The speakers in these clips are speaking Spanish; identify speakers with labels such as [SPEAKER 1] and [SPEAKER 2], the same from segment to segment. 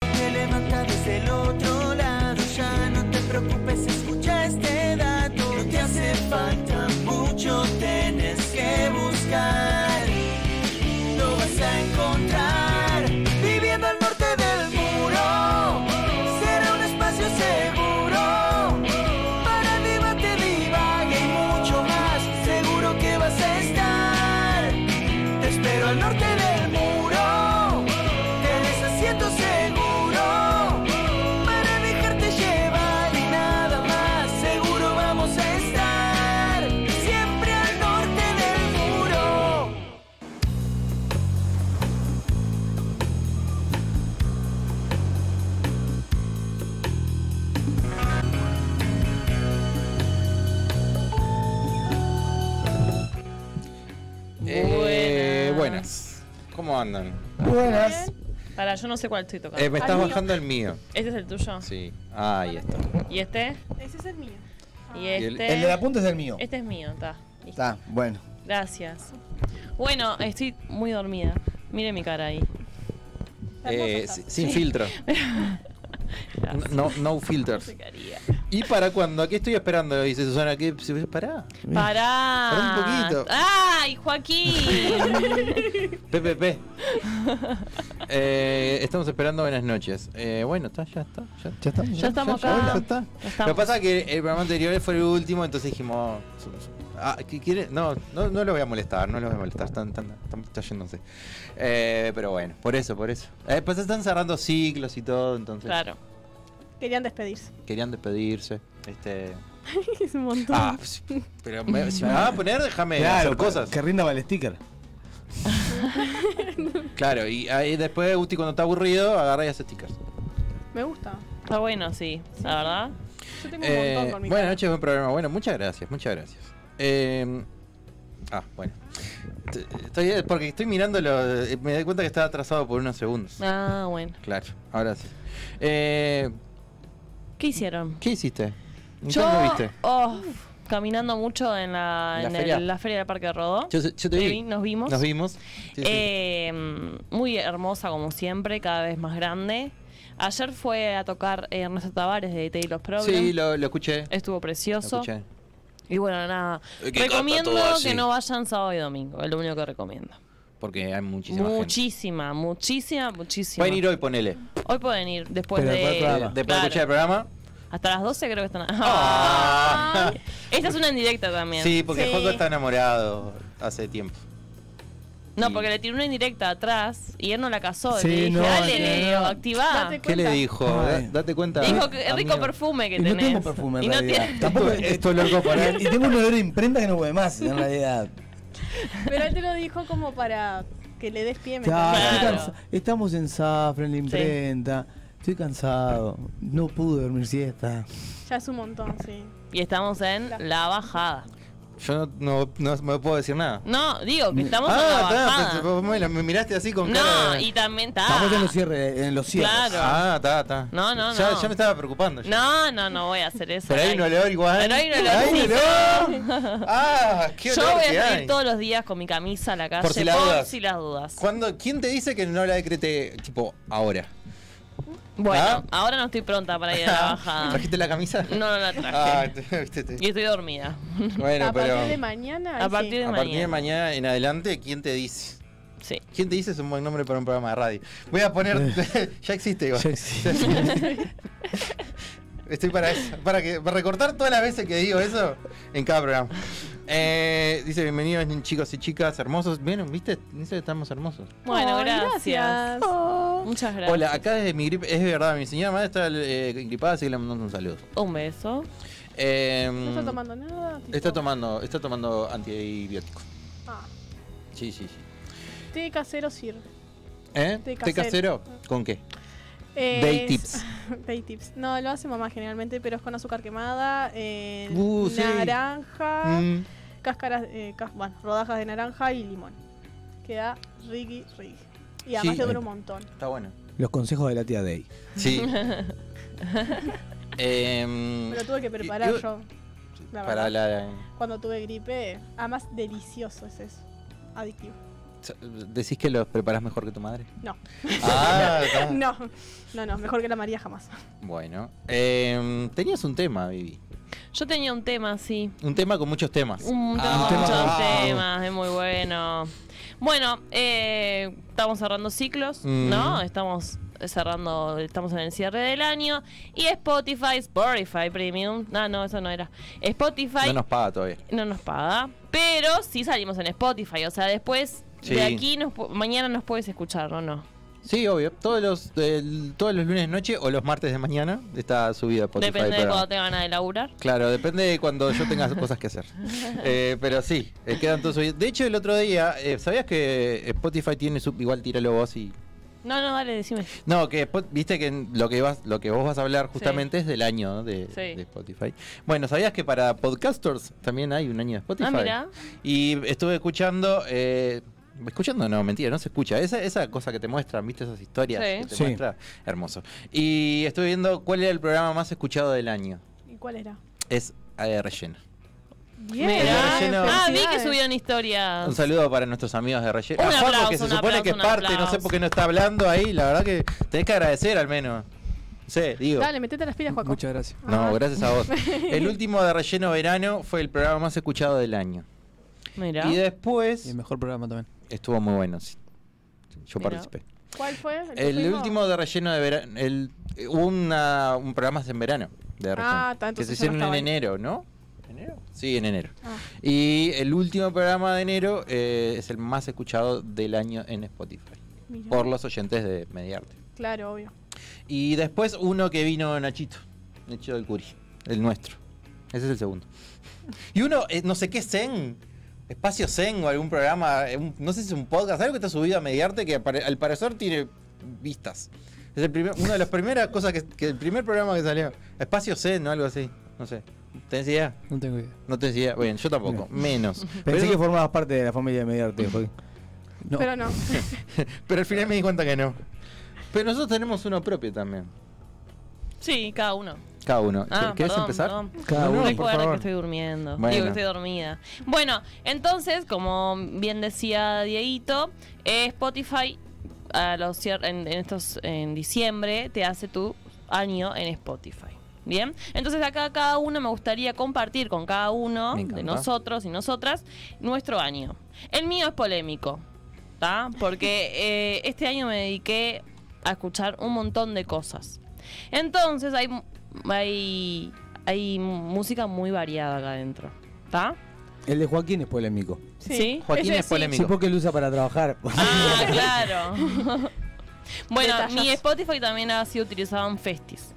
[SPEAKER 1] este
[SPEAKER 2] Eh, Buenas. ¿Cómo andan?
[SPEAKER 3] Buenas.
[SPEAKER 4] Para, yo no sé cuál estoy tocando.
[SPEAKER 2] Eh, me estás
[SPEAKER 5] Al mío.
[SPEAKER 2] bajando el mío.
[SPEAKER 4] ¿Este es el tuyo?
[SPEAKER 2] Sí. Ah, ahí está.
[SPEAKER 4] ¿Y este?
[SPEAKER 5] Ese es el mío.
[SPEAKER 4] ¿Y
[SPEAKER 2] el-
[SPEAKER 4] este?
[SPEAKER 3] El de la punta es el mío.
[SPEAKER 4] Este es mío, está. Listo.
[SPEAKER 3] Está, bueno.
[SPEAKER 4] Gracias. Bueno, estoy muy dormida. Mire mi cara ahí.
[SPEAKER 2] Eh, si- sin filtro.
[SPEAKER 4] Gracias.
[SPEAKER 2] No, no filters.
[SPEAKER 4] Porquería.
[SPEAKER 2] Y para cuando, aquí estoy esperando, dice Susana, que pará.
[SPEAKER 4] Pará.
[SPEAKER 2] Pará un poquito.
[SPEAKER 4] ¡Ay, Joaquín!
[SPEAKER 2] PPP. Eh, estamos esperando buenas noches. Eh, bueno, está, ya está. Ya, ya estamos.
[SPEAKER 4] Ya estamos acá.
[SPEAKER 3] Ah.
[SPEAKER 2] ya está.
[SPEAKER 4] Ya estamos.
[SPEAKER 2] Lo que pasa es que el programa anterior fue el último, entonces dijimos. oh, su- su- ah, ¿qué quiere? No, no, no lo voy a molestar, no lo voy a molestar. Están, están, están- está yéndose. Eh, pero bueno, por eso, por eso. Eh, pues están cerrando ciclos y todo, entonces
[SPEAKER 4] claro.
[SPEAKER 5] Querían despedirse.
[SPEAKER 2] querían despedirse. Este.
[SPEAKER 5] es un montón.
[SPEAKER 2] Ah, pues, pero me- si me vas a poner, déjame hacer cosas.
[SPEAKER 3] Que rinda para el sticker.
[SPEAKER 2] Claro, y ahí después Gusti cuando está aburrido, agarra y hace stickers.
[SPEAKER 5] Me gusta.
[SPEAKER 4] Está bueno, sí. La verdad.
[SPEAKER 5] Yo tengo un
[SPEAKER 2] Eh,
[SPEAKER 5] montón con mi
[SPEAKER 2] buenas
[SPEAKER 5] cara.
[SPEAKER 2] noches, buen programa. Bueno, muchas gracias, muchas gracias. Eh, ah, bueno. T- Estoy, eh, porque estoy mirándolo, eh, me doy cuenta que estaba atrasado por unos segundos.
[SPEAKER 4] Ah, bueno.
[SPEAKER 2] Claro, ahora sí. Eh,
[SPEAKER 4] ¿Qué hicieron?
[SPEAKER 2] ¿Qué hiciste?
[SPEAKER 4] Yo,
[SPEAKER 2] ¿Dónde viste?
[SPEAKER 4] oh, caminando mucho en la,
[SPEAKER 2] La
[SPEAKER 4] en
[SPEAKER 2] feria.
[SPEAKER 4] el- la feria del Parque de Rodó.
[SPEAKER 2] Yo, yo te
[SPEAKER 4] Te
[SPEAKER 2] vi.
[SPEAKER 4] vi, nos vimos.
[SPEAKER 2] Nos vimos. Sí, sí.
[SPEAKER 4] Eh, mm, muy hermosa como siempre, cada vez más grande. Ayer fue a tocar eh, Ernesto Tavares de Taylor Problem.
[SPEAKER 2] Sí, lo, lo escuché.
[SPEAKER 4] Estuvo
[SPEAKER 2] Lo
[SPEAKER 4] precioso.
[SPEAKER 2] escuché.
[SPEAKER 4] Y bueno, nada.
[SPEAKER 2] Eh, que canta
[SPEAKER 4] recomiendo
[SPEAKER 2] todo así.
[SPEAKER 4] que no vayan sábado y domingo. Es lo único que recomiendo.
[SPEAKER 2] Porque hay muchísima gente.
[SPEAKER 4] Muchísima, muchísima, muchísima.
[SPEAKER 2] Pueden ir hoy, ponele.
[SPEAKER 4] Hoy pueden ir después
[SPEAKER 3] Pero
[SPEAKER 4] de.
[SPEAKER 3] después del
[SPEAKER 2] Eh,
[SPEAKER 3] programa.
[SPEAKER 2] después de
[SPEAKER 4] Claro.
[SPEAKER 2] escuchar el programa.
[SPEAKER 4] Hasta las 12 creo que están.
[SPEAKER 2] Ah.
[SPEAKER 4] Esta es una en directa también.
[SPEAKER 2] Sí, porque
[SPEAKER 5] Sí.
[SPEAKER 2] Juanjo está enamorado hace tiempo.
[SPEAKER 4] No,
[SPEAKER 2] Y-
[SPEAKER 4] porque le tiró una indirecta atrás y él no la casó.
[SPEAKER 3] Sí,
[SPEAKER 4] y le dije,
[SPEAKER 3] no,
[SPEAKER 4] dale,
[SPEAKER 3] no,
[SPEAKER 4] Leo,
[SPEAKER 3] no.
[SPEAKER 4] activá.
[SPEAKER 5] Date
[SPEAKER 2] ¿Qué le
[SPEAKER 5] cuenta.
[SPEAKER 2] dijo?
[SPEAKER 3] Ay.
[SPEAKER 2] Da- Date cuenta.
[SPEAKER 4] Dijo que es rico
[SPEAKER 2] amigo.
[SPEAKER 4] perfume que
[SPEAKER 3] Y no
[SPEAKER 4] tenés.
[SPEAKER 3] tengo perfume en
[SPEAKER 4] Y no
[SPEAKER 3] realidad.
[SPEAKER 4] tiene-
[SPEAKER 3] Tampoco
[SPEAKER 2] Esto lo hago para
[SPEAKER 3] Y tengo un olor de imprenta que no puede más, en realidad.
[SPEAKER 5] Pero él te lo dijo como para que le des pie. ¿me
[SPEAKER 3] Ya,
[SPEAKER 5] entendés?
[SPEAKER 3] estoy
[SPEAKER 4] Claro.
[SPEAKER 3] cansa- Estamos en Zafra, en la imprenta. Estoy cansado. No pude dormir siesta.
[SPEAKER 5] Ya es un montón, sí.
[SPEAKER 4] Y estamos en la bajada.
[SPEAKER 2] Yo no, no, no me puedo decir nada.
[SPEAKER 4] No, digo que estamos en la
[SPEAKER 2] ah, está,
[SPEAKER 4] bajada.
[SPEAKER 2] pues, vos me, la- me miraste así con cara
[SPEAKER 4] no,
[SPEAKER 2] de-
[SPEAKER 4] y también
[SPEAKER 5] Ah.
[SPEAKER 4] está.
[SPEAKER 3] Estamos en los cierres. En los cierres.
[SPEAKER 4] Claro.
[SPEAKER 2] Ah, está, está.
[SPEAKER 4] No, no,
[SPEAKER 2] ya,
[SPEAKER 4] no.
[SPEAKER 2] Ya me estaba preocupando. yo.
[SPEAKER 4] No, no, no voy a hacer eso.
[SPEAKER 2] Pero hay un olor igual.
[SPEAKER 4] Pero hay un olor,
[SPEAKER 2] ¡Hay un
[SPEAKER 4] sí.
[SPEAKER 2] olor! ¡Ah! ¡Qué
[SPEAKER 4] Yo
[SPEAKER 2] olor
[SPEAKER 4] voy a
[SPEAKER 2] que
[SPEAKER 4] salir
[SPEAKER 2] hay!
[SPEAKER 4] todos los días con mi camisa a la calle
[SPEAKER 2] Por si las dudas.
[SPEAKER 4] si las dudas.
[SPEAKER 2] Cuando- ¿Quién te dice que no la decrete, tipo, ahora?
[SPEAKER 4] Bueno,
[SPEAKER 2] Ah.
[SPEAKER 4] ahora no estoy pronta para ir a la bajada.
[SPEAKER 2] ¿Trajiste la camisa?
[SPEAKER 4] No, no la traje.
[SPEAKER 2] Ah, te- viste, te-
[SPEAKER 4] Y estoy dormida.
[SPEAKER 2] Bueno,
[SPEAKER 5] a
[SPEAKER 2] pero
[SPEAKER 5] partir de mañana.
[SPEAKER 4] A
[SPEAKER 5] ahí sí. Oh,
[SPEAKER 4] partir de
[SPEAKER 2] a partir de
[SPEAKER 4] mañana.
[SPEAKER 2] mañana en adelante, ¿quién te dice?
[SPEAKER 4] Sí.
[SPEAKER 2] ¿Quién te dice es un buen nombre para un programa de radio? Voy a poner. ya existe igual.
[SPEAKER 3] Ya existe.
[SPEAKER 2] Estoy para eso. Para, que, para recortar todas las veces que digo eso en cada programa. Eh, dice: Bienvenidos, chicos y chicas hermosos. Vieron, ¿viste? Dice que estamos hermosos.
[SPEAKER 4] Bueno,
[SPEAKER 5] Ay,
[SPEAKER 4] gracias.
[SPEAKER 2] Oh.
[SPEAKER 4] Muchas gracias.
[SPEAKER 2] Hola, acá desde mi gripe. Es verdad, mi señora madre está eh, gripada, así que le mandamos un saludo.
[SPEAKER 4] Un beso.
[SPEAKER 2] Eh,
[SPEAKER 5] No está tomando nada. tipo?
[SPEAKER 2] Está tomando, está tomando antibiótico.
[SPEAKER 5] Ah,
[SPEAKER 2] Sí, sí, sí.
[SPEAKER 5] té casero sirve.
[SPEAKER 2] ¿Eh?
[SPEAKER 5] Té
[SPEAKER 2] ¿Té casero?
[SPEAKER 5] casero.
[SPEAKER 2] ¿Con qué?
[SPEAKER 5] Eh,
[SPEAKER 2] Day
[SPEAKER 5] es-
[SPEAKER 2] tips.
[SPEAKER 5] Day tips. No, lo hace mamá generalmente, pero es con azúcar quemada, eh,
[SPEAKER 2] Uh, sí.
[SPEAKER 5] naranja,
[SPEAKER 2] Mm.
[SPEAKER 5] cáscaras, eh, cas- bueno, rodajas de naranja y limón. Queda riggy riggy. Y además
[SPEAKER 2] Sí.
[SPEAKER 5] te dura un montón.
[SPEAKER 2] Está bueno.
[SPEAKER 3] Los consejos de la tía Day.
[SPEAKER 2] Sí. Em,
[SPEAKER 5] Me lo tuve que preparar
[SPEAKER 2] y- y-
[SPEAKER 5] yo. La
[SPEAKER 2] para
[SPEAKER 5] verdad.
[SPEAKER 2] la,
[SPEAKER 5] Cuando tuve gripe, además delicioso es eso. Adictivo.
[SPEAKER 2] ¿Decís que los preparás mejor que tu madre?
[SPEAKER 5] No.
[SPEAKER 2] Ah, está.
[SPEAKER 5] No, no, no, mejor que la María jamás.
[SPEAKER 2] Bueno. Em, tenías un tema, Vivi.
[SPEAKER 4] Yo tenía un tema, sí.
[SPEAKER 2] Un tema con muchos temas.
[SPEAKER 4] Un,
[SPEAKER 2] Ah.
[SPEAKER 4] tengo muchos
[SPEAKER 3] Ah.
[SPEAKER 4] temas, es muy bueno. Bueno, eh, estamos cerrando ciclos,
[SPEAKER 2] Mm.
[SPEAKER 4] ¿no? Estamos cerrando, estamos en el cierre del año. Y Spotify, Spotify Premium. No, no, eso no era. Spotify
[SPEAKER 2] No nos paga todavía.
[SPEAKER 4] no nos paga, pero sí salimos en Spotify. O sea, después
[SPEAKER 2] Sí.
[SPEAKER 4] de aquí, nos, pu- mañana nos puedes escuchar, ¿o no?
[SPEAKER 2] Sí, obvio. Todos los, del- todos los lunes de noche o los martes de mañana está subida a Spotify.
[SPEAKER 4] Depende de
[SPEAKER 2] pero-
[SPEAKER 4] cuándo te van a laburar.
[SPEAKER 2] Claro, depende de cuando yo tenga cosas que hacer. Eh, pero sí, eh, quedan todos subidos. De hecho, el otro día, eh, ¿sabías que Spotify tiene su. Igual tíralo vos y
[SPEAKER 4] No, no, dale, decime. Ah,
[SPEAKER 2] No, que Spot- viste que en- lo que vas, lo que vos vas a hablar justamente es del año ¿no? de,
[SPEAKER 4] Sí.
[SPEAKER 2] de Spotify. Bueno, ¿sabías que para podcasters también hay un año de Spotify?
[SPEAKER 4] Ah, mira.
[SPEAKER 2] Y estuve escuchando eh, Escuchando, no, mentira, no se escucha. Esa, esa cosa que te muestran, ¿viste esas historias?
[SPEAKER 4] Sí.
[SPEAKER 2] que te
[SPEAKER 3] Sí.
[SPEAKER 2] muestra? Hermoso. Y estoy viendo cuál era el programa más escuchado del año.
[SPEAKER 5] ¿Y cuál era?
[SPEAKER 2] Es eh, Relleno.
[SPEAKER 5] Bien.
[SPEAKER 2] Mira, Eh, relleno.
[SPEAKER 4] Ah, vi que
[SPEAKER 5] Felicidades.
[SPEAKER 4] subieron historias.
[SPEAKER 2] Un saludo para nuestros amigos de Relleno.
[SPEAKER 4] Ah. Un
[SPEAKER 2] a Juanjo,
[SPEAKER 4] aplauso,
[SPEAKER 2] que se
[SPEAKER 4] un
[SPEAKER 2] supone
[SPEAKER 4] aplauso,
[SPEAKER 2] que es
[SPEAKER 4] un
[SPEAKER 2] parte, no sé
[SPEAKER 4] aplauso.
[SPEAKER 2] por qué no está hablando ahí. La verdad que tenés que agradecer al menos. Sí, digo.
[SPEAKER 5] Dale, metete las pilas, Juaco.
[SPEAKER 3] Muchas gracias.
[SPEAKER 2] No,
[SPEAKER 5] Ah.
[SPEAKER 2] gracias a vos. El último de Relleno Verano fue el programa más escuchado del año.
[SPEAKER 4] Mira.
[SPEAKER 2] Y
[SPEAKER 3] Y
[SPEAKER 2] después
[SPEAKER 3] el mejor programa también.
[SPEAKER 2] estuvo muy bueno, sí. Yo
[SPEAKER 4] Mira.
[SPEAKER 2] participé.
[SPEAKER 5] ¿Cuál fue? que
[SPEAKER 2] El
[SPEAKER 5] fuimos?
[SPEAKER 2] último de relleno de verano. El, eh, una, un programa en verano. De relleno,
[SPEAKER 5] Ah, está,
[SPEAKER 2] Que se
[SPEAKER 5] entonces yo no
[SPEAKER 2] hicieron
[SPEAKER 5] estaba
[SPEAKER 2] en
[SPEAKER 5] ahí.
[SPEAKER 2] enero, ¿no? ¿Enero? Sí, en enero.
[SPEAKER 5] Ah.
[SPEAKER 2] Y el último programa de enero eh, es el más escuchado del año en Spotify.
[SPEAKER 5] Mirá.
[SPEAKER 2] Por los oyentes de Mediarte.
[SPEAKER 5] Claro, obvio.
[SPEAKER 2] Y después uno que vino Nachito. Nachito del Curi. El nuestro. Ese es el segundo. Y uno, eh, no sé qué Zen. Espacio Zen o algún programa. eh, un- no sé si es un podcast. Algo que está subido a Mediarte que apare- al parecer tiene vistas. Es el primer, una de las primeras cosas que, que el primer programa que salió. Espacio Zen o algo así. No sé. ¿Tenés idea?
[SPEAKER 3] No tengo idea.
[SPEAKER 2] No tenés idea. Bueno, yo tampoco. Menos. Pero,
[SPEAKER 3] Pensé que formabas parte de la familia de Mediarte, Joaquín. No.
[SPEAKER 5] Pero no.
[SPEAKER 2] pero al final me di cuenta que no. Pero nosotros tenemos uno propio también.
[SPEAKER 4] Sí, cada uno.
[SPEAKER 2] Cada uno.
[SPEAKER 4] Ah,
[SPEAKER 2] ¿Querés
[SPEAKER 4] perdón,
[SPEAKER 2] empezar?
[SPEAKER 4] perdón.
[SPEAKER 3] Cada
[SPEAKER 4] No
[SPEAKER 3] uno, por
[SPEAKER 4] recuerdo
[SPEAKER 3] favor.
[SPEAKER 4] que estoy durmiendo.
[SPEAKER 2] Bueno.
[SPEAKER 4] Digo que estoy dormida. Bueno, entonces, como bien decía Dieguito, eh, Spotify a los cier- en, en estos en diciembre te hace tu año en Spotify. Bien, entonces acá cada uno me gustaría compartir con cada uno
[SPEAKER 2] Me
[SPEAKER 4] de
[SPEAKER 2] encanta.
[SPEAKER 4] nosotros y nosotras nuestro año. El mío es polémico, ¿tá? Porque eh, este año me dediqué a escuchar un montón de cosas. Entonces hay, mu- hay, hay música muy variada acá adentro. ¿Está?
[SPEAKER 3] El de Joaquín es polémico.
[SPEAKER 5] Sí.
[SPEAKER 4] ¿Sí?
[SPEAKER 2] Joaquín
[SPEAKER 5] Ese
[SPEAKER 2] es
[SPEAKER 5] sí.
[SPEAKER 2] polémico.
[SPEAKER 3] Sí, porque lo usa para trabajar.
[SPEAKER 4] Ah, claro. bueno, mi
[SPEAKER 5] Detallazo.
[SPEAKER 4] Spotify también ha sido utilizado en festis.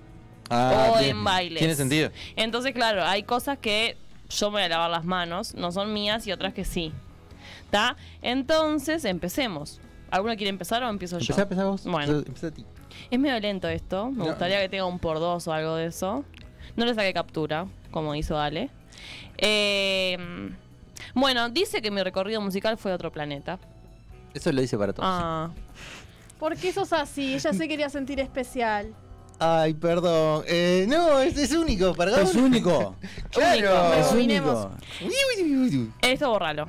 [SPEAKER 2] Ah,
[SPEAKER 4] o
[SPEAKER 2] bien.
[SPEAKER 4] en bailes.
[SPEAKER 2] Tiene sentido.
[SPEAKER 4] Entonces, claro, hay cosas que yo me voy a lavar las manos, no son mías, y otras que sí. ¿Está? Entonces, empecemos. ¿Alguno quiere empezar o empiezo yo?
[SPEAKER 2] Empezá, empezá vos.
[SPEAKER 4] Bueno.
[SPEAKER 2] Empezá a ti.
[SPEAKER 4] Es medio lento esto. Me
[SPEAKER 2] No.
[SPEAKER 4] gustaría que tenga un por dos o algo de eso. No le saqué captura, como hizo Ale. Eh, bueno, dice que mi recorrido musical fue a otro planeta.
[SPEAKER 2] Eso lo dice para todos.
[SPEAKER 4] Ah,
[SPEAKER 5] ¿Por qué sos así? Ella se quería sentir especial.
[SPEAKER 2] Ay, perdón. Eh, no, es, es único, perdón.
[SPEAKER 3] es único.
[SPEAKER 2] Claro.
[SPEAKER 3] es
[SPEAKER 5] Rebobinemos.
[SPEAKER 3] único.
[SPEAKER 4] esto borralo.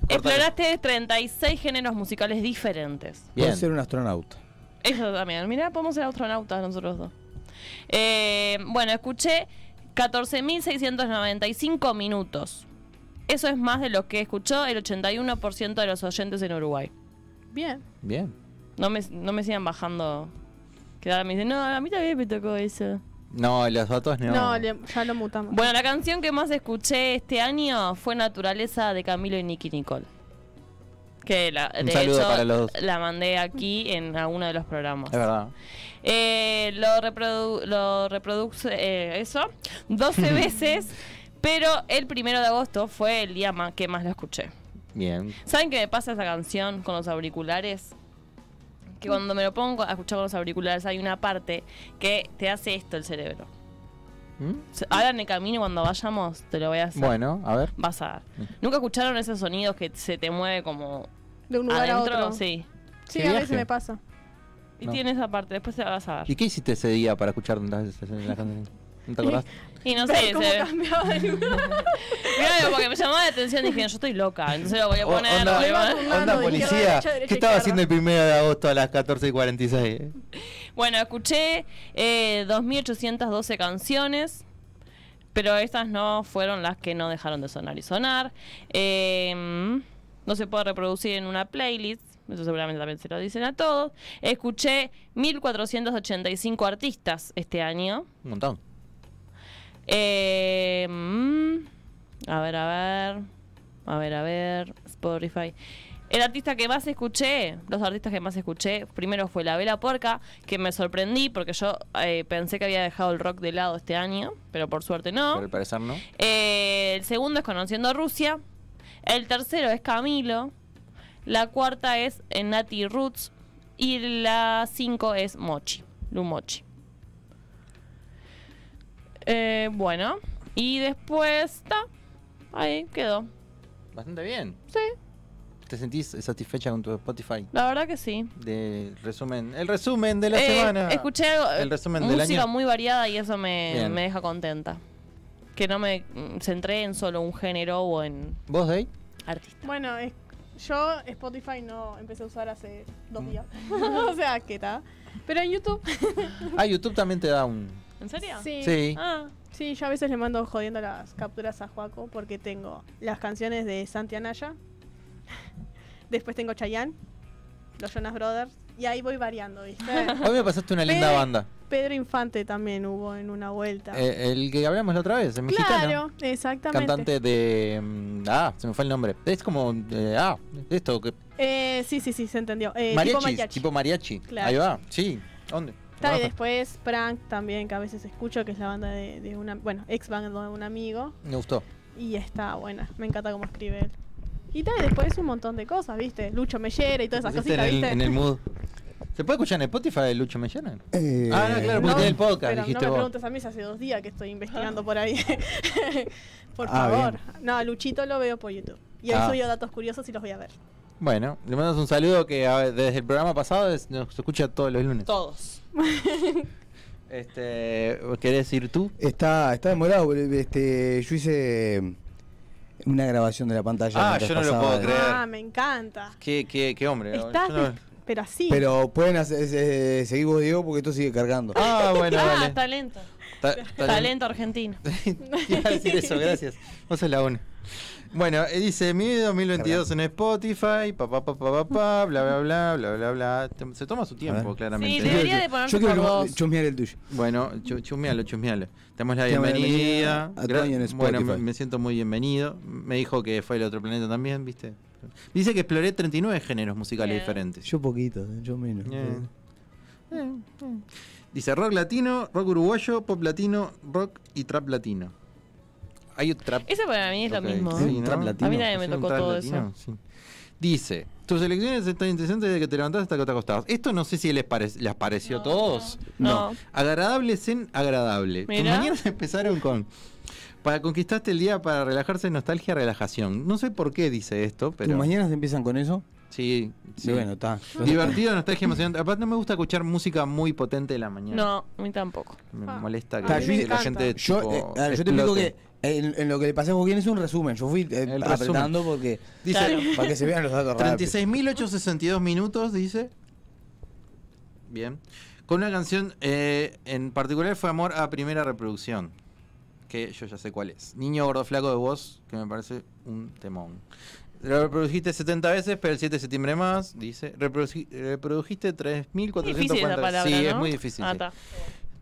[SPEAKER 2] Córtalo.
[SPEAKER 4] Exploraste 36 géneros musicales diferentes.
[SPEAKER 2] Bien. Ah,
[SPEAKER 3] Puedes ser un astronauta.
[SPEAKER 4] Eso también. Mirá, podemos ser astronautas nosotros dos. Eh, bueno, escuché 14.695 minutos. Eso es más de lo que escuchó el 81% de los oyentes en Uruguay.
[SPEAKER 5] Bien.
[SPEAKER 2] Bien.
[SPEAKER 4] No me, no me sigan bajando. Que ahora me dicen, no, a mí también me tocó eso.
[SPEAKER 2] No, los datos no.
[SPEAKER 5] No, le- ya lo mutamos.
[SPEAKER 4] Bueno, la canción que más escuché este año fue Naturaleza de Camilo y Nicky Nicole. Que la,
[SPEAKER 2] Un
[SPEAKER 4] de
[SPEAKER 2] saludo
[SPEAKER 4] hecho,
[SPEAKER 2] para los dos.
[SPEAKER 4] la mandé aquí en alguno de los programas.
[SPEAKER 2] Es verdad.
[SPEAKER 4] Eh, lo reprodu- lo reproduce eh, eso 12 veces, pero el primero de agosto fue el día más, que más lo escuché.
[SPEAKER 2] Bien.
[SPEAKER 4] ¿Saben qué me pasa esa canción con los auriculares?
[SPEAKER 5] Mm.
[SPEAKER 4] Que cuando me lo pongo a escuchar con los auriculares hay una parte que te hace esto el cerebro.
[SPEAKER 2] ¿Mm?
[SPEAKER 4] Se- Ahora en el camino cuando vayamos te lo voy a hacer.
[SPEAKER 2] Bueno, a ver.
[SPEAKER 4] Vas a ver.
[SPEAKER 5] Mm.
[SPEAKER 4] ¿Nunca escucharon esos sonidos que se te mueve como
[SPEAKER 5] de un lugar
[SPEAKER 4] adentro?
[SPEAKER 5] a otro.
[SPEAKER 4] Sí.
[SPEAKER 5] Sí,
[SPEAKER 2] Qué
[SPEAKER 5] a
[SPEAKER 2] viaje.
[SPEAKER 5] veces me pasa.
[SPEAKER 4] Y
[SPEAKER 2] No.
[SPEAKER 4] tiene esa parte, después te la vas a ver.
[SPEAKER 2] ¿Y qué hiciste ese día para escuchar tantas veces la canción? ¿No te acordás?
[SPEAKER 4] Y no
[SPEAKER 5] Ver
[SPEAKER 4] sé,
[SPEAKER 5] cómo
[SPEAKER 4] se-
[SPEAKER 5] cambiaba de lugar.
[SPEAKER 4] Claro, porque me llamaba la atención y dije, yo estoy loca, entonces lo voy a
[SPEAKER 2] O-
[SPEAKER 4] poner. lo
[SPEAKER 2] onda,
[SPEAKER 4] voy a
[SPEAKER 5] onda
[SPEAKER 4] poner.
[SPEAKER 5] Mano,
[SPEAKER 2] onda
[SPEAKER 5] izquierda,
[SPEAKER 2] policía.
[SPEAKER 5] derecha, derecha,
[SPEAKER 2] ¿Qué estaba
[SPEAKER 5] izquierda.
[SPEAKER 2] haciendo el primero de agosto a las 14 y 46? eh?
[SPEAKER 4] Bueno, escuché eh, 2.812 canciones, pero estas no fueron las que no dejaron de sonar y sonar. Eh, no se puede reproducir en una playlist, eso seguramente también se lo dicen a todos. Escuché 1.485 artistas este año.
[SPEAKER 2] Un montón.
[SPEAKER 4] Eh, mm, a ver, a ver. A ver, a ver. Spotify. El artista que más escuché, los artistas que más escuché, primero fue La Vela Porca, que me sorprendí porque yo eh, pensé que había dejado el rock de lado este año, pero por suerte
[SPEAKER 2] Pero
[SPEAKER 4] no.
[SPEAKER 2] al parecer no.
[SPEAKER 4] Eh, el segundo es Conociendo Rusia. El tercero es Camilo. La cuarta es eh, Nati Roots. Y la cinco es Mochi. Lu Mochi. Eh, bueno. Y después está. Ahí quedó.
[SPEAKER 2] Bastante bien.
[SPEAKER 4] Sí.
[SPEAKER 2] ¿Te sentís satisfecha con tu Spotify?
[SPEAKER 4] La verdad que sí.
[SPEAKER 2] De resumen, el resumen de la
[SPEAKER 4] Eh,
[SPEAKER 2] semana.
[SPEAKER 4] Escuché algo,
[SPEAKER 2] El resumen del
[SPEAKER 4] música
[SPEAKER 2] año.
[SPEAKER 4] muy variada y eso me,
[SPEAKER 2] Bien.
[SPEAKER 4] me deja contenta. Que no me mm, centré en solo un género o en
[SPEAKER 2] ¿Vos, Day?
[SPEAKER 4] artista.
[SPEAKER 5] Bueno, es- yo Spotify no empecé a usar hace dos
[SPEAKER 2] Mm.
[SPEAKER 5] días. o sea, que está. Pero en YouTube.
[SPEAKER 2] Ah, YouTube también te da un.
[SPEAKER 4] ¿En serio?
[SPEAKER 5] Sí.
[SPEAKER 2] Sí.
[SPEAKER 4] Ah,
[SPEAKER 5] Sí, yo a veces le mando jodiendo las capturas a Joaco porque tengo las canciones de Santi Anaya. Después tengo Chayanne, los Jonas Brothers. Y ahí voy variando, ¿viste?
[SPEAKER 2] Hoy me pasaste una linda
[SPEAKER 5] Pe-
[SPEAKER 2] banda.
[SPEAKER 5] Pedro Infante también hubo en una vuelta.
[SPEAKER 2] Eh, el que hablamos la otra vez, el mexicano.
[SPEAKER 5] claro, exactamente.
[SPEAKER 2] Cantante de. mm, Ah, se me fue el nombre. Es como. eh, ah, esto. Que,
[SPEAKER 5] Eh, sí, sí, sí, se entendió. Eh, tipo
[SPEAKER 2] mariachi.
[SPEAKER 5] mariachi.
[SPEAKER 2] Tipo mariachi.
[SPEAKER 5] Claro.
[SPEAKER 2] Ahí va. Sí. ¿Dónde?
[SPEAKER 5] Está, y
[SPEAKER 2] Abajo.
[SPEAKER 5] después Prank también, que a veces escucho, que es la banda de, de una, bueno, ex banda de un amigo.
[SPEAKER 2] Me gustó.
[SPEAKER 5] Y está buena, me encanta cómo escribe él. Y tal, y después un montón de cosas, ¿viste? Lucho Mellera y todas esas
[SPEAKER 2] Pusiste en
[SPEAKER 5] cositas,
[SPEAKER 2] el,
[SPEAKER 5] ¿viste?
[SPEAKER 2] en el mood. ¿Se puede escuchar en Spotify de Lucho Mellana?
[SPEAKER 3] Eh,
[SPEAKER 2] Ah, no, claro, porque
[SPEAKER 5] No,
[SPEAKER 2] tiene el podcast,
[SPEAKER 5] pero
[SPEAKER 2] dijiste
[SPEAKER 5] no me
[SPEAKER 2] vos.
[SPEAKER 5] preguntes a mí si hace dos días que estoy investigando por ahí. por
[SPEAKER 3] Ah,
[SPEAKER 5] favor. No, a Luchito lo veo por YouTube. Y hoy
[SPEAKER 2] Ah.
[SPEAKER 5] subió datos curiosos y los voy a ver.
[SPEAKER 2] Bueno, le mandamos un saludo que a ver, desde el programa pasado es- nos escucha todos los lunes.
[SPEAKER 4] todos.
[SPEAKER 2] Este, ¿Querés ir tú?
[SPEAKER 3] Está, está demorado. pero, Este, yo hice una grabación de la pantalla.
[SPEAKER 2] Ah,
[SPEAKER 3] mientras
[SPEAKER 2] yo no lo
[SPEAKER 3] pasaba
[SPEAKER 2] puedo
[SPEAKER 3] el-
[SPEAKER 2] creer.
[SPEAKER 5] Ah, me encanta.
[SPEAKER 2] ¿Qué, qué, qué hombre?
[SPEAKER 5] Estás,
[SPEAKER 2] Yo no-
[SPEAKER 5] des- pero así.
[SPEAKER 3] Pero pueden hacer, eh, seguir vos, Diego, porque esto sigue cargando.
[SPEAKER 2] Ah, bueno,
[SPEAKER 4] ah,
[SPEAKER 2] vale.
[SPEAKER 4] talento.
[SPEAKER 2] Ta- ta-
[SPEAKER 4] Talento argentino.
[SPEAKER 2] Iba a decir eso, gracias. Vos sos la una. Bueno, eh, dice mi 2022 en Spotify, pa pa pa pa pa, pa, bla bla bla bla bla bla. Tem- Se toma su tiempo,
[SPEAKER 3] ver.
[SPEAKER 2] claramente.
[SPEAKER 4] Sí, debería de ponerse
[SPEAKER 3] yo quiero
[SPEAKER 4] por
[SPEAKER 3] que-
[SPEAKER 4] dos.
[SPEAKER 3] chusmear el tuyo.
[SPEAKER 2] Bueno, chu- chusmealo, chusmealo. Te damos la
[SPEAKER 3] Te damos la
[SPEAKER 2] bienvenida.
[SPEAKER 3] bienvenida a Toño en
[SPEAKER 2] Gra- Bueno, me,
[SPEAKER 3] Spotify.
[SPEAKER 2] me siento muy bienvenido. Me dijo que fue el otro planeta también, ¿viste? Dice que exploré 39 géneros musicales
[SPEAKER 4] Bien.
[SPEAKER 2] diferentes.
[SPEAKER 3] Yo poquito, eh, yo menos.
[SPEAKER 2] Eh, eh, eh. Dice rock latino, rock uruguayo, pop latino, rock y trap latino. Hay un trap.
[SPEAKER 4] Eso para mí es
[SPEAKER 2] Ok,
[SPEAKER 4] lo mismo.
[SPEAKER 3] Sí, trap latino.
[SPEAKER 4] A mí también me
[SPEAKER 2] Hacer un
[SPEAKER 4] tocó
[SPEAKER 2] trap
[SPEAKER 4] todo
[SPEAKER 2] latino, sí. Dice, tus elecciones están interesantes desde que te levantás hasta que te acostás. Esto no sé si les, pare- les pareció a
[SPEAKER 4] No,
[SPEAKER 2] todos.
[SPEAKER 4] no, no.
[SPEAKER 2] Agradables en agradable. Tus
[SPEAKER 4] Mirá.
[SPEAKER 2] mañanas empezaron con... Para conquistaste el día, para relajarse, nostalgia, relajación. No sé por qué dice esto, pero...
[SPEAKER 3] ¿Tus mañanas empiezan con eso?
[SPEAKER 2] Sí, sí.
[SPEAKER 3] Sí, bueno, está.
[SPEAKER 2] Divertido, nostalgia, emocionante. Aparte no me gusta escuchar música muy potente de la mañana.
[SPEAKER 4] No, a mí tampoco.
[SPEAKER 2] Me
[SPEAKER 5] Ah,
[SPEAKER 2] molesta
[SPEAKER 5] a
[SPEAKER 2] que
[SPEAKER 3] mí me
[SPEAKER 2] la
[SPEAKER 5] encanta.
[SPEAKER 2] gente
[SPEAKER 3] Yo,
[SPEAKER 2] tipo,
[SPEAKER 3] eh, a ver, yo te explico
[SPEAKER 2] explote.
[SPEAKER 3] que en, en lo que le pasé a Joaquín es un resumen. Yo fui eh,
[SPEAKER 2] El resumen.
[SPEAKER 3] apretando porque
[SPEAKER 2] Dice,
[SPEAKER 4] Claro.
[SPEAKER 3] para que se vean los datos rápidos.
[SPEAKER 2] 36.862 minutos, dice. Bien. Con una canción eh, en particular fue Amor a Primera Reproducción. Que yo ya sé cuál es. Niño gordo flaco de voz, que me parece un temón. Lo reprodujiste 70 veces, pero el 7 de septiembre más, dice. Reproduci- reprodujiste 3.440.
[SPEAKER 4] Difícil esa palabra,
[SPEAKER 2] sí, es
[SPEAKER 4] ¿no?
[SPEAKER 2] muy difícil.
[SPEAKER 4] Ah,
[SPEAKER 2] sí.
[SPEAKER 4] está.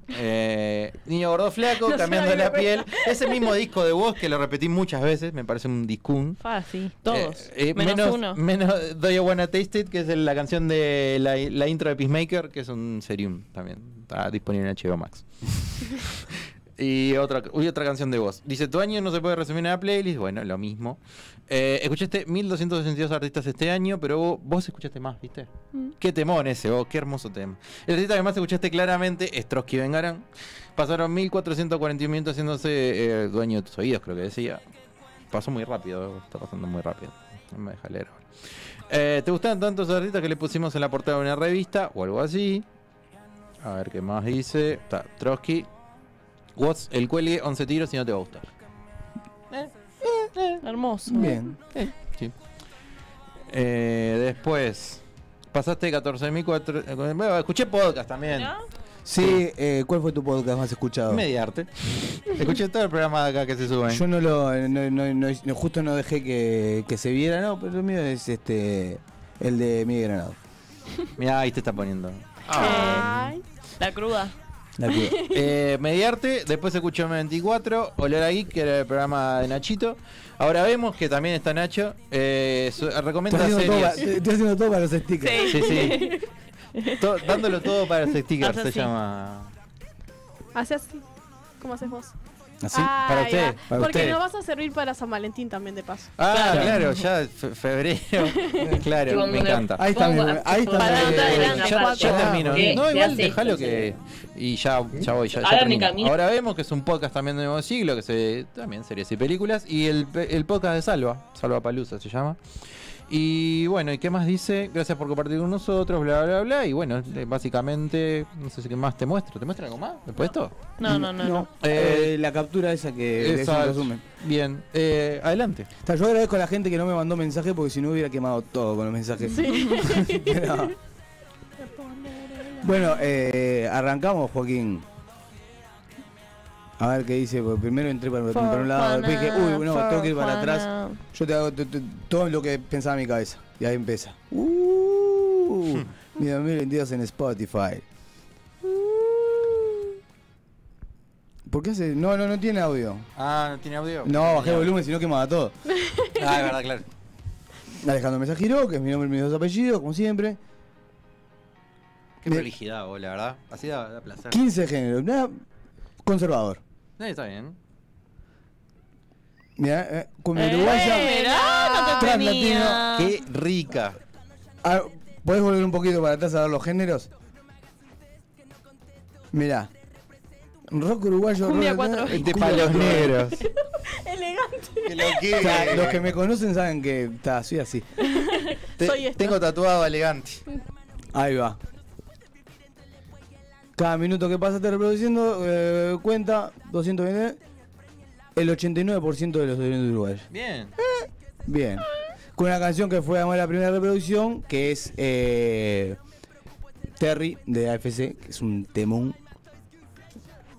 [SPEAKER 2] Eh, niño gordo flaco,
[SPEAKER 5] No sé, a
[SPEAKER 2] cambiando
[SPEAKER 5] mí me
[SPEAKER 2] la piel. Ese mismo disco de voz que lo repetí muchas veces, me parece un discún.
[SPEAKER 4] Fácil. Ah, Todos.
[SPEAKER 2] Eh, eh,
[SPEAKER 4] menos, uno.
[SPEAKER 2] Menos Do You Wanna Taste It, que es el- la canción de la, la intro de Peacemaker, que es un serium también. Está disponible en HBO Max. y otra, uy, otra canción de voz. Dice, tu año no se puede resumir en la playlist. Bueno, lo mismo. Eh, escuchaste 1262 artistas este año, pero vos, vos escuchaste más, ¿viste?
[SPEAKER 5] Mm.
[SPEAKER 2] Qué temón ese, vos, qué hermoso tema. El artista que más escuchaste claramente es Trotsky Vengarán. Pasaron 1441 minutos haciéndose eh, dueño de tus oídos, creo que decía. Pasó muy rápido, está pasando muy rápido. No me deja leer. ahora. Eh, ¿Te gustaron tantos artistas que le pusimos en la portada de una revista o algo así? A ver qué más dice. Está Trotsky. Watts, el cuelgue, 11 tiros si no te va a gustar.
[SPEAKER 5] Eh,
[SPEAKER 4] Hermoso.
[SPEAKER 3] Bien.
[SPEAKER 2] Eh, después, pasaste 14.400. eh, Bueno, escuché podcast también.
[SPEAKER 4] ¿No?
[SPEAKER 3] Sí, eh, ¿cuál fue tu podcast más escuchado?
[SPEAKER 2] Mediarte. escuché todo el programa de acá que se sube.
[SPEAKER 3] Yo no lo. No, no- no- no- justo no dejé que, que se viera, no, pero el mío es este. El de Miguel Granado.
[SPEAKER 2] Mirá, ahí te está poniendo. ah.
[SPEAKER 5] Ay,
[SPEAKER 4] La cruda.
[SPEAKER 3] La que-
[SPEAKER 2] Eh, Mediarte, después escuchó 24, Olor a Geek, que era el programa de Nachito. Ahora vemos que también está Nacho. Eh, su-
[SPEAKER 3] Estoy
[SPEAKER 2] recomienda
[SPEAKER 3] haciendo, todo pa-
[SPEAKER 2] series.
[SPEAKER 3] estoy haciendo todo para los stickers.
[SPEAKER 2] Sí, sí. To- dándolo todo para los stickers
[SPEAKER 4] Hace
[SPEAKER 2] se
[SPEAKER 4] así.
[SPEAKER 2] llama.
[SPEAKER 5] hace así. ¿Cómo haces vos?
[SPEAKER 3] ¿Así?
[SPEAKER 5] Ah,
[SPEAKER 2] para
[SPEAKER 5] ahí
[SPEAKER 2] usted,
[SPEAKER 5] va.
[SPEAKER 2] para
[SPEAKER 5] Porque
[SPEAKER 2] usted.
[SPEAKER 5] no vas a servir para San Valentín también, de paso.
[SPEAKER 2] Ah,
[SPEAKER 4] Claro.
[SPEAKER 2] claro, ya fe- febrero. claro, me encanta.
[SPEAKER 3] Ahí está,
[SPEAKER 4] Pongo-
[SPEAKER 3] mi- ahí está
[SPEAKER 4] Para
[SPEAKER 3] mi-
[SPEAKER 4] adelante, adelante,
[SPEAKER 2] ya,
[SPEAKER 4] para
[SPEAKER 2] ya
[SPEAKER 4] adelante.
[SPEAKER 2] termino.
[SPEAKER 6] ¿Qué?
[SPEAKER 2] No,
[SPEAKER 6] ¿Qué
[SPEAKER 2] igual
[SPEAKER 6] hace?
[SPEAKER 2] dejalo que. Y ya, ya voy, ya, ya
[SPEAKER 6] Ahora
[SPEAKER 2] termino.
[SPEAKER 6] me camino.
[SPEAKER 2] Ahora vemos que es un podcast también de nuevo siglo, que se. también series y películas. Y el, el podcast de Salva, Salva Palusa se llama. Y bueno, ¿y qué más dice? Gracias por compartir con nosotros, bla, bla, bla. Y bueno, eh, básicamente, no sé si qué más te muestro. ¿Te muestra algo más después de esto?
[SPEAKER 4] No, no, no, no.
[SPEAKER 3] Eh, la captura esa que Eh, es un
[SPEAKER 2] Exacto.
[SPEAKER 3] resumen.
[SPEAKER 2] Bien, eh, adelante.
[SPEAKER 3] O sea, yo agradezco a la gente que no me mandó mensaje porque si no hubiera quemado todo con los mensajes.
[SPEAKER 5] Sí.
[SPEAKER 3] Pero- Bueno, eh, arrancamos, Joaquín. A ver qué dice, porque primero entré para, para un lado, después dije, uy, no, tengo que ir para atrás. Yo te hago t- t- todo lo que pensaba en mi cabeza. Y ahí empieza. Uh, mi 2022 en Spotify. Uh. ¿Por qué hace? No, no, no tiene audio.
[SPEAKER 2] Ah, ¿no tiene audio?
[SPEAKER 3] No, bajé el volumen, si no quemaba todo.
[SPEAKER 2] Ah, es verdad, claro.
[SPEAKER 3] Alejandro Mesa Giró, que es mi nombre y mis dos apellidos, como siempre.
[SPEAKER 2] Qué
[SPEAKER 3] Bien.
[SPEAKER 2] prolijidad, vos, la verdad. Así da, da placer.
[SPEAKER 3] 15 géneros, nada, conservador.
[SPEAKER 2] No, está bien.
[SPEAKER 3] Mirá, eh, con mi
[SPEAKER 4] Eh,
[SPEAKER 3] uruguaya.
[SPEAKER 4] mirá, no te
[SPEAKER 3] Tras
[SPEAKER 4] tenía.
[SPEAKER 2] Qué rica.
[SPEAKER 3] Ah, ¿Podés volver un poquito para atrás a ver los géneros? Mirá. Rock uruguayo.
[SPEAKER 5] Cumbia
[SPEAKER 3] rock
[SPEAKER 5] cuatro.
[SPEAKER 3] eh,
[SPEAKER 2] De
[SPEAKER 3] cumbia
[SPEAKER 2] palos
[SPEAKER 3] cuatro.
[SPEAKER 2] negros.
[SPEAKER 5] Elegante.
[SPEAKER 2] Que lo
[SPEAKER 3] O sea,
[SPEAKER 2] que-
[SPEAKER 3] los que me conocen saben que ta, soy así.
[SPEAKER 2] Te-
[SPEAKER 5] Soy esto.
[SPEAKER 2] Tengo tatuado elegante.
[SPEAKER 3] Ahí va. Cada minuto que pasaste reproduciendo eh, cuenta 220 el 89% de los oyentes uruguayos.
[SPEAKER 2] Bien.
[SPEAKER 3] Bien. Con una canción que fue además la primera reproducción, que es eh, Terry de AFC, que es un temón.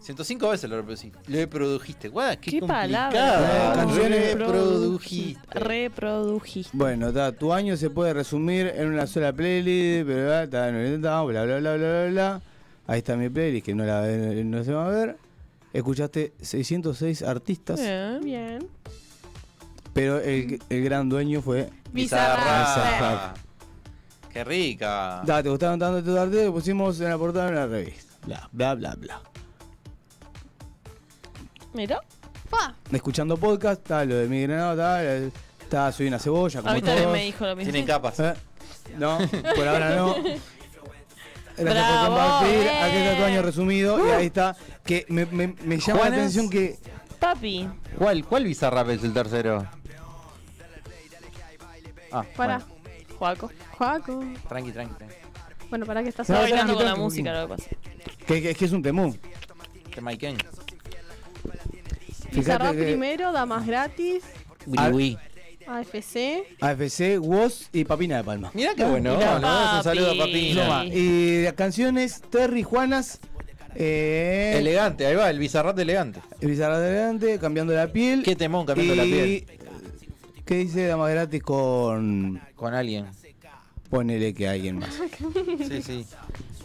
[SPEAKER 2] 105 veces lo reproducí. Lo reprodujiste. Guau, qué,
[SPEAKER 4] Qué
[SPEAKER 2] complicado.
[SPEAKER 4] palabra.
[SPEAKER 3] Eh, canciones-
[SPEAKER 2] reprodujiste.
[SPEAKER 4] Reprodujiste.
[SPEAKER 3] Bueno, ta, tu año se puede resumir en una sola playlist, pero ta, ta, no, ta, bla, bla, bla, bla, bla, bla. Ahí está mi playlist que no, la, no se va a ver. Escuchaste 606 artistas,
[SPEAKER 4] Bien.
[SPEAKER 5] Bien.
[SPEAKER 3] pero el, el gran dueño fue...
[SPEAKER 2] Bizarra. Qué rica.
[SPEAKER 3] Da, te gustaron tanto estos artistas que pusimos en la portada de una revista. Bla, bla, bla, bla.
[SPEAKER 4] Mirá.
[SPEAKER 5] Pa.
[SPEAKER 3] escuchando podcast, está lo de mi granado, está, el- está soy una cebolla, como
[SPEAKER 4] A mí también
[SPEAKER 3] todos.
[SPEAKER 4] me dijo lo mismo.
[SPEAKER 2] Tienen capas.
[SPEAKER 3] ¿Eh? No, por ahora no. Gracias por
[SPEAKER 4] Bravo,
[SPEAKER 3] compartir. Aquí está tu
[SPEAKER 4] eh.
[SPEAKER 3] año resumido y ahí está. Que me, me- me llama la
[SPEAKER 2] Juanes.
[SPEAKER 3] atención que.
[SPEAKER 4] Papi.
[SPEAKER 2] ¿Cuál, cuál Bizarrap es el tercero? Ah,
[SPEAKER 5] Para.
[SPEAKER 2] bueno.
[SPEAKER 4] Juaco.
[SPEAKER 5] Juaco.
[SPEAKER 2] Tranqui, tranqui, tranqui.
[SPEAKER 5] Bueno, para que estás
[SPEAKER 4] Estaba
[SPEAKER 3] No,
[SPEAKER 4] bailando
[SPEAKER 3] tranqui,
[SPEAKER 4] con la
[SPEAKER 3] tranqui.
[SPEAKER 4] música lo que pasa.
[SPEAKER 3] que, que- es que es un temón.
[SPEAKER 2] Te maiquen.
[SPEAKER 5] Bizarrap
[SPEAKER 3] que
[SPEAKER 5] primero, Damas Gratis,
[SPEAKER 3] Ah,
[SPEAKER 5] AFC.
[SPEAKER 3] AFC, Woz y Papina de Palma.
[SPEAKER 2] Mirá qué bueno.
[SPEAKER 4] Mirá,
[SPEAKER 2] le mandamos un saludo a
[SPEAKER 4] papi.
[SPEAKER 2] Papina.
[SPEAKER 3] Toma, Y las canciones Terry Juanas. Eh,
[SPEAKER 2] Elegante, ahí va, el Bizarrap de elegante.
[SPEAKER 3] Bizarra de adelante, cambiando la piel.
[SPEAKER 2] Qué temón, cambiando
[SPEAKER 3] y-
[SPEAKER 2] la piel.
[SPEAKER 3] ¿Qué dice Damas Gratis con.
[SPEAKER 2] Con alguien.
[SPEAKER 3] Ponele que alguien más.
[SPEAKER 2] Sí, sí.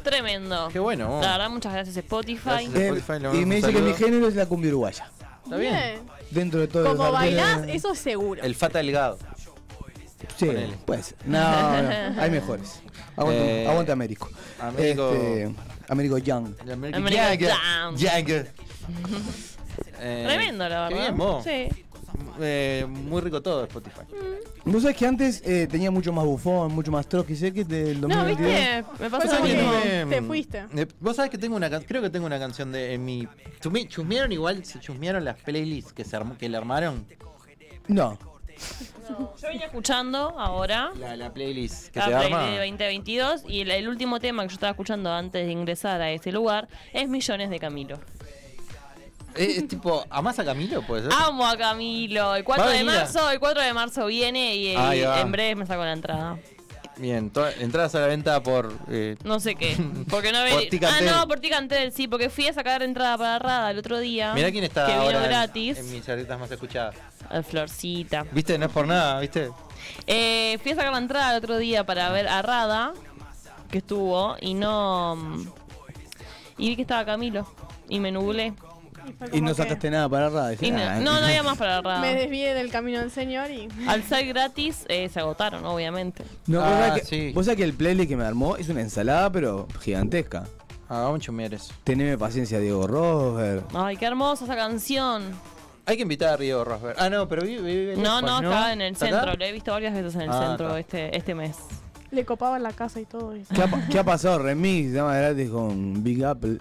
[SPEAKER 4] Tremendo.
[SPEAKER 2] Qué bueno. vos.
[SPEAKER 4] La verdad, muchas gracias Spotify.
[SPEAKER 2] Gracias.
[SPEAKER 3] Eh,
[SPEAKER 2] Spotify, le mandamos
[SPEAKER 3] y me
[SPEAKER 2] un
[SPEAKER 3] dice que mi
[SPEAKER 2] saludo.
[SPEAKER 3] género es la cumbia uruguaya.
[SPEAKER 2] Está bien.
[SPEAKER 3] Dentro de todo los
[SPEAKER 5] Como
[SPEAKER 3] artistas-
[SPEAKER 5] bailás, eso es seguro.
[SPEAKER 2] El Fata Delgado.
[SPEAKER 3] Sí,
[SPEAKER 2] ponele.
[SPEAKER 3] pues. No, no, hay mejores. Aguanta,
[SPEAKER 2] Eh,
[SPEAKER 3] aguanta Américo.
[SPEAKER 2] Américo-
[SPEAKER 3] Este, Américo Young.
[SPEAKER 2] El American
[SPEAKER 4] American
[SPEAKER 2] Jagger.
[SPEAKER 4] Jam.
[SPEAKER 2] Jagger. Eh,
[SPEAKER 4] Tremendo, la
[SPEAKER 2] qué
[SPEAKER 4] verdad.
[SPEAKER 2] bien, vos.
[SPEAKER 4] Sí. Pues
[SPEAKER 2] Eh, muy rico todo Spotify.
[SPEAKER 3] Vos sabés que antes eh, tenía mucho más bufón, mucho más troqui, sé que del
[SPEAKER 4] No,
[SPEAKER 3] 2022.
[SPEAKER 4] viste, Eh, me
[SPEAKER 5] Fue
[SPEAKER 4] pasó lo
[SPEAKER 5] como
[SPEAKER 4] mismo.
[SPEAKER 5] que
[SPEAKER 2] me-
[SPEAKER 5] te fuiste.
[SPEAKER 2] Eh, Vos sabés que tengo una can- creo que tengo una canción de en mi chumi- chusmearon igual, se chusmearon las playlists que se armó- que le armaron
[SPEAKER 3] No.
[SPEAKER 4] Yo venía escuchando ahora
[SPEAKER 2] la, la playlist que
[SPEAKER 4] la
[SPEAKER 2] se
[SPEAKER 4] playlist
[SPEAKER 2] arma.
[SPEAKER 4] de 2022 y el, el último tema que yo estaba escuchando antes de ingresar a este lugar es Millones de Camilo.
[SPEAKER 2] Eh, es tipo, ¿amás a Camilo? Puede ser.
[SPEAKER 4] Amo a Camilo. El 4
[SPEAKER 2] Va a
[SPEAKER 4] de
[SPEAKER 2] venir a-
[SPEAKER 4] marzo, el 4 de marzo viene y, y
[SPEAKER 2] Ahí va.
[SPEAKER 4] en breve me saco la entrada.
[SPEAKER 2] Bien, to- entradas a la venta por eh,
[SPEAKER 4] No sé qué. Porque no
[SPEAKER 2] Por
[SPEAKER 4] ven...
[SPEAKER 2] Tic
[SPEAKER 4] Ah,
[SPEAKER 2] Antel.
[SPEAKER 4] no, por Ticantel, sí, porque fui a sacar entrada para Rada el otro día.
[SPEAKER 2] Mirá quién está
[SPEAKER 4] Ah. Que vino
[SPEAKER 2] ahora en-
[SPEAKER 4] gratis.
[SPEAKER 2] En, mis artistas más escuchadas.
[SPEAKER 4] Al Florcita.
[SPEAKER 2] Viste, no es por nada, viste.
[SPEAKER 4] Eh, fui a sacar la entrada el otro día para ver a Rada, que estuvo, y no. mm, Y vi que estaba Camilo. Y me nublé.
[SPEAKER 5] fue
[SPEAKER 3] Y
[SPEAKER 5] como
[SPEAKER 3] no
[SPEAKER 5] que
[SPEAKER 3] sacaste nada para Ah, Rada.
[SPEAKER 4] Y me- no, no había más para Rada.
[SPEAKER 5] Me desvié del camino del Señor y.
[SPEAKER 4] Al ser gratis, eh, se agotaron, obviamente.
[SPEAKER 3] No, vos
[SPEAKER 2] Ah,
[SPEAKER 3] sabés que-
[SPEAKER 2] sí.
[SPEAKER 3] vos sabés que el playlist que me armó es una ensalada, pero gigantesca.
[SPEAKER 2] Ah, vamos a chusmear eso.
[SPEAKER 3] Teneme paciencia, Diego Robert.
[SPEAKER 4] Ay, qué hermosa esa canción.
[SPEAKER 2] Hay que invitar a Río Rosberg. Ah, no, pero vive, vive
[SPEAKER 4] No,
[SPEAKER 2] lejos,
[SPEAKER 4] no, estaba en el
[SPEAKER 2] ¿Está
[SPEAKER 4] centro.
[SPEAKER 2] acá?
[SPEAKER 4] Lo he visto varias veces en el
[SPEAKER 2] Ah,
[SPEAKER 4] centro
[SPEAKER 2] está.
[SPEAKER 4] este, este mes.
[SPEAKER 5] Le copaban la casa y todo eso.
[SPEAKER 3] ¿Qué ha, pa- qué ha pasado? Remix, dama gratis con Big Apple.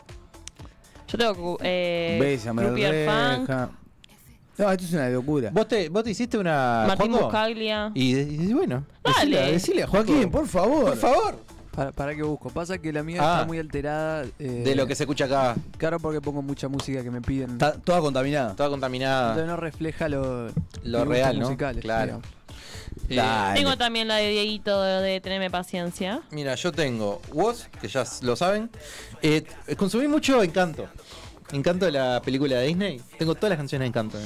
[SPEAKER 4] Yo tengo eh,
[SPEAKER 3] Bella, me
[SPEAKER 4] Groupier Funk.
[SPEAKER 3] deja. No, esto es una locura.
[SPEAKER 2] ¿Vos te, vos te hiciste una.
[SPEAKER 4] Martín
[SPEAKER 2] Juaco?
[SPEAKER 4] Buscaglia.
[SPEAKER 2] Ah, Y, y bueno,
[SPEAKER 4] Dale.
[SPEAKER 2] decile, decile a
[SPEAKER 3] Joaquín,
[SPEAKER 2] Joaquín,
[SPEAKER 3] por favor.
[SPEAKER 2] por favor.
[SPEAKER 6] ¿Para, para qué busco? Pasa que la mía
[SPEAKER 2] Ah.
[SPEAKER 6] está muy alterada. eh,
[SPEAKER 2] De lo que se escucha acá.
[SPEAKER 6] Claro, porque pongo mucha música que me piden.
[SPEAKER 3] Está toda contaminada.
[SPEAKER 2] Toda contaminada.
[SPEAKER 6] Entonces no refleja lo,
[SPEAKER 2] Lo real,
[SPEAKER 6] mis gustos
[SPEAKER 2] ¿no?
[SPEAKER 6] musicales,
[SPEAKER 2] Claro.
[SPEAKER 6] digamos.
[SPEAKER 2] Dale.
[SPEAKER 4] Tengo también la de Dieguito de, de Teneme Paciencia.
[SPEAKER 2] Mira, yo tengo Woz, que ya s- lo saben. Eh, t- consumí mucho Encanto. Encanto de la película de Disney. Tengo todas las canciones de Encanto. eh.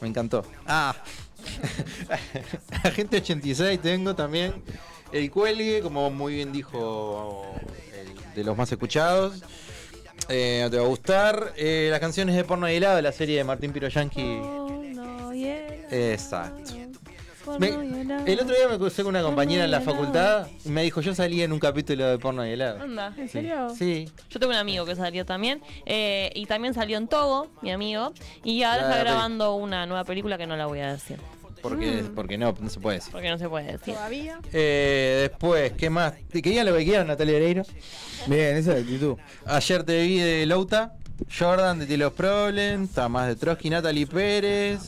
[SPEAKER 2] Me encantó. Ah. Agente 86 tengo también. El Cuelgue, como muy bien dijo, el de los más escuchados. Eh, no te va a gustar. Eh, las canciones de porno y helado de la serie de Martín Piroyanqui.
[SPEAKER 5] Oh,
[SPEAKER 2] Exacto. Me- el otro día me crucé con una compañera en la facultad y me dijo, yo salí en un capítulo de porno y helado.
[SPEAKER 4] Anda.
[SPEAKER 5] ¿En serio?
[SPEAKER 2] Sí.
[SPEAKER 4] Yo tengo un amigo que salió también. eh, y también salió en Togo, mi amigo. Y ahora
[SPEAKER 2] La
[SPEAKER 4] está
[SPEAKER 2] peli.
[SPEAKER 4] grabando una nueva película que no la voy a decir.
[SPEAKER 2] Porque,
[SPEAKER 4] Ah.
[SPEAKER 2] porque no, no se puede decir.
[SPEAKER 4] Porque no se puede decir.
[SPEAKER 5] Todavía.
[SPEAKER 2] Eh, después, ¿qué más? ¿Te querían lo que quieran, Natalia Oreiro?
[SPEAKER 3] Bien, esa es la actitud.
[SPEAKER 2] Ayer te vi de Louta, Jordan de Tilos Problems, Tamás de Trotsky, Natalie Pérez.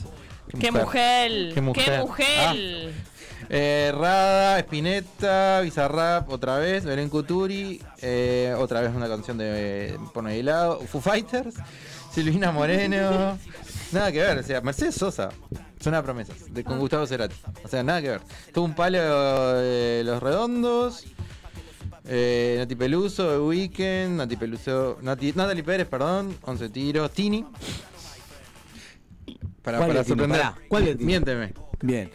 [SPEAKER 4] ¡Qué mujer!
[SPEAKER 2] ¡Qué
[SPEAKER 4] ¡Qué mujer!
[SPEAKER 2] mujer! Eh, Rada, Spinetta, Bizarrap, otra vez, Belén Cuturi, eh, otra vez una canción de eh, Porno y Helado, Foo Fighters, Silvina Moreno, nada que ver, o sea, Mercedes Sosa, suena a promesas, de, con Gustavo Cerati, o sea, nada que ver. Tuvo un palo de Los Redondos, eh, Nati Peluso, The Weeknd, Nati Peluso, Nati, Natalie Pérez, perdón, 11 tiros, Tini. Para,
[SPEAKER 3] ¿Cuál
[SPEAKER 2] para
[SPEAKER 3] de Tini?
[SPEAKER 2] sorprender.
[SPEAKER 3] Pará, ¿cuál de Tini?
[SPEAKER 2] Miénteme.
[SPEAKER 3] Bien.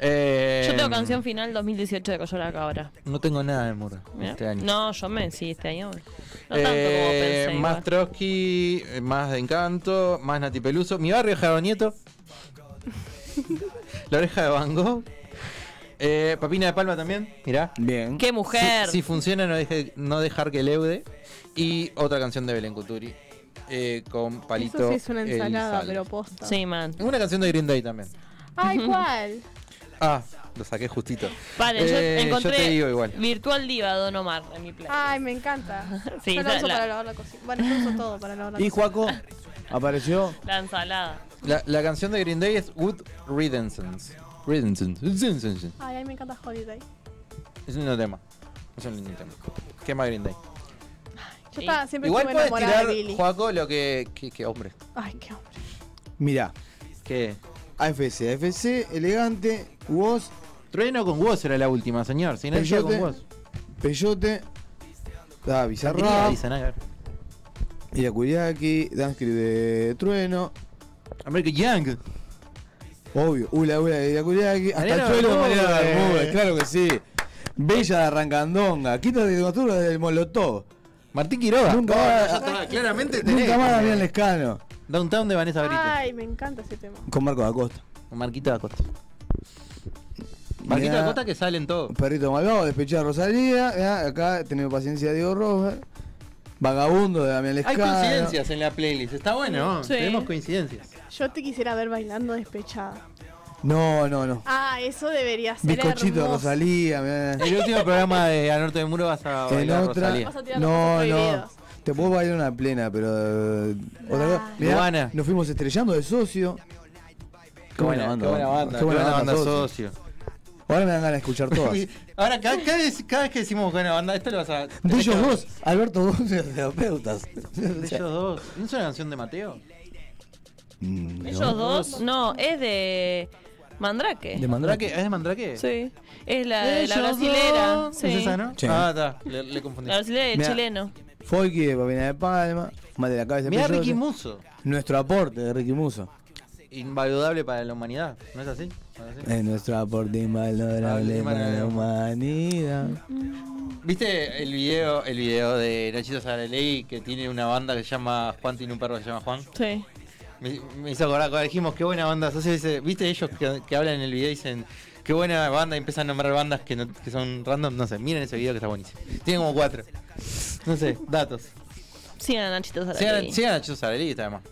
[SPEAKER 2] Eh,
[SPEAKER 4] Yo tengo canción final 2018 de Coyola Cabra.
[SPEAKER 2] No tengo nada de Murra
[SPEAKER 4] Mirá.
[SPEAKER 2] este año.
[SPEAKER 4] ¿Eh? No, yo me sí, este año. No tanto como
[SPEAKER 2] Eh,
[SPEAKER 4] pensé.
[SPEAKER 2] más
[SPEAKER 4] igual.
[SPEAKER 2] Trotsky, eh, más de Encanto, más Nati Peluso. Mi barrio Jaro Nieto. La oreja de Van Gogh. Eh, Papina de Palma también, mirá.
[SPEAKER 3] Bien.
[SPEAKER 4] ¡Qué mujer!
[SPEAKER 2] Si, si funciona, no, deje- no dejar que leude. Y otra canción de Belén Cuturi eh, con Palito.
[SPEAKER 5] Eso sí es una ensalada,
[SPEAKER 2] Elizalde.
[SPEAKER 5] pero posta.
[SPEAKER 4] Sí, man.
[SPEAKER 2] Una canción de Green Day también.
[SPEAKER 5] Ay, ¿cuál?
[SPEAKER 2] Ah, lo saqué justito.
[SPEAKER 4] Paren, yo
[SPEAKER 2] Eh,
[SPEAKER 4] encontré
[SPEAKER 2] te digo igual.
[SPEAKER 4] Virtual Diva Don Omar en mi play.
[SPEAKER 5] Ay, me encanta.
[SPEAKER 4] Sí,
[SPEAKER 5] Yo lo
[SPEAKER 4] esa-
[SPEAKER 5] uso
[SPEAKER 4] la-
[SPEAKER 5] para lavar la cocina. Bueno, yo uso todo para lavar la
[SPEAKER 3] Y
[SPEAKER 5] cocina.
[SPEAKER 3] Juaco apareció.
[SPEAKER 4] La ensalada.
[SPEAKER 2] La, la canción de Green Day es Good Riddance. Riddance.
[SPEAKER 5] Ay, ay, me encanta Holiday.
[SPEAKER 2] Es un lindo tema. Es un lindo tema. ¿Qué más Green Day?
[SPEAKER 4] Sí.
[SPEAKER 5] Yo estaba, siempre
[SPEAKER 2] Igual puedes
[SPEAKER 5] estuve enamorada
[SPEAKER 2] tirar,
[SPEAKER 5] de Billy.
[SPEAKER 2] Joaco, lo que. que- que hombre.
[SPEAKER 5] Ay, qué hombre.
[SPEAKER 3] Mirá.
[SPEAKER 2] ¿Qué?
[SPEAKER 3] AFC, AFC, elegante, Woz,
[SPEAKER 2] Trueno con vos era la última, señor. Si no
[SPEAKER 3] Peyote.
[SPEAKER 2] llega con vos.
[SPEAKER 3] Peyote, ah,
[SPEAKER 2] Mira,
[SPEAKER 3] Bizarra,
[SPEAKER 2] dice, nada que ver.
[SPEAKER 3] Irakuriaki, Dansky de Trueno,
[SPEAKER 2] American Young.
[SPEAKER 3] obvio, Ula Ula de Irakuriaki, hasta
[SPEAKER 2] Mariano
[SPEAKER 3] el suelo de
[SPEAKER 2] Bermúdez.
[SPEAKER 3] Mariano Bermúdez, claro que sí. Bella de Arrancandonga, quítate de costura del Molotov.
[SPEAKER 2] Martín Quiroga.
[SPEAKER 3] Nunca más-
[SPEAKER 2] claramente
[SPEAKER 3] Nunca más Damián Lescano.
[SPEAKER 2] Downtown de Vanessa Brito.
[SPEAKER 5] Ay, me encanta ese tema.
[SPEAKER 3] Con Marco Acosta.
[SPEAKER 2] Con Marquito da Costa. Marquito
[SPEAKER 3] Mirá,
[SPEAKER 2] da Costa que sale en todo.
[SPEAKER 3] Perrito malvado, despechada Rosalía. mirá, Acá tenemos paciencia de Diego Robert. Vagabundo de Damián
[SPEAKER 2] Hay
[SPEAKER 3] Lescano.
[SPEAKER 2] coincidencias en la playlist. Está bueno.
[SPEAKER 4] Sí.
[SPEAKER 2] Tenemos coincidencias.
[SPEAKER 5] Yo te quisiera ver bailando despechada.
[SPEAKER 3] No, no, no.
[SPEAKER 5] Ah, eso debería ser
[SPEAKER 3] Bizcochito de
[SPEAKER 5] hermoso.
[SPEAKER 3] Rosalía. mirá.
[SPEAKER 2] El último programa de A Norte del Muro vas a
[SPEAKER 3] En
[SPEAKER 2] bailar
[SPEAKER 3] otra.
[SPEAKER 2] Rosalía.
[SPEAKER 5] Vas a tirar los
[SPEAKER 3] No,
[SPEAKER 5] pasos
[SPEAKER 3] no.
[SPEAKER 5] prohibidos.
[SPEAKER 3] Te puedo bailar una plena, pero. eh, otra cosa.
[SPEAKER 5] Nah.
[SPEAKER 3] Mirá,
[SPEAKER 2] Luana.
[SPEAKER 3] Nos fuimos estrellando de socio.
[SPEAKER 2] Qué buena banda. Qué buena banda.
[SPEAKER 3] Qué buena banda, socio.
[SPEAKER 2] socio.
[SPEAKER 3] Ahora me dan ganas de escuchar todas.
[SPEAKER 2] Mi- Ahora, cada, cada vez, cada vez que decimos buena banda, esto lo vas a.
[SPEAKER 3] De ellos dos, Alberto Gómez, terapeutas.
[SPEAKER 2] De ellos dos. ¿No es una canción de Mateo?
[SPEAKER 3] Mm,
[SPEAKER 4] Ellos
[SPEAKER 3] no.
[SPEAKER 4] dos, no, es de Mandrake.
[SPEAKER 3] De Mandrake.
[SPEAKER 2] ¿Mandrake? ¿Es de Mandrake?
[SPEAKER 4] Sí. Es la, de la
[SPEAKER 2] Ellos
[SPEAKER 4] brasilera.
[SPEAKER 2] dos.
[SPEAKER 4] Sí.
[SPEAKER 2] ¿Es esa, no?
[SPEAKER 3] Sí.
[SPEAKER 2] Ah, está. Le, le confundí.
[SPEAKER 4] La brasilera y el
[SPEAKER 3] Mirá.
[SPEAKER 4] chileno.
[SPEAKER 3] Folky de Papina de Palma. Mal de la cabeza.
[SPEAKER 2] Mirá
[SPEAKER 3] Peyote.
[SPEAKER 2] Ricky Muso.
[SPEAKER 3] Nuestro aporte de Ricky Muso.
[SPEAKER 2] Invaluable para la humanidad. ¿No es así? ¿No es así?
[SPEAKER 3] Es nuestro aporte
[SPEAKER 2] Hable,
[SPEAKER 3] invalorable para
[SPEAKER 2] Mariano.
[SPEAKER 3] la humanidad.
[SPEAKER 2] ¿Viste el video, el video de Nachito Sareley que tiene una banda que se llama Juan tiene un perro que se llama Juan?
[SPEAKER 4] Sí.
[SPEAKER 2] Me, me hizo acordar cuando dijimos qué buena banda. Socio dice, ¿viste ellos que, que hablan en el video y dicen qué buena banda y empiezan a nombrar bandas que, no- que son random? No sé, miren ese video que está buenísimo. Tiene como cuatro. No sé, datos.
[SPEAKER 4] Sigan a Nachito Sarabia.
[SPEAKER 2] Sigan, sigan a Chus Sarelli, está además.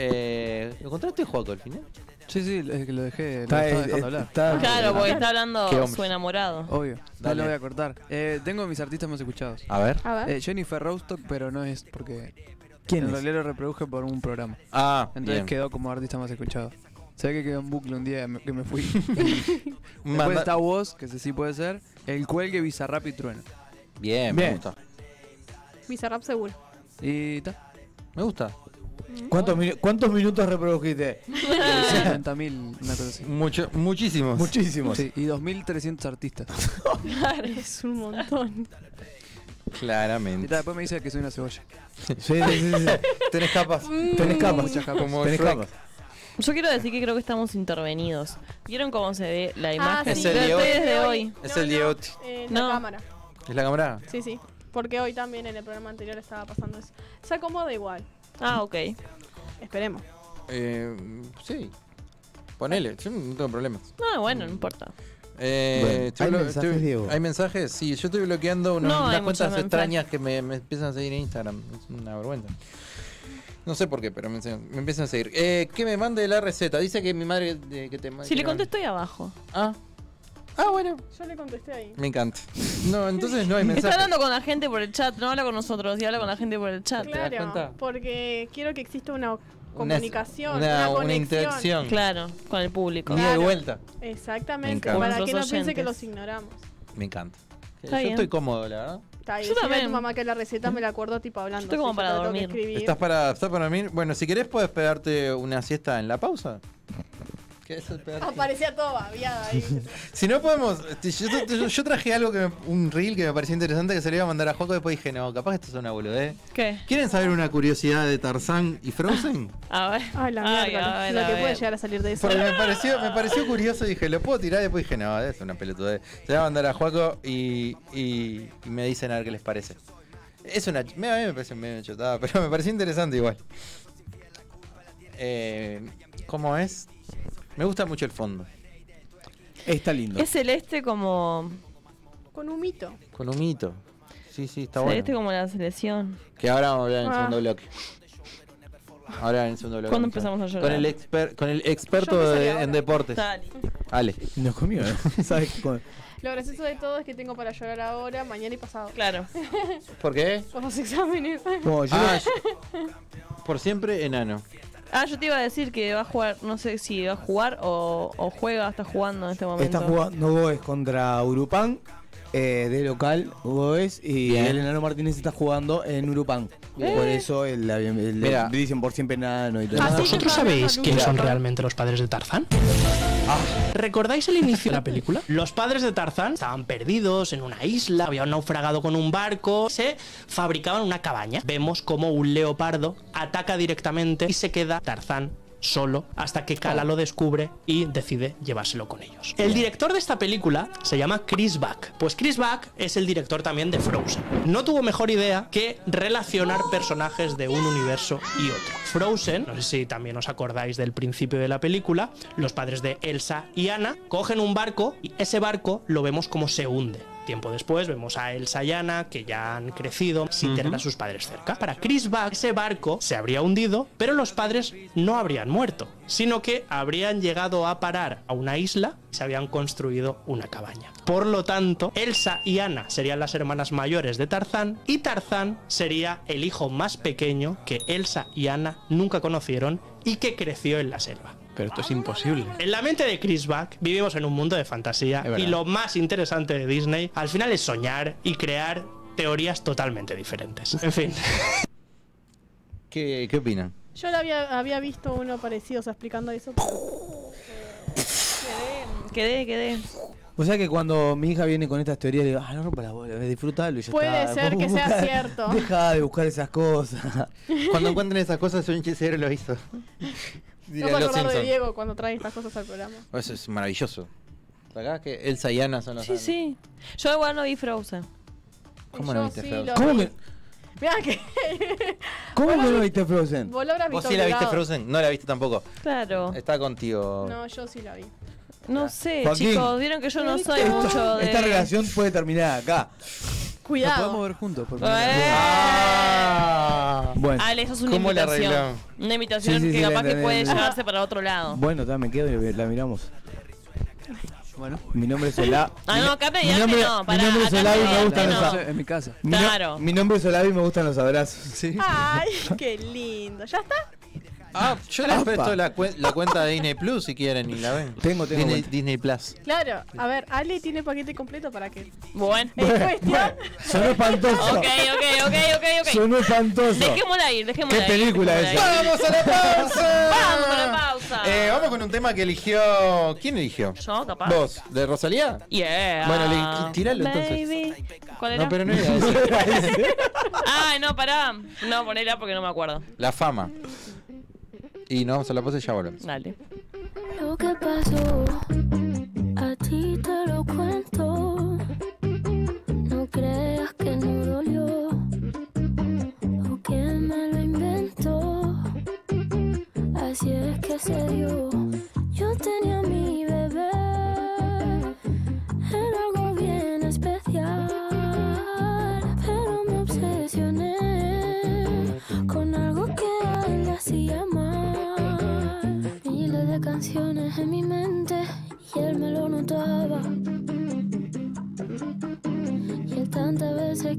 [SPEAKER 2] Eh, ¿Lo encontraste Juaco al final?
[SPEAKER 6] Sí, sí, es que lo dejé, lo
[SPEAKER 3] Está-
[SPEAKER 6] estaba
[SPEAKER 3] eh,
[SPEAKER 6] dejando hablar.
[SPEAKER 3] está-
[SPEAKER 4] Claro, porque está hablando
[SPEAKER 2] Qué hombre. Oh.
[SPEAKER 4] su enamorado.
[SPEAKER 6] Obvio, no
[SPEAKER 2] Dale.
[SPEAKER 6] lo voy a cortar. Eh, tengo mis artistas más escuchados.
[SPEAKER 2] A ver.
[SPEAKER 5] A ver.
[SPEAKER 6] Eh, Jennifer Rostock, pero no es porque
[SPEAKER 3] ¿Ah? ¿Quién
[SPEAKER 6] en
[SPEAKER 3] es?
[SPEAKER 6] realidad lo reproduje por un programa.
[SPEAKER 2] Ah,
[SPEAKER 6] Entonces
[SPEAKER 2] bien.
[SPEAKER 6] quedó como artista más escuchado. Se ve que quedó en bucle un día me- que me fui. Después
[SPEAKER 2] Manda-
[SPEAKER 6] está vos, que ese sí puede ser. El cuelgue, Bizarrap y Trueno.
[SPEAKER 2] Bien, me
[SPEAKER 3] Bien.
[SPEAKER 2] gusta.
[SPEAKER 5] Bizarrap seguro.
[SPEAKER 6] Y ta,
[SPEAKER 2] Me gusta.
[SPEAKER 3] ¿Cuántos, minu- cuántos minutos reprodujiste?
[SPEAKER 6] 70.000, Eh, una cosa así.
[SPEAKER 2] Mucho, muchísimos.
[SPEAKER 3] Muchísimos.
[SPEAKER 6] Sí, y 2.300 artistas.
[SPEAKER 5] Es un montón.
[SPEAKER 6] Y
[SPEAKER 2] Claramente.
[SPEAKER 6] ta, después me dice que soy una cebolla.
[SPEAKER 3] Sí, sí, sí, sí. Tenés capas. Tenés capas.
[SPEAKER 6] Muchas capas.
[SPEAKER 2] Como
[SPEAKER 3] Tenés
[SPEAKER 2] Shrek.
[SPEAKER 3] capas.
[SPEAKER 4] Yo quiero decir que creo que estamos intervenidos. ¿Vieron cómo se ve
[SPEAKER 5] Ah,
[SPEAKER 4] la imagen?
[SPEAKER 2] sí.
[SPEAKER 4] Yo
[SPEAKER 2] Es el
[SPEAKER 4] estoy
[SPEAKER 2] Diego.
[SPEAKER 4] desde hoy.
[SPEAKER 2] Es
[SPEAKER 5] No,
[SPEAKER 2] el
[SPEAKER 5] no,
[SPEAKER 2] Diegotti.
[SPEAKER 5] eh,
[SPEAKER 4] No.
[SPEAKER 5] La cámara.
[SPEAKER 2] ¿Es la cámara?
[SPEAKER 5] Sí, sí. Porque hoy también en el programa anterior estaba pasando eso. Se acomoda igual.
[SPEAKER 4] Ah, ok.
[SPEAKER 5] Esperemos.
[SPEAKER 2] Eh, sí. Ponele, yo no tengo problemas.
[SPEAKER 4] No, bueno, no importa.
[SPEAKER 2] Eh,
[SPEAKER 3] Bueno,
[SPEAKER 2] estoy
[SPEAKER 3] ¿hay
[SPEAKER 2] blo-
[SPEAKER 3] mensajes,
[SPEAKER 2] estoy-
[SPEAKER 3] Diego?
[SPEAKER 2] ¿Hay mensajes? Sí, yo estoy bloqueando unas,
[SPEAKER 4] No,
[SPEAKER 2] unas
[SPEAKER 4] hay muchos
[SPEAKER 2] cuentas
[SPEAKER 4] mensajes.
[SPEAKER 2] extrañas que me, me empiezan a seguir en Instagram. Es una vergüenza. No sé por qué, pero me, enseñan- me empiezan a seguir. Eh, que me mande la receta. Dice que mi madre eh, que te mande.
[SPEAKER 4] Si le contesto ahí abajo.
[SPEAKER 2] Ah. Ah, bueno.
[SPEAKER 5] Yo le contesté ahí.
[SPEAKER 2] Me encanta. No, entonces no hay
[SPEAKER 4] Está
[SPEAKER 2] mensajes.
[SPEAKER 4] hablando con la gente por el chat, no habla con nosotros, y habla con la gente por el chat.
[SPEAKER 2] Claro. das cuenta?
[SPEAKER 5] Claro, porque quiero que exista una
[SPEAKER 2] Una-
[SPEAKER 5] comunicación,
[SPEAKER 2] una,
[SPEAKER 5] una,
[SPEAKER 2] una
[SPEAKER 5] conexión.
[SPEAKER 2] interacción.
[SPEAKER 4] Claro, con el público.
[SPEAKER 2] Ida y
[SPEAKER 5] Claro.
[SPEAKER 2] vuelta. Me
[SPEAKER 5] Exactamente,
[SPEAKER 2] encanta.
[SPEAKER 5] para
[SPEAKER 4] Con
[SPEAKER 5] que no
[SPEAKER 4] nuestros
[SPEAKER 5] piense que
[SPEAKER 4] oyentes.
[SPEAKER 5] los ignoramos.
[SPEAKER 2] Me encanta.
[SPEAKER 4] Está
[SPEAKER 2] yo
[SPEAKER 4] bien.
[SPEAKER 2] estoy cómodo, la verdad.
[SPEAKER 5] Está ahí,
[SPEAKER 4] Yo
[SPEAKER 5] decirle a
[SPEAKER 4] también.
[SPEAKER 5] tu mamá que la receta me la acuerdo tipo hablando.
[SPEAKER 4] Estoy como
[SPEAKER 5] así, yo
[SPEAKER 4] para
[SPEAKER 5] te la tengo que
[SPEAKER 4] dormir.
[SPEAKER 5] escribir.
[SPEAKER 2] ¿Estás para, ¿Estás para dormir? Bueno, si querés puedes pegarte una siesta en la pausa. ¿Querés pegarte?
[SPEAKER 5] Aparecía todo babiado ahí.
[SPEAKER 2] Si no podemos, este, yo, yo- yo traje algo que me- un reel que me pareció interesante que se le iba a mandar a Joco después dije, no, capaz que esto es una boludez.
[SPEAKER 4] ¿Qué?
[SPEAKER 2] ¿Quieren saber una curiosidad de Tarzán y Frozen?
[SPEAKER 4] A ver.
[SPEAKER 5] Ay, Ah, la
[SPEAKER 4] Ay,
[SPEAKER 5] mierda.
[SPEAKER 4] a ver,
[SPEAKER 5] lo
[SPEAKER 4] a
[SPEAKER 5] que
[SPEAKER 4] ver.
[SPEAKER 5] puede llegar a salir de eso.
[SPEAKER 2] Porque me pareció, me pareció curioso y dije, ¿lo puedo tirar? Después dije, no, es una pelotudez. Se va a mandar a Joaco y, y- y me dicen a ver qué les parece. Es una. ch- me- A mí me pareció medio chotada, pero me pareció interesante igual. Eh, ¿Cómo es? Me gusta mucho el fondo.
[SPEAKER 3] Está lindo.
[SPEAKER 4] Es celeste como.
[SPEAKER 5] Con un mito.
[SPEAKER 2] Con humito. Sí, sí, está bueno.
[SPEAKER 4] Celeste como la selección.
[SPEAKER 2] Que ahora vamos a hablar en el
[SPEAKER 5] Ah.
[SPEAKER 2] segundo bloque. Ahora en el segundo bloque.
[SPEAKER 4] ¿Cuándo
[SPEAKER 2] vamos a hablar.
[SPEAKER 4] empezamos a
[SPEAKER 2] Con el,
[SPEAKER 4] llorar?
[SPEAKER 2] exper- con el
[SPEAKER 5] Yo
[SPEAKER 2] experto
[SPEAKER 5] empezaría
[SPEAKER 2] de-
[SPEAKER 5] ahora.
[SPEAKER 2] en deportes.
[SPEAKER 4] Dale.
[SPEAKER 2] Ale.
[SPEAKER 3] Nos comió, ¿no? ¿Sabes qué? Con-
[SPEAKER 5] Lo gracioso de todo es que tengo para llorar ahora, mañana y pasado.
[SPEAKER 4] Claro.
[SPEAKER 2] ¿Por qué?
[SPEAKER 5] Por los exámenes.
[SPEAKER 3] como yo-
[SPEAKER 2] Ah, yo- por siempre enano.
[SPEAKER 4] Ah, yo te iba a decir que va a jugar, no sé si va a jugar o, o juega, está jugando en este momento.
[SPEAKER 3] Está jugando Goes contra Urupán, eh, de local Goes, y
[SPEAKER 2] Bien.
[SPEAKER 3] el enano Martínez está jugando en Urupán.
[SPEAKER 2] Bien.
[SPEAKER 3] Por eso el, el- el-
[SPEAKER 2] Mira.
[SPEAKER 3] dicen por siempre enano y todo.
[SPEAKER 7] Ah,
[SPEAKER 5] Así que
[SPEAKER 7] ¿Vosotros
[SPEAKER 5] para
[SPEAKER 7] sabéis
[SPEAKER 5] mí,
[SPEAKER 7] quiénes son
[SPEAKER 5] Luca.
[SPEAKER 7] realmente los padres de Tarzán? ¿Recordáis el inicio de la película? Los padres de Tarzán estaban perdidos en una isla, había naufragado con un barco, se fabricaban una cabaña. Vemos como un leopardo ataca directamente y se queda Tarzán solo hasta que Kala lo descubre y decide llevárselo con ellos. El director de esta película se llama Chris Buck. Pues Chris Buck es el director también de Frozen. No tuvo mejor idea que relacionar personajes de un universo y otro. Frozen, no sé si también os acordáis del principio de la película, los padres de Elsa y Anna cogen un barco y ese barco lo vemos como se hunde. Tiempo después vemos a Elsa y Anna que ya han crecido sin tener a sus padres cerca. Para Chris Buck ese barco se habría hundido, pero los padres no habrían muerto, sino que habrían llegado a parar a una isla y se habían construido una cabaña. Por lo tanto, Elsa y Anna serían las hermanas mayores de Tarzán y Tarzán sería el hijo más pequeño que Elsa y Anna nunca conocieron y que creció en la selva.
[SPEAKER 8] Pero esto es imposible.
[SPEAKER 7] En la mente de Chris Buck vivimos en un mundo de fantasía
[SPEAKER 8] verdad.
[SPEAKER 7] y lo más interesante de Disney al final es soñar y crear teorías totalmente diferentes. En fin.
[SPEAKER 2] ¿Qué, qué opinan?
[SPEAKER 5] Yo la había, había visto uno parecido, o sea, explicando eso.
[SPEAKER 4] Quedé, quedé.
[SPEAKER 3] O sea que cuando mi hija viene con estas teorías, le digo, ah, no rompa la bola, disfrutalo y ya
[SPEAKER 5] Puede
[SPEAKER 3] está.
[SPEAKER 5] ser que sea
[SPEAKER 3] Busca-
[SPEAKER 5] cierto.
[SPEAKER 3] Deja de buscar esas cosas.
[SPEAKER 2] Cuando encuentren esas cosas, un hechicero lo hizo.
[SPEAKER 5] No
[SPEAKER 2] Dirían
[SPEAKER 5] me
[SPEAKER 2] los
[SPEAKER 5] acordar de
[SPEAKER 2] Simpson.
[SPEAKER 5] Diego cuando trae estas cosas al programa.
[SPEAKER 2] Eso es maravilloso. Acá que Elsa y Anna son los
[SPEAKER 4] Sí, sí. Yo igual no vi Frozen.
[SPEAKER 2] ¿Cómo no
[SPEAKER 5] Y yo
[SPEAKER 2] viste
[SPEAKER 5] sí
[SPEAKER 2] Frozen?
[SPEAKER 5] lo
[SPEAKER 3] ¿Cómo
[SPEAKER 5] vi.
[SPEAKER 3] que,
[SPEAKER 5] Mirá que
[SPEAKER 3] cómo que no viste Frozen?
[SPEAKER 5] vos lo habrás
[SPEAKER 2] ¿Vos
[SPEAKER 5] visto
[SPEAKER 2] sí la viste
[SPEAKER 5] obligado.
[SPEAKER 2] Frozen? No la viste tampoco.
[SPEAKER 4] Claro.
[SPEAKER 2] Está contigo.
[SPEAKER 5] No, yo sí la vi.
[SPEAKER 2] ah.
[SPEAKER 4] No sé,
[SPEAKER 3] Joaquín.
[SPEAKER 4] chicos, vieron que yo no soy mucho de.
[SPEAKER 3] Esta relación puede terminar acá.
[SPEAKER 6] Lo
[SPEAKER 5] Cuidado.
[SPEAKER 6] podemos ver juntos. Por primera vez.
[SPEAKER 4] ¡Eh!
[SPEAKER 2] Ah.
[SPEAKER 3] Bueno,
[SPEAKER 4] Ale, eso es una
[SPEAKER 2] ¿Cómo la
[SPEAKER 4] invitación.
[SPEAKER 2] arreglaron?
[SPEAKER 4] Una invitación
[SPEAKER 3] Sí, sí,
[SPEAKER 4] que
[SPEAKER 3] sí, la
[SPEAKER 4] capaz que
[SPEAKER 3] entendí,
[SPEAKER 4] puede
[SPEAKER 3] la entendí.
[SPEAKER 4] llevarse para otro lado.
[SPEAKER 3] bueno, ta, me quedo y la miramos.
[SPEAKER 6] Bueno.
[SPEAKER 3] Mi nombre es Olá.
[SPEAKER 4] Ah, no, acá
[SPEAKER 3] mi
[SPEAKER 4] pedían
[SPEAKER 3] nombre,
[SPEAKER 4] no.
[SPEAKER 3] mi
[SPEAKER 4] Para,
[SPEAKER 3] nombre es Olavi, me
[SPEAKER 6] No,
[SPEAKER 3] gustan
[SPEAKER 6] no,
[SPEAKER 3] los
[SPEAKER 6] eso
[SPEAKER 3] abrazos.
[SPEAKER 6] en mi casa.
[SPEAKER 3] Mi no-
[SPEAKER 4] Claro.
[SPEAKER 3] Mi nombre es Olavi y me gustan los abrazos.
[SPEAKER 6] Sí.
[SPEAKER 5] Ay, qué lindo. ¿Ya está?
[SPEAKER 2] Ah, yo les
[SPEAKER 3] Apa.
[SPEAKER 2] presto la, cuen- la cuenta de Disney Plus si quieren y la ven.
[SPEAKER 3] Tengo, tengo
[SPEAKER 2] Disney,
[SPEAKER 3] cuenta.
[SPEAKER 2] Disney Plus.
[SPEAKER 5] Claro. A ver, Ale tiene paquete completo para que.
[SPEAKER 4] Bueno.
[SPEAKER 5] En cuestión.
[SPEAKER 3] Son espantosos.
[SPEAKER 4] Ok, ok, ok, ok, ok.
[SPEAKER 3] Son espantosos.
[SPEAKER 4] Dejémosla ir, dejémosla
[SPEAKER 3] ¿Qué
[SPEAKER 4] ir,
[SPEAKER 3] película
[SPEAKER 4] dejémosla
[SPEAKER 3] es
[SPEAKER 4] ir.
[SPEAKER 2] ¡Vamos a la pausa!
[SPEAKER 4] Vamos a la pausa.
[SPEAKER 2] Eh, vamos con un tema que eligió. ¿Quién eligió?
[SPEAKER 4] Yo, capaz.
[SPEAKER 2] ¿Vos? ¿De Rosalía?
[SPEAKER 4] Yeah.
[SPEAKER 2] Bueno,
[SPEAKER 4] Ah.
[SPEAKER 2] le- tiralo, entonces.
[SPEAKER 4] Baby. ¿Cuál era?
[SPEAKER 2] No, pero no era eso.
[SPEAKER 4] Ay, no, pará. No, ponela porque no me acuerdo.
[SPEAKER 2] La fama. Y nos vamos a la pausa y ya volvemos.
[SPEAKER 4] Dale.
[SPEAKER 8] Lo que pasó, a ti te lo cuento. No creas que no dolió o que me lo inventó. Así es que se dio. Yo tenía a mi bebé, era algo bien especial, pero me obsesioné con algo que a él le hacía mal. Miles de canciones en mi mente y él me lo notaba. Y él tantas veces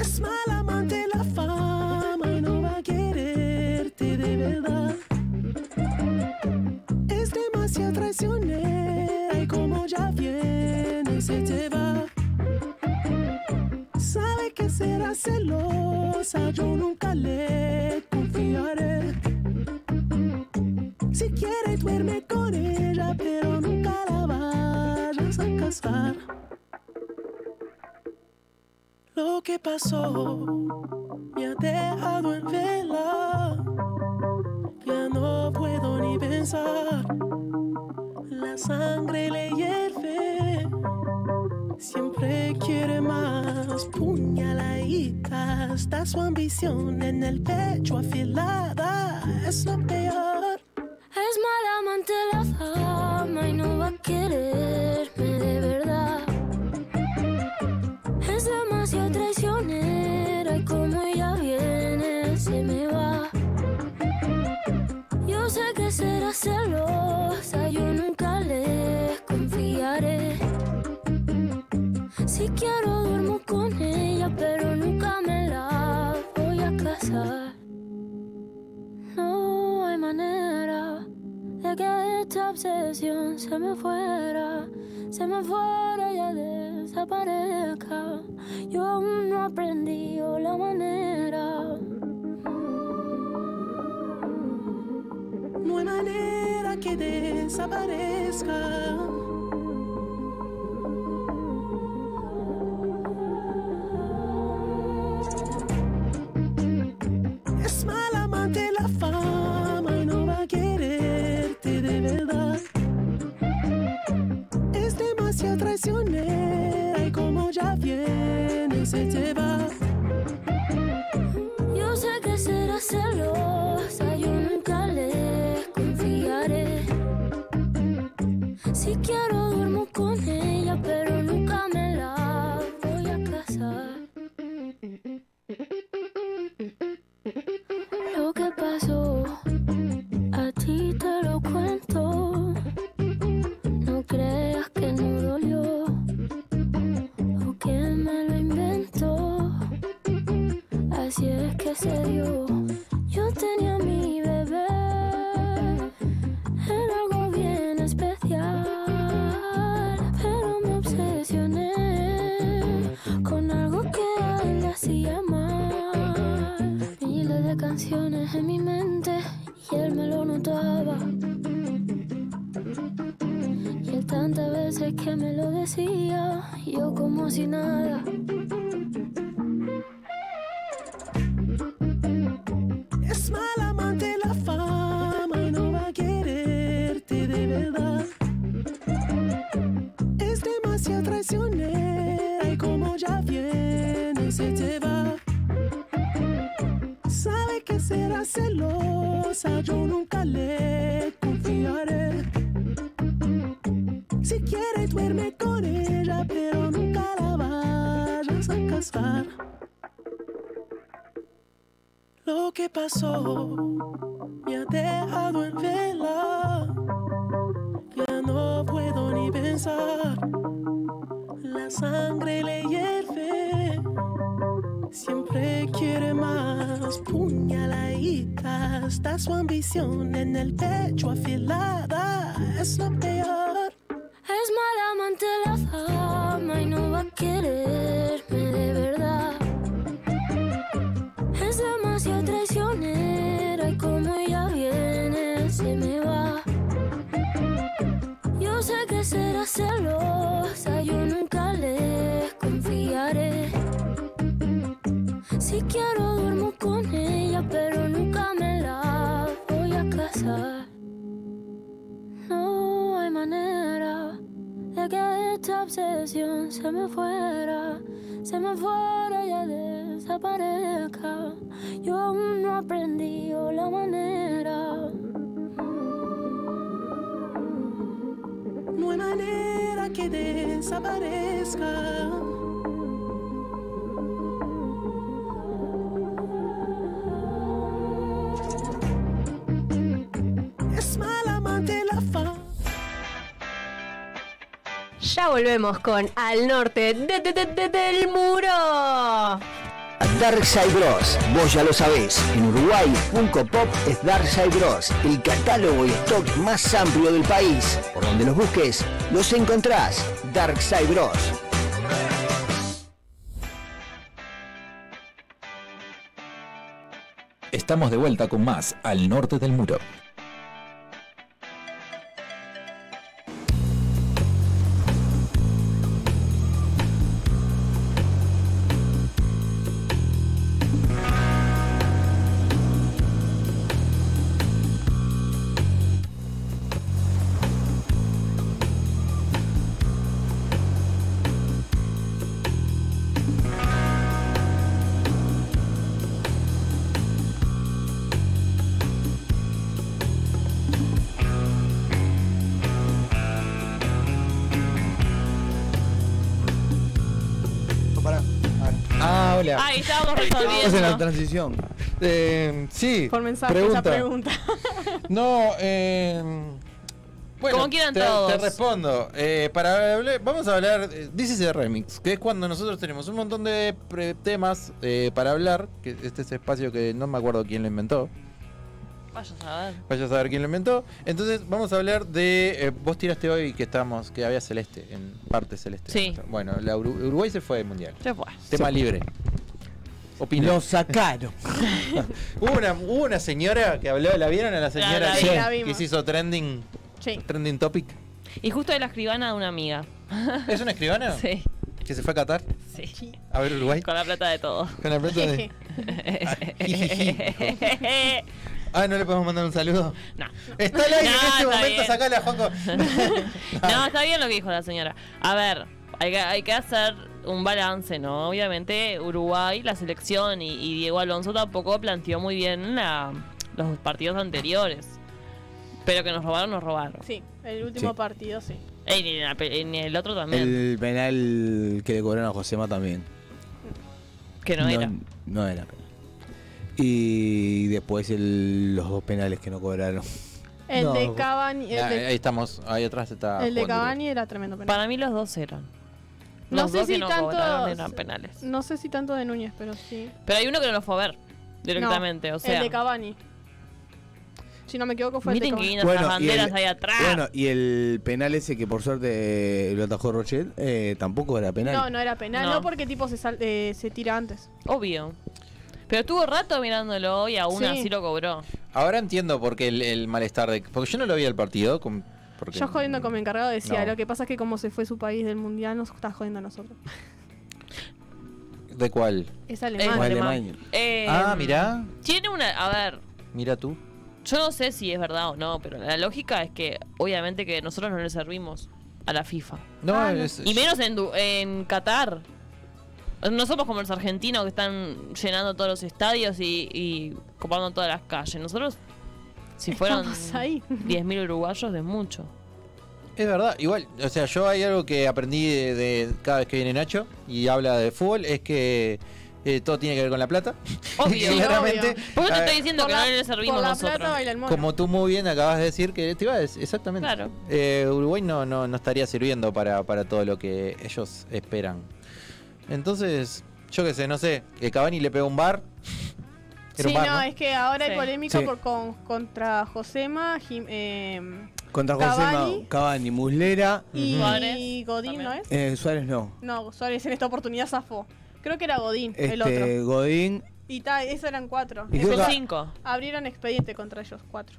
[SPEAKER 1] Es mal amante la fama y no va a quererte de verdad. Es demasiado traicionera y como ya viene se te va. Sabe que será celosa, yo nunca le confiaré. Si quiere duerme con ella, pero nunca la vayas a casar lo que pasó me ha dejado en vela. Ya no puedo ni pensar. La sangre le hierve. Siempre quiere más puñaladita. Está su ambición en el pecho afilada. Es lo peor.
[SPEAKER 8] Es mal amante la fama y no va a quererme de verdad. Es demasiado traicionera y como ella viene se me va. Yo sé que será celosa, yo nunca le confiaré. Si quiero duermo con ella, pero nunca me la voy a casar. No hay manera de que esta obsesión se me fuera, se me fuera y ya desaparezca. Yo aún no aprendí la manera.
[SPEAKER 1] No hay manera que desaparezca. Es mal amante la fama y no va a quererte de verdad. Es demasiado traicionera y como ya viene se te va.
[SPEAKER 8] Yo sé que será celosa, yo nunca le confiaré. Si quiero duermo con ella, pero nunca me la voy a casar. Lo que pasó, a ti te lo cuento. No creas que no dolió o que me lo inventó. Así es que se dio. Yo tenía a mi bebé. Era algo bien especial. Pero me obsesioné con algo que a él le hacía mal. Miles de canciones en mi mente y él me lo notaba. Y él tantas veces que me lo decía, yo como si nada.
[SPEAKER 1] Es mal amante la fama y no va a quererte de verdad. Es demasiado traicionera y como ya viene se te va. Sabe que será celosa, yo nunca le confiaré. Si quiere duerme con ella, pero nunca la vayas a casar. lo que pasó me ha dejado en vela. Ya no puedo ni pensar. La sangre le hierve. Siempre quiere más puñaladita. Está su ambición en el pecho afilada. Es lo peor.
[SPEAKER 8] Es mala amante la fama y no va a quererme de verdad. Es demasiado traicionera y como ella viene se me va. Yo sé que será celosa, yo nunca le confiaré. Si quiero duermo con ella, pero nunca me la voy a casar. No hay manera de que esta obsesión se me fuera, se me fuera y ya desaparezca. Yo aún no aprendí la manera.
[SPEAKER 1] No hay manera que desaparezca. Es mala amante la fama.
[SPEAKER 9] Ya volvemos con Al Norte de- de- de- de- del Muro.
[SPEAKER 10] Darkside Bros, vos ya lo sabés, en Uruguay Funko Pop es Darkside Bros, el catálogo y stock más amplio del país. Por donde los busques, los encontrás. Darkside Bros.
[SPEAKER 11] Estamos de vuelta con más al norte del muro.
[SPEAKER 2] Ah, hola.
[SPEAKER 4] Ahí estábamos
[SPEAKER 3] Estamos en la
[SPEAKER 4] resolviendo.
[SPEAKER 3] transición.
[SPEAKER 2] Eh, sí.
[SPEAKER 5] Por mensaje,
[SPEAKER 2] pregunta.
[SPEAKER 5] esa pregunta.
[SPEAKER 2] No, eh. Bueno,
[SPEAKER 4] Como quieran
[SPEAKER 2] te,
[SPEAKER 4] todos.
[SPEAKER 2] te respondo. Eh, para hablar- vamos a hablar. eh, This is the Remix, que es cuando nosotros tenemos un montón de pre- temas eh, para hablar. Que este es espacio que no me acuerdo quién lo inventó.
[SPEAKER 4] Vaya a saber.
[SPEAKER 2] Vaya a saber quién lo inventó. Entonces, vamos a hablar de. eh, vos tiraste hoy que estábamos, que había celeste, en parte celeste.
[SPEAKER 4] Sí.
[SPEAKER 2] Bueno, la Uru- Uruguay se fue al mundial.
[SPEAKER 4] Se fue.
[SPEAKER 2] Tema libre. Opina.
[SPEAKER 3] Lo sacaron.
[SPEAKER 2] Hubo, una, hubo una señora que habló, ¿la vieron a la señora
[SPEAKER 4] la
[SPEAKER 2] que-
[SPEAKER 4] vi,
[SPEAKER 5] la
[SPEAKER 2] que,
[SPEAKER 5] vimos.
[SPEAKER 2] se hizo trending,
[SPEAKER 5] Sí.
[SPEAKER 2] trending topic?
[SPEAKER 4] Y justo de la escribana de una amiga.
[SPEAKER 2] ¿Es una escribana?
[SPEAKER 4] Sí,
[SPEAKER 2] Que se fue a Qatar
[SPEAKER 4] sí.
[SPEAKER 2] a ver Uruguay.
[SPEAKER 4] Con la plata de todo.
[SPEAKER 2] Con la plata de- Ah, no le podemos mandar un saludo.
[SPEAKER 4] no.
[SPEAKER 2] Está al aire
[SPEAKER 4] No,
[SPEAKER 2] en este
[SPEAKER 4] está
[SPEAKER 2] momento,
[SPEAKER 4] bien.
[SPEAKER 2] sacala, Juanjo.
[SPEAKER 4] No, está bien lo que dijo la señora. A ver, hay que, hay que hacer un balance, ¿no? Obviamente Uruguay, la selección y, y Diego Alonso tampoco planteó muy bien la- los partidos anteriores. Pero que nos robaron, nos robaron.
[SPEAKER 5] Sí, el último
[SPEAKER 3] Sí.
[SPEAKER 5] partido, sí.
[SPEAKER 4] Eh, ni, en la pe- ni el otro también,
[SPEAKER 3] El penal que le cobraron a Josema también.
[SPEAKER 4] que no, era.
[SPEAKER 3] No era penal. Y después el- los dos penales que no cobraron.
[SPEAKER 5] El
[SPEAKER 3] No,
[SPEAKER 5] de
[SPEAKER 3] vos-
[SPEAKER 5] Cavani,
[SPEAKER 2] Ah,
[SPEAKER 5] el de,
[SPEAKER 2] ahí estamos, ahí atrás está.
[SPEAKER 5] el de
[SPEAKER 2] jugando
[SPEAKER 5] Cavani era tremendo penal.
[SPEAKER 4] Para mí los dos eran.
[SPEAKER 5] No
[SPEAKER 4] Los
[SPEAKER 5] sé
[SPEAKER 4] dos
[SPEAKER 5] si
[SPEAKER 4] que no
[SPEAKER 5] tanto-
[SPEAKER 4] cobraron eran penales.
[SPEAKER 5] No sé si tanto de Núñez, pero sí.
[SPEAKER 4] Pero hay uno que no lo fue a ver directamente,
[SPEAKER 5] No,
[SPEAKER 4] o sea.
[SPEAKER 5] El de Cavani. Si no me equivoco, fue el de
[SPEAKER 4] Miren que
[SPEAKER 5] Cavani.
[SPEAKER 4] vienen las
[SPEAKER 3] y el-
[SPEAKER 4] banderas ahí atrás.
[SPEAKER 3] bueno, y el penal ese que por suerte eh, lo atajó Rochet, eh, tampoco era penal.
[SPEAKER 5] No, no era penal. No,
[SPEAKER 4] No.
[SPEAKER 5] porque tipo se, sal- eh, se tira antes.
[SPEAKER 4] Obvio. Pero estuvo rato mirándolo y aún
[SPEAKER 5] Sí.
[SPEAKER 4] así lo cobró.
[SPEAKER 2] Ahora entiendo por qué el, el malestar de. Porque yo no lo vi el partido. con- porque-
[SPEAKER 5] Yo jodiendo con mi encargado decía,
[SPEAKER 2] No.
[SPEAKER 5] lo que pasa es que como se fue su país del mundial, nos está jodiendo a nosotros.
[SPEAKER 2] ¿De cuál?
[SPEAKER 5] Es
[SPEAKER 4] Eh,
[SPEAKER 5] alemán.
[SPEAKER 3] Vale,
[SPEAKER 4] alemán.
[SPEAKER 3] Maño.
[SPEAKER 4] Eh,
[SPEAKER 2] ah, mirá.
[SPEAKER 4] Tiene una. A ver,
[SPEAKER 2] Mira tú.
[SPEAKER 4] yo no sé si es verdad o no, pero la lógica es que obviamente que nosotros no le servimos a la FIFA.
[SPEAKER 2] No,
[SPEAKER 5] Ah, no.
[SPEAKER 2] es-
[SPEAKER 3] Este,
[SPEAKER 4] Y menos en, Du- en Qatar. No somos como los argentinos que están llenando todos los estadios y, y copando todas las calles. Nosotros, si fueron
[SPEAKER 5] Estamos ahí.
[SPEAKER 4] 10.000 uruguayos, es mucho.
[SPEAKER 2] Es verdad, igual, o sea, yo hay algo que aprendí de, de cada vez que viene Nacho y habla de fútbol, es que eh, todo tiene que ver con la plata.
[SPEAKER 4] Obvio.
[SPEAKER 2] Claramente.
[SPEAKER 4] ¿Por qué
[SPEAKER 2] A ver,
[SPEAKER 4] te estoy diciendo
[SPEAKER 5] Por
[SPEAKER 4] que
[SPEAKER 5] la-
[SPEAKER 4] no le servimos
[SPEAKER 5] por la
[SPEAKER 4] nosotros?
[SPEAKER 5] plata baila el mono.
[SPEAKER 2] Como tú muy bien acabas de decir que te iba a decir- exactamente.
[SPEAKER 4] Claro.
[SPEAKER 2] Eh, Uruguay no, no, no estaría sirviendo para, para todo lo que ellos esperan. Entonces, yo qué sé, no sé, que Cavani le pegó un bar. Era un
[SPEAKER 5] Sí,
[SPEAKER 2] bar,
[SPEAKER 5] no,
[SPEAKER 2] ¿no?
[SPEAKER 5] es que ahora hay
[SPEAKER 2] Sí.
[SPEAKER 5] polémica
[SPEAKER 3] Sí.
[SPEAKER 5] por con, contra Josema Jim- eh,
[SPEAKER 3] Contra José
[SPEAKER 5] Cavani.
[SPEAKER 3] Cavani, Cavani Muslera.
[SPEAKER 5] y
[SPEAKER 4] Suárez
[SPEAKER 5] Godín, ¿no es?
[SPEAKER 3] Eh, Suárez no.
[SPEAKER 5] No, Suárez en esta oportunidad zafó. Creo que era Godín el
[SPEAKER 3] Este,
[SPEAKER 5] otro.
[SPEAKER 3] Godín.
[SPEAKER 5] Y ta, esos eran cuatro.
[SPEAKER 3] Y creo
[SPEAKER 5] Esos
[SPEAKER 3] que-
[SPEAKER 5] cinco. Abrieron expediente contra ellos, cuatro.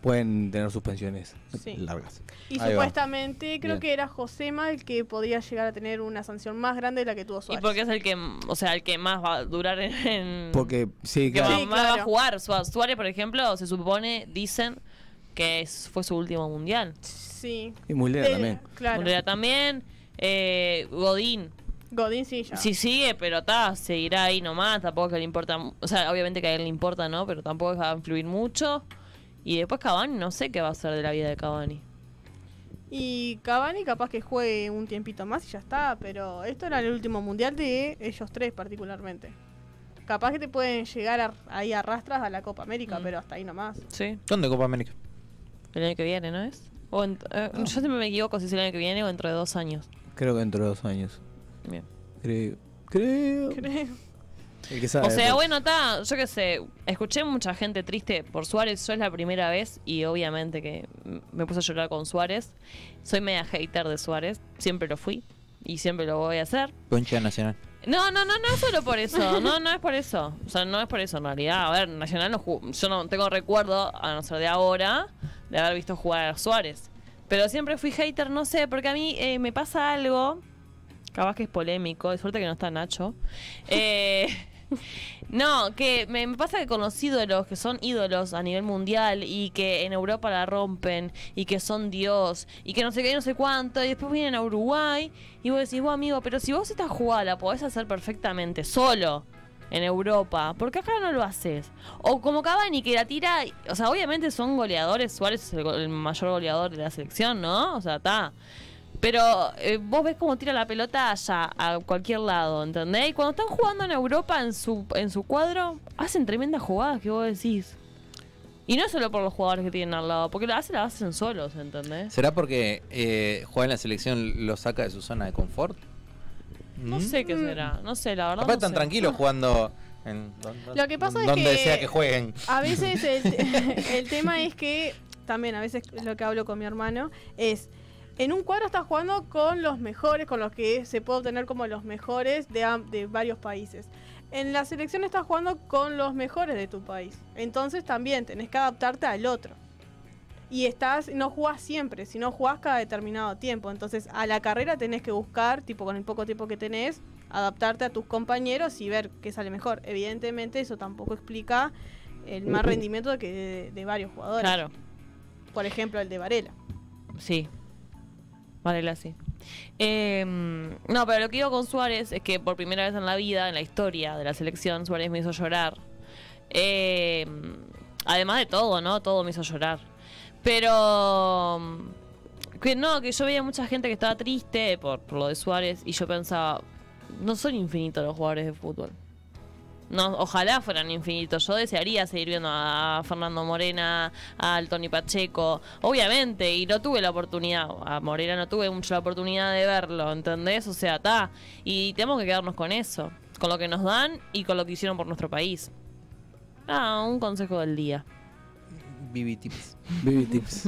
[SPEAKER 3] Pueden tener suspensiones
[SPEAKER 5] Sí.
[SPEAKER 3] largas.
[SPEAKER 5] Y
[SPEAKER 3] Ahí va.
[SPEAKER 5] supuestamente creo
[SPEAKER 3] Bien.
[SPEAKER 5] que era Josema el que podía llegar a tener una sanción más grande de la que tuvo
[SPEAKER 4] Y
[SPEAKER 5] Suárez.
[SPEAKER 4] porque es el que, o sea, el que más va a durar en... en-
[SPEAKER 3] Porque, sí,
[SPEAKER 4] que va-
[SPEAKER 3] claro.
[SPEAKER 4] más va a jugar. Sua- Suárez, por ejemplo, se supone, dicen, que es- fue su último mundial.
[SPEAKER 5] Sí.
[SPEAKER 3] Y Muslera
[SPEAKER 5] Del-
[SPEAKER 3] también.
[SPEAKER 5] Claro.
[SPEAKER 4] Muslera también. Eh, Godín.
[SPEAKER 5] Godín sí ya.
[SPEAKER 4] Si sigue, pero está, seguirá ahí nomás. Tampoco es que le importa. mu- O sea, obviamente que a él le importa, ¿no? Pero tampoco es que va a influir mucho. Y después Cavani, no sé qué va a ser de la vida de Cavani.
[SPEAKER 5] Y Cavani capaz que juegue un tiempito más y ya está, pero esto era el último mundial de ellos tres particularmente. Capaz que te pueden llegar a- ahí arrastras a la Copa América, pero hasta ahí nomás.
[SPEAKER 4] Sí.
[SPEAKER 2] ¿Dónde Copa América?
[SPEAKER 4] El año que viene, ¿no es? O en- eh, Yo siempre me equivoco si es el año que viene o dentro de dos años.
[SPEAKER 3] Creo que dentro de dos años.
[SPEAKER 4] Bien.
[SPEAKER 3] Creo. Creo. El que sabe.
[SPEAKER 4] O sea,
[SPEAKER 3] pues.
[SPEAKER 4] bueno, está, yo qué sé, escuché mucha gente triste por Suárez, yo es la primera vez y obviamente que mm, me puse a llorar con Suárez. Soy media hater de Suárez, siempre lo fui y siempre lo voy a hacer.
[SPEAKER 2] Concha Nacional.
[SPEAKER 4] No, no, no, no es solo por eso, no, no es por eso. O sea, no es por eso en realidad. A ver, Nacional no jugó- yo no tengo recuerdo, a no ser de ahora, de haber visto jugar a Suárez. Pero siempre fui hater, no sé, porque a mí eh, me pasa algo, capaz que es polémico, de suerte que no está Nacho. Eh, no, que me, me pasa que con los ídolos, que son ídolos a nivel mundial y que en Europa la rompen y que son Dios y que no sé qué y no sé cuánto, y después vienen a Uruguay y vos decís, vos amigo, pero si vos esta jugada la podés hacer perfectamente solo en Europa, porque acá no lo haces. O como Cavani que la tira, y- o sea, obviamente son goleadores, Suárez es el, go- el mayor goleador de la selección, ¿no? O sea, está. Pero eh, vos ves cómo tira la pelota allá, a cualquier lado, ¿entendés? Y cuando están jugando en Europa, en su, en su cuadro, hacen tremendas jugadas que vos decís. Y no solo por los jugadores que tienen al lado, porque lo hacen, las hacen solos, ¿entendés?
[SPEAKER 2] ¿Será porque eh, jugar en la selección lo saca de su zona de confort?
[SPEAKER 4] No sé qué será, no sé, la verdad.
[SPEAKER 2] Mm. Capaz
[SPEAKER 4] no
[SPEAKER 2] están
[SPEAKER 4] sé.
[SPEAKER 2] tranquilos jugando en don- don-
[SPEAKER 5] Lo que pasa es
[SPEAKER 2] donde
[SPEAKER 5] que
[SPEAKER 2] sea que jueguen.
[SPEAKER 5] A veces el, el tema es que, también a veces lo que hablo con mi hermano, es, en un cuadro estás jugando con los mejores, con los que se puede obtener como los mejores de, am- de varios países. En la selección estás jugando con los mejores de tu país. Entonces también tenés que adaptarte al otro. Y estás, no jugás siempre, sino jugás cada determinado tiempo. Entonces a la carrera tenés que buscar, tipo con el poco tiempo que tenés, adaptarte a tus compañeros y ver qué sale mejor. Evidentemente eso tampoco explica el más rendimiento de, que de, de varios jugadores.
[SPEAKER 4] Claro,
[SPEAKER 5] Por ejemplo, el de Varela.
[SPEAKER 4] sí. Varela sí. Eh, no, pero lo que digo con Suárez es que por primera vez en la vida, en la historia de la selección, Suárez me hizo llorar. Eh, además de todo, ¿no? Todo me hizo llorar. Pero... mm, Que no, que yo veía mucha gente que estaba triste por, por lo de Suárez y yo pensaba, no son infinitos los jugadores de fútbol. No, ojalá fueran infinitos. Yo desearía seguir viendo a Fernando Morena, al Tony Pacheco, obviamente, y no tuve la oportunidad. A Morena no tuve mucho la oportunidad de verlo, ¿entendés? O sea, está. Y tenemos que quedarnos con eso, con lo que nos dan y con lo que hicieron por nuestro país. Ah, un consejo del día.
[SPEAKER 2] Vivi tips.
[SPEAKER 3] Baby tips.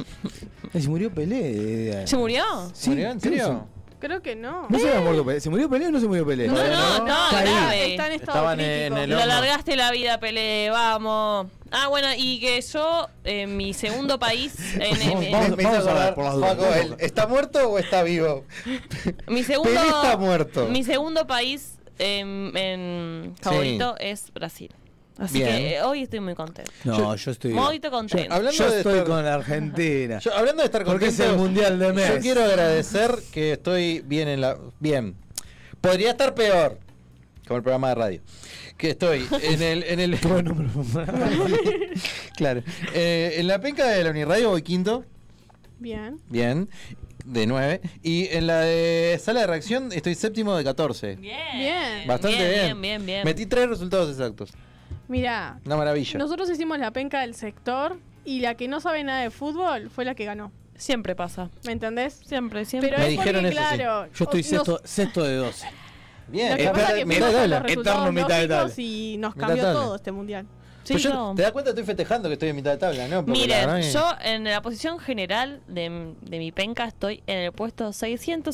[SPEAKER 3] Eh, se murió Pelé. eh,
[SPEAKER 4] ¿Se murió?
[SPEAKER 3] Sí,
[SPEAKER 2] ¿Murió en
[SPEAKER 3] creo que
[SPEAKER 2] serio?
[SPEAKER 5] Creo que no.
[SPEAKER 3] se- ¿No se había muerto Pelé? ¿Se murió Pelé o no se murió Pelé?
[SPEAKER 4] No, no, no,
[SPEAKER 3] Está ahí.
[SPEAKER 4] grave.
[SPEAKER 5] Está en estado
[SPEAKER 2] Estaban en
[SPEAKER 5] crítico.
[SPEAKER 2] el
[SPEAKER 4] Lo
[SPEAKER 2] horno.
[SPEAKER 4] alargaste la vida, Pele, vamos. Ah, bueno, y que yo, eh, mi segundo país, en, en- en-
[SPEAKER 3] Vamos-
[SPEAKER 5] Eh,
[SPEAKER 2] Me hizo
[SPEAKER 3] vamos a
[SPEAKER 2] acordar,
[SPEAKER 3] ver, por las dudas,
[SPEAKER 2] Faco,
[SPEAKER 3] vamos a
[SPEAKER 2] ¿él ¿está muerto o está vivo?
[SPEAKER 4] mi segundo,
[SPEAKER 2] Pelé está muerto.
[SPEAKER 4] Mi segundo país em, en favorito es Brasil. Así
[SPEAKER 2] Bien.
[SPEAKER 4] que eh, hoy estoy muy contenta.
[SPEAKER 3] No, yo estoy.
[SPEAKER 4] Muy contenta.
[SPEAKER 2] hablando
[SPEAKER 3] Yo
[SPEAKER 2] de
[SPEAKER 3] estoy
[SPEAKER 2] estar-
[SPEAKER 3] con Argentina.
[SPEAKER 2] Yo, hablando de estar
[SPEAKER 3] Porque es el
[SPEAKER 2] contento,
[SPEAKER 3] mundial de
[SPEAKER 2] Yo
[SPEAKER 3] mes.
[SPEAKER 2] quiero agradecer que estoy bien en la. Bien. Podría estar peor. Como el programa de radio. Que estoy en el. En el claro. Eh, en la penca de la Uniradio voy quinto.
[SPEAKER 5] Bien.
[SPEAKER 2] Bien. de 9. Y en la de sala de reacción estoy séptimo de 14.
[SPEAKER 5] Bien.
[SPEAKER 2] Bastante bien.
[SPEAKER 4] Bien, bien, bien.
[SPEAKER 2] Metí tres resultados exactos.
[SPEAKER 5] Mira,
[SPEAKER 2] Una maravilla.
[SPEAKER 5] nosotros hicimos la penca del sector y la que no sabe nada de fútbol fue la que ganó.
[SPEAKER 4] Siempre pasa.
[SPEAKER 5] ¿Me entendés?
[SPEAKER 4] Siempre, siempre.
[SPEAKER 5] Pero
[SPEAKER 3] Me
[SPEAKER 5] es
[SPEAKER 3] dijeron
[SPEAKER 5] porque,
[SPEAKER 3] eso, sí.
[SPEAKER 5] claro.
[SPEAKER 3] Yo estoy
[SPEAKER 5] o-
[SPEAKER 3] sexto,
[SPEAKER 5] nos-
[SPEAKER 3] sexto de 12.
[SPEAKER 5] Lo que
[SPEAKER 2] eh,
[SPEAKER 5] pasa es que
[SPEAKER 2] mitad
[SPEAKER 5] fuimos
[SPEAKER 2] de
[SPEAKER 5] a
[SPEAKER 2] tabla.
[SPEAKER 5] los resultados
[SPEAKER 3] Eterno mitad de
[SPEAKER 5] lógicos
[SPEAKER 3] tabla.
[SPEAKER 5] Y nos
[SPEAKER 2] Mitad
[SPEAKER 5] cambió
[SPEAKER 2] de tabla.
[SPEAKER 5] todo este mundial.
[SPEAKER 2] Pero Pues yo- ¿Te das cuenta? Estoy festejando que estoy en mitad de tabla, ¿no? Porque la verdad
[SPEAKER 4] Miren,
[SPEAKER 2] que-
[SPEAKER 4] yo en la posición general de, de mi penca estoy en el puesto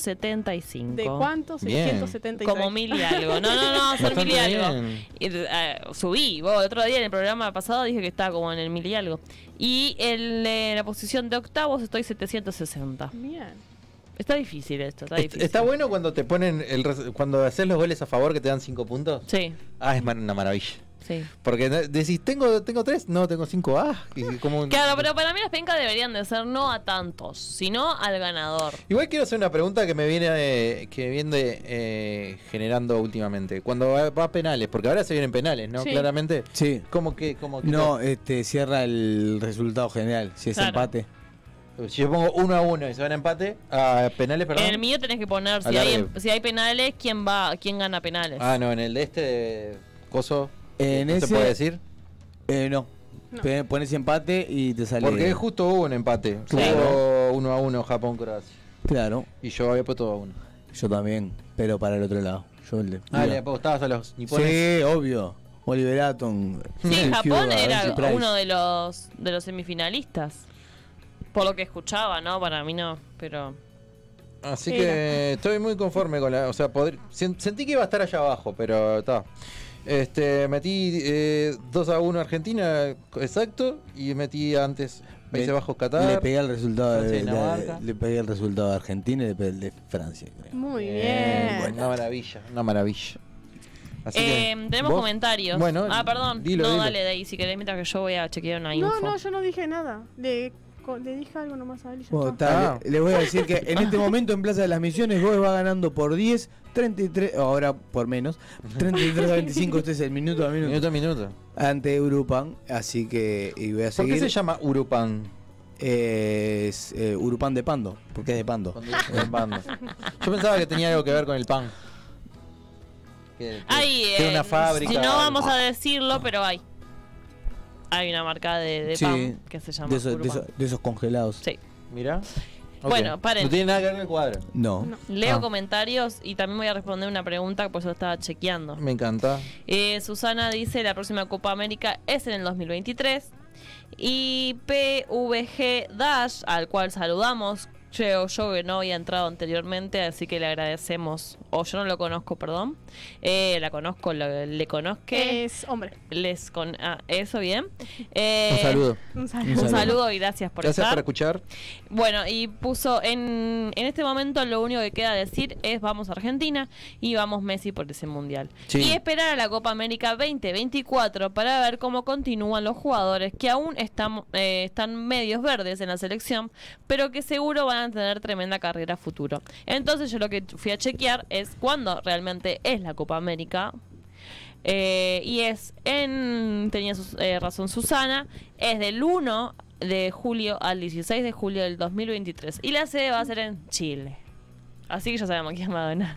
[SPEAKER 4] 675.
[SPEAKER 5] ¿De cuánto?
[SPEAKER 4] Bien.
[SPEAKER 5] 673.
[SPEAKER 4] Como mil y algo. No, no, no, son
[SPEAKER 5] Bastante
[SPEAKER 4] mil y algo.
[SPEAKER 5] bien.
[SPEAKER 4] Y, eh, subí. Vos, el otro día en el programa pasado dije que estaba como en el mil y algo. Y en eh, la posición de octavos estoy 760.
[SPEAKER 5] Bien.
[SPEAKER 4] Está difícil esto, está
[SPEAKER 2] Est-
[SPEAKER 4] difícil.
[SPEAKER 2] ¿Está bueno cuando te ponen el res- cuando haces los goles a favor que te dan 5 puntos?
[SPEAKER 4] Sí.
[SPEAKER 2] Ah, es mar- una maravilla.
[SPEAKER 4] Sí.
[SPEAKER 2] Porque no- decís, tengo, tengo tres, no, tengo cinco. Ah, y como-
[SPEAKER 4] Claro, pero para mí las pencas deberían de ser no a tantos, sino al ganador.
[SPEAKER 2] Igual quiero hacer una pregunta que me viene eh, que viene eh, generando últimamente. Cuando va, va a penales, porque ahora se vienen penales, ¿no?
[SPEAKER 4] Sí.
[SPEAKER 2] Claramente.
[SPEAKER 3] Sí.
[SPEAKER 2] Como que, como que
[SPEAKER 3] No, este cierra el resultado general, si es
[SPEAKER 4] Claro.
[SPEAKER 3] empate.
[SPEAKER 2] Si yo pongo uno a uno y se van a empate, a penales, perdón.
[SPEAKER 4] En el mío tenés que poner, si
[SPEAKER 2] Alargue.
[SPEAKER 4] hay, si hay penales, ¿quién va quién gana penales?
[SPEAKER 2] Ah, no, en el de este de coso.
[SPEAKER 3] En
[SPEAKER 2] ¿No se
[SPEAKER 3] ese,
[SPEAKER 2] puede decir?
[SPEAKER 3] Eh, no. Pe- Pones empate y te sale.
[SPEAKER 2] Porque justo hubo un empate.
[SPEAKER 3] Claro.
[SPEAKER 2] Hubo uno a uno Japón-Croacia.
[SPEAKER 3] Claro.
[SPEAKER 2] Y yo había puesto a uno.
[SPEAKER 3] Yo también, pero para el otro lado. Yo el de.
[SPEAKER 2] Ah, le
[SPEAKER 3] Mira.
[SPEAKER 2] apostabas a los nipones.
[SPEAKER 3] sí, obvio. Oliver Atom.
[SPEAKER 4] Sí, Japón era
[SPEAKER 3] Price.
[SPEAKER 4] uno de los de los semifinalistas. Por lo que escuchaba, ¿no? Para mí no, pero
[SPEAKER 2] Así
[SPEAKER 4] Era.
[SPEAKER 2] que estoy muy conforme con la. O sea, podr- sen- sentí que iba a estar allá abajo, pero está. Este, metí eh, 2 a 1 Argentina, exacto, y metí antes Países
[SPEAKER 3] Le-
[SPEAKER 2] Bajos Qatar.
[SPEAKER 3] Le pegué el resultado
[SPEAKER 2] Francia
[SPEAKER 3] de,
[SPEAKER 2] y
[SPEAKER 3] de-
[SPEAKER 2] Dinamarca.
[SPEAKER 3] le pegué el resultado de Argentina y le pegué el de Francia, creo.
[SPEAKER 5] Muy bien.
[SPEAKER 2] Eh, Una maravilla, una maravilla. Así
[SPEAKER 4] Eh, tenemos
[SPEAKER 2] ¿vos?
[SPEAKER 4] comentarios.
[SPEAKER 2] Bueno,
[SPEAKER 4] ah, perdón.
[SPEAKER 2] dilo,
[SPEAKER 4] no,
[SPEAKER 2] dilo.
[SPEAKER 4] dale de ahí si querés mientras que yo voy a chequear una info.
[SPEAKER 5] No, no, yo no dije nada. Le, co- le dije algo nomás a él y ya
[SPEAKER 3] Bueno,
[SPEAKER 5] está.
[SPEAKER 3] está,
[SPEAKER 2] ah.
[SPEAKER 3] le, le voy a decir que en este momento en Plaza de las Misiones Goes va ganando por 10, 33, ahora por menos, 33 a 25, este es el minuto a minuto.
[SPEAKER 2] Minuto a minuto.
[SPEAKER 3] Ante Urupan, así que y voy a
[SPEAKER 2] ¿Por
[SPEAKER 3] seguir.
[SPEAKER 2] qué se llama Urupan?
[SPEAKER 3] es eh, Urupan de Pando, porque es de Pando.
[SPEAKER 2] Yo pensaba que tenía algo que ver con el pan. Que- que-
[SPEAKER 4] Hay,
[SPEAKER 2] que
[SPEAKER 4] eh,
[SPEAKER 2] una fábrica.
[SPEAKER 4] Si no
[SPEAKER 2] algo.
[SPEAKER 4] vamos a decirlo, pero hay. Hay una marca de, de
[SPEAKER 3] Sí,
[SPEAKER 4] pan que se llama
[SPEAKER 3] de, esos- de
[SPEAKER 4] Urban.
[SPEAKER 3] esos- de esos congelados.
[SPEAKER 4] Sí.
[SPEAKER 2] Mira.
[SPEAKER 4] Bueno, paren.
[SPEAKER 2] No tiene nada que ver con el cuadro.
[SPEAKER 3] No.
[SPEAKER 4] Leo
[SPEAKER 2] Ah.
[SPEAKER 4] comentarios y también voy a responder una pregunta que por eso estaba chequeando.
[SPEAKER 2] Me encanta.
[SPEAKER 4] Eh, Susana dice, la próxima Copa América es en el 2023. Y PVG Dash, al cual saludamos, creo yo que no había entrado anteriormente, así que le agradecemos, o yo no lo conozco, perdón, Eh, la conozco, lo- le conozco,
[SPEAKER 5] Es hombre.
[SPEAKER 4] les con... ah, eso bien. Eh,
[SPEAKER 2] Un saludo.
[SPEAKER 5] Un
[SPEAKER 4] Un
[SPEAKER 5] saludo.
[SPEAKER 4] saludo. y gracias por
[SPEAKER 2] Gracias
[SPEAKER 4] estar.
[SPEAKER 2] por escuchar.
[SPEAKER 4] Bueno, y puso en, en este momento lo único que queda decir es vamos a Argentina y vamos Messi por ese mundial.
[SPEAKER 2] Sí.
[SPEAKER 4] Y esperar a la Copa América 2024 para ver cómo continúan los jugadores que aún están, eh, están medios verdes en la selección, pero que seguro van a tener tremenda carrera a futuro. Entonces yo lo que fui a chequear es cuándo realmente es la Copa América eh, y es en. Tenía sus- eh, razón Susana. Es del 1 de julio al 16 de julio del 2023. Y la sede va a ser en Chile. Así que ya sabemos quién va a ganar.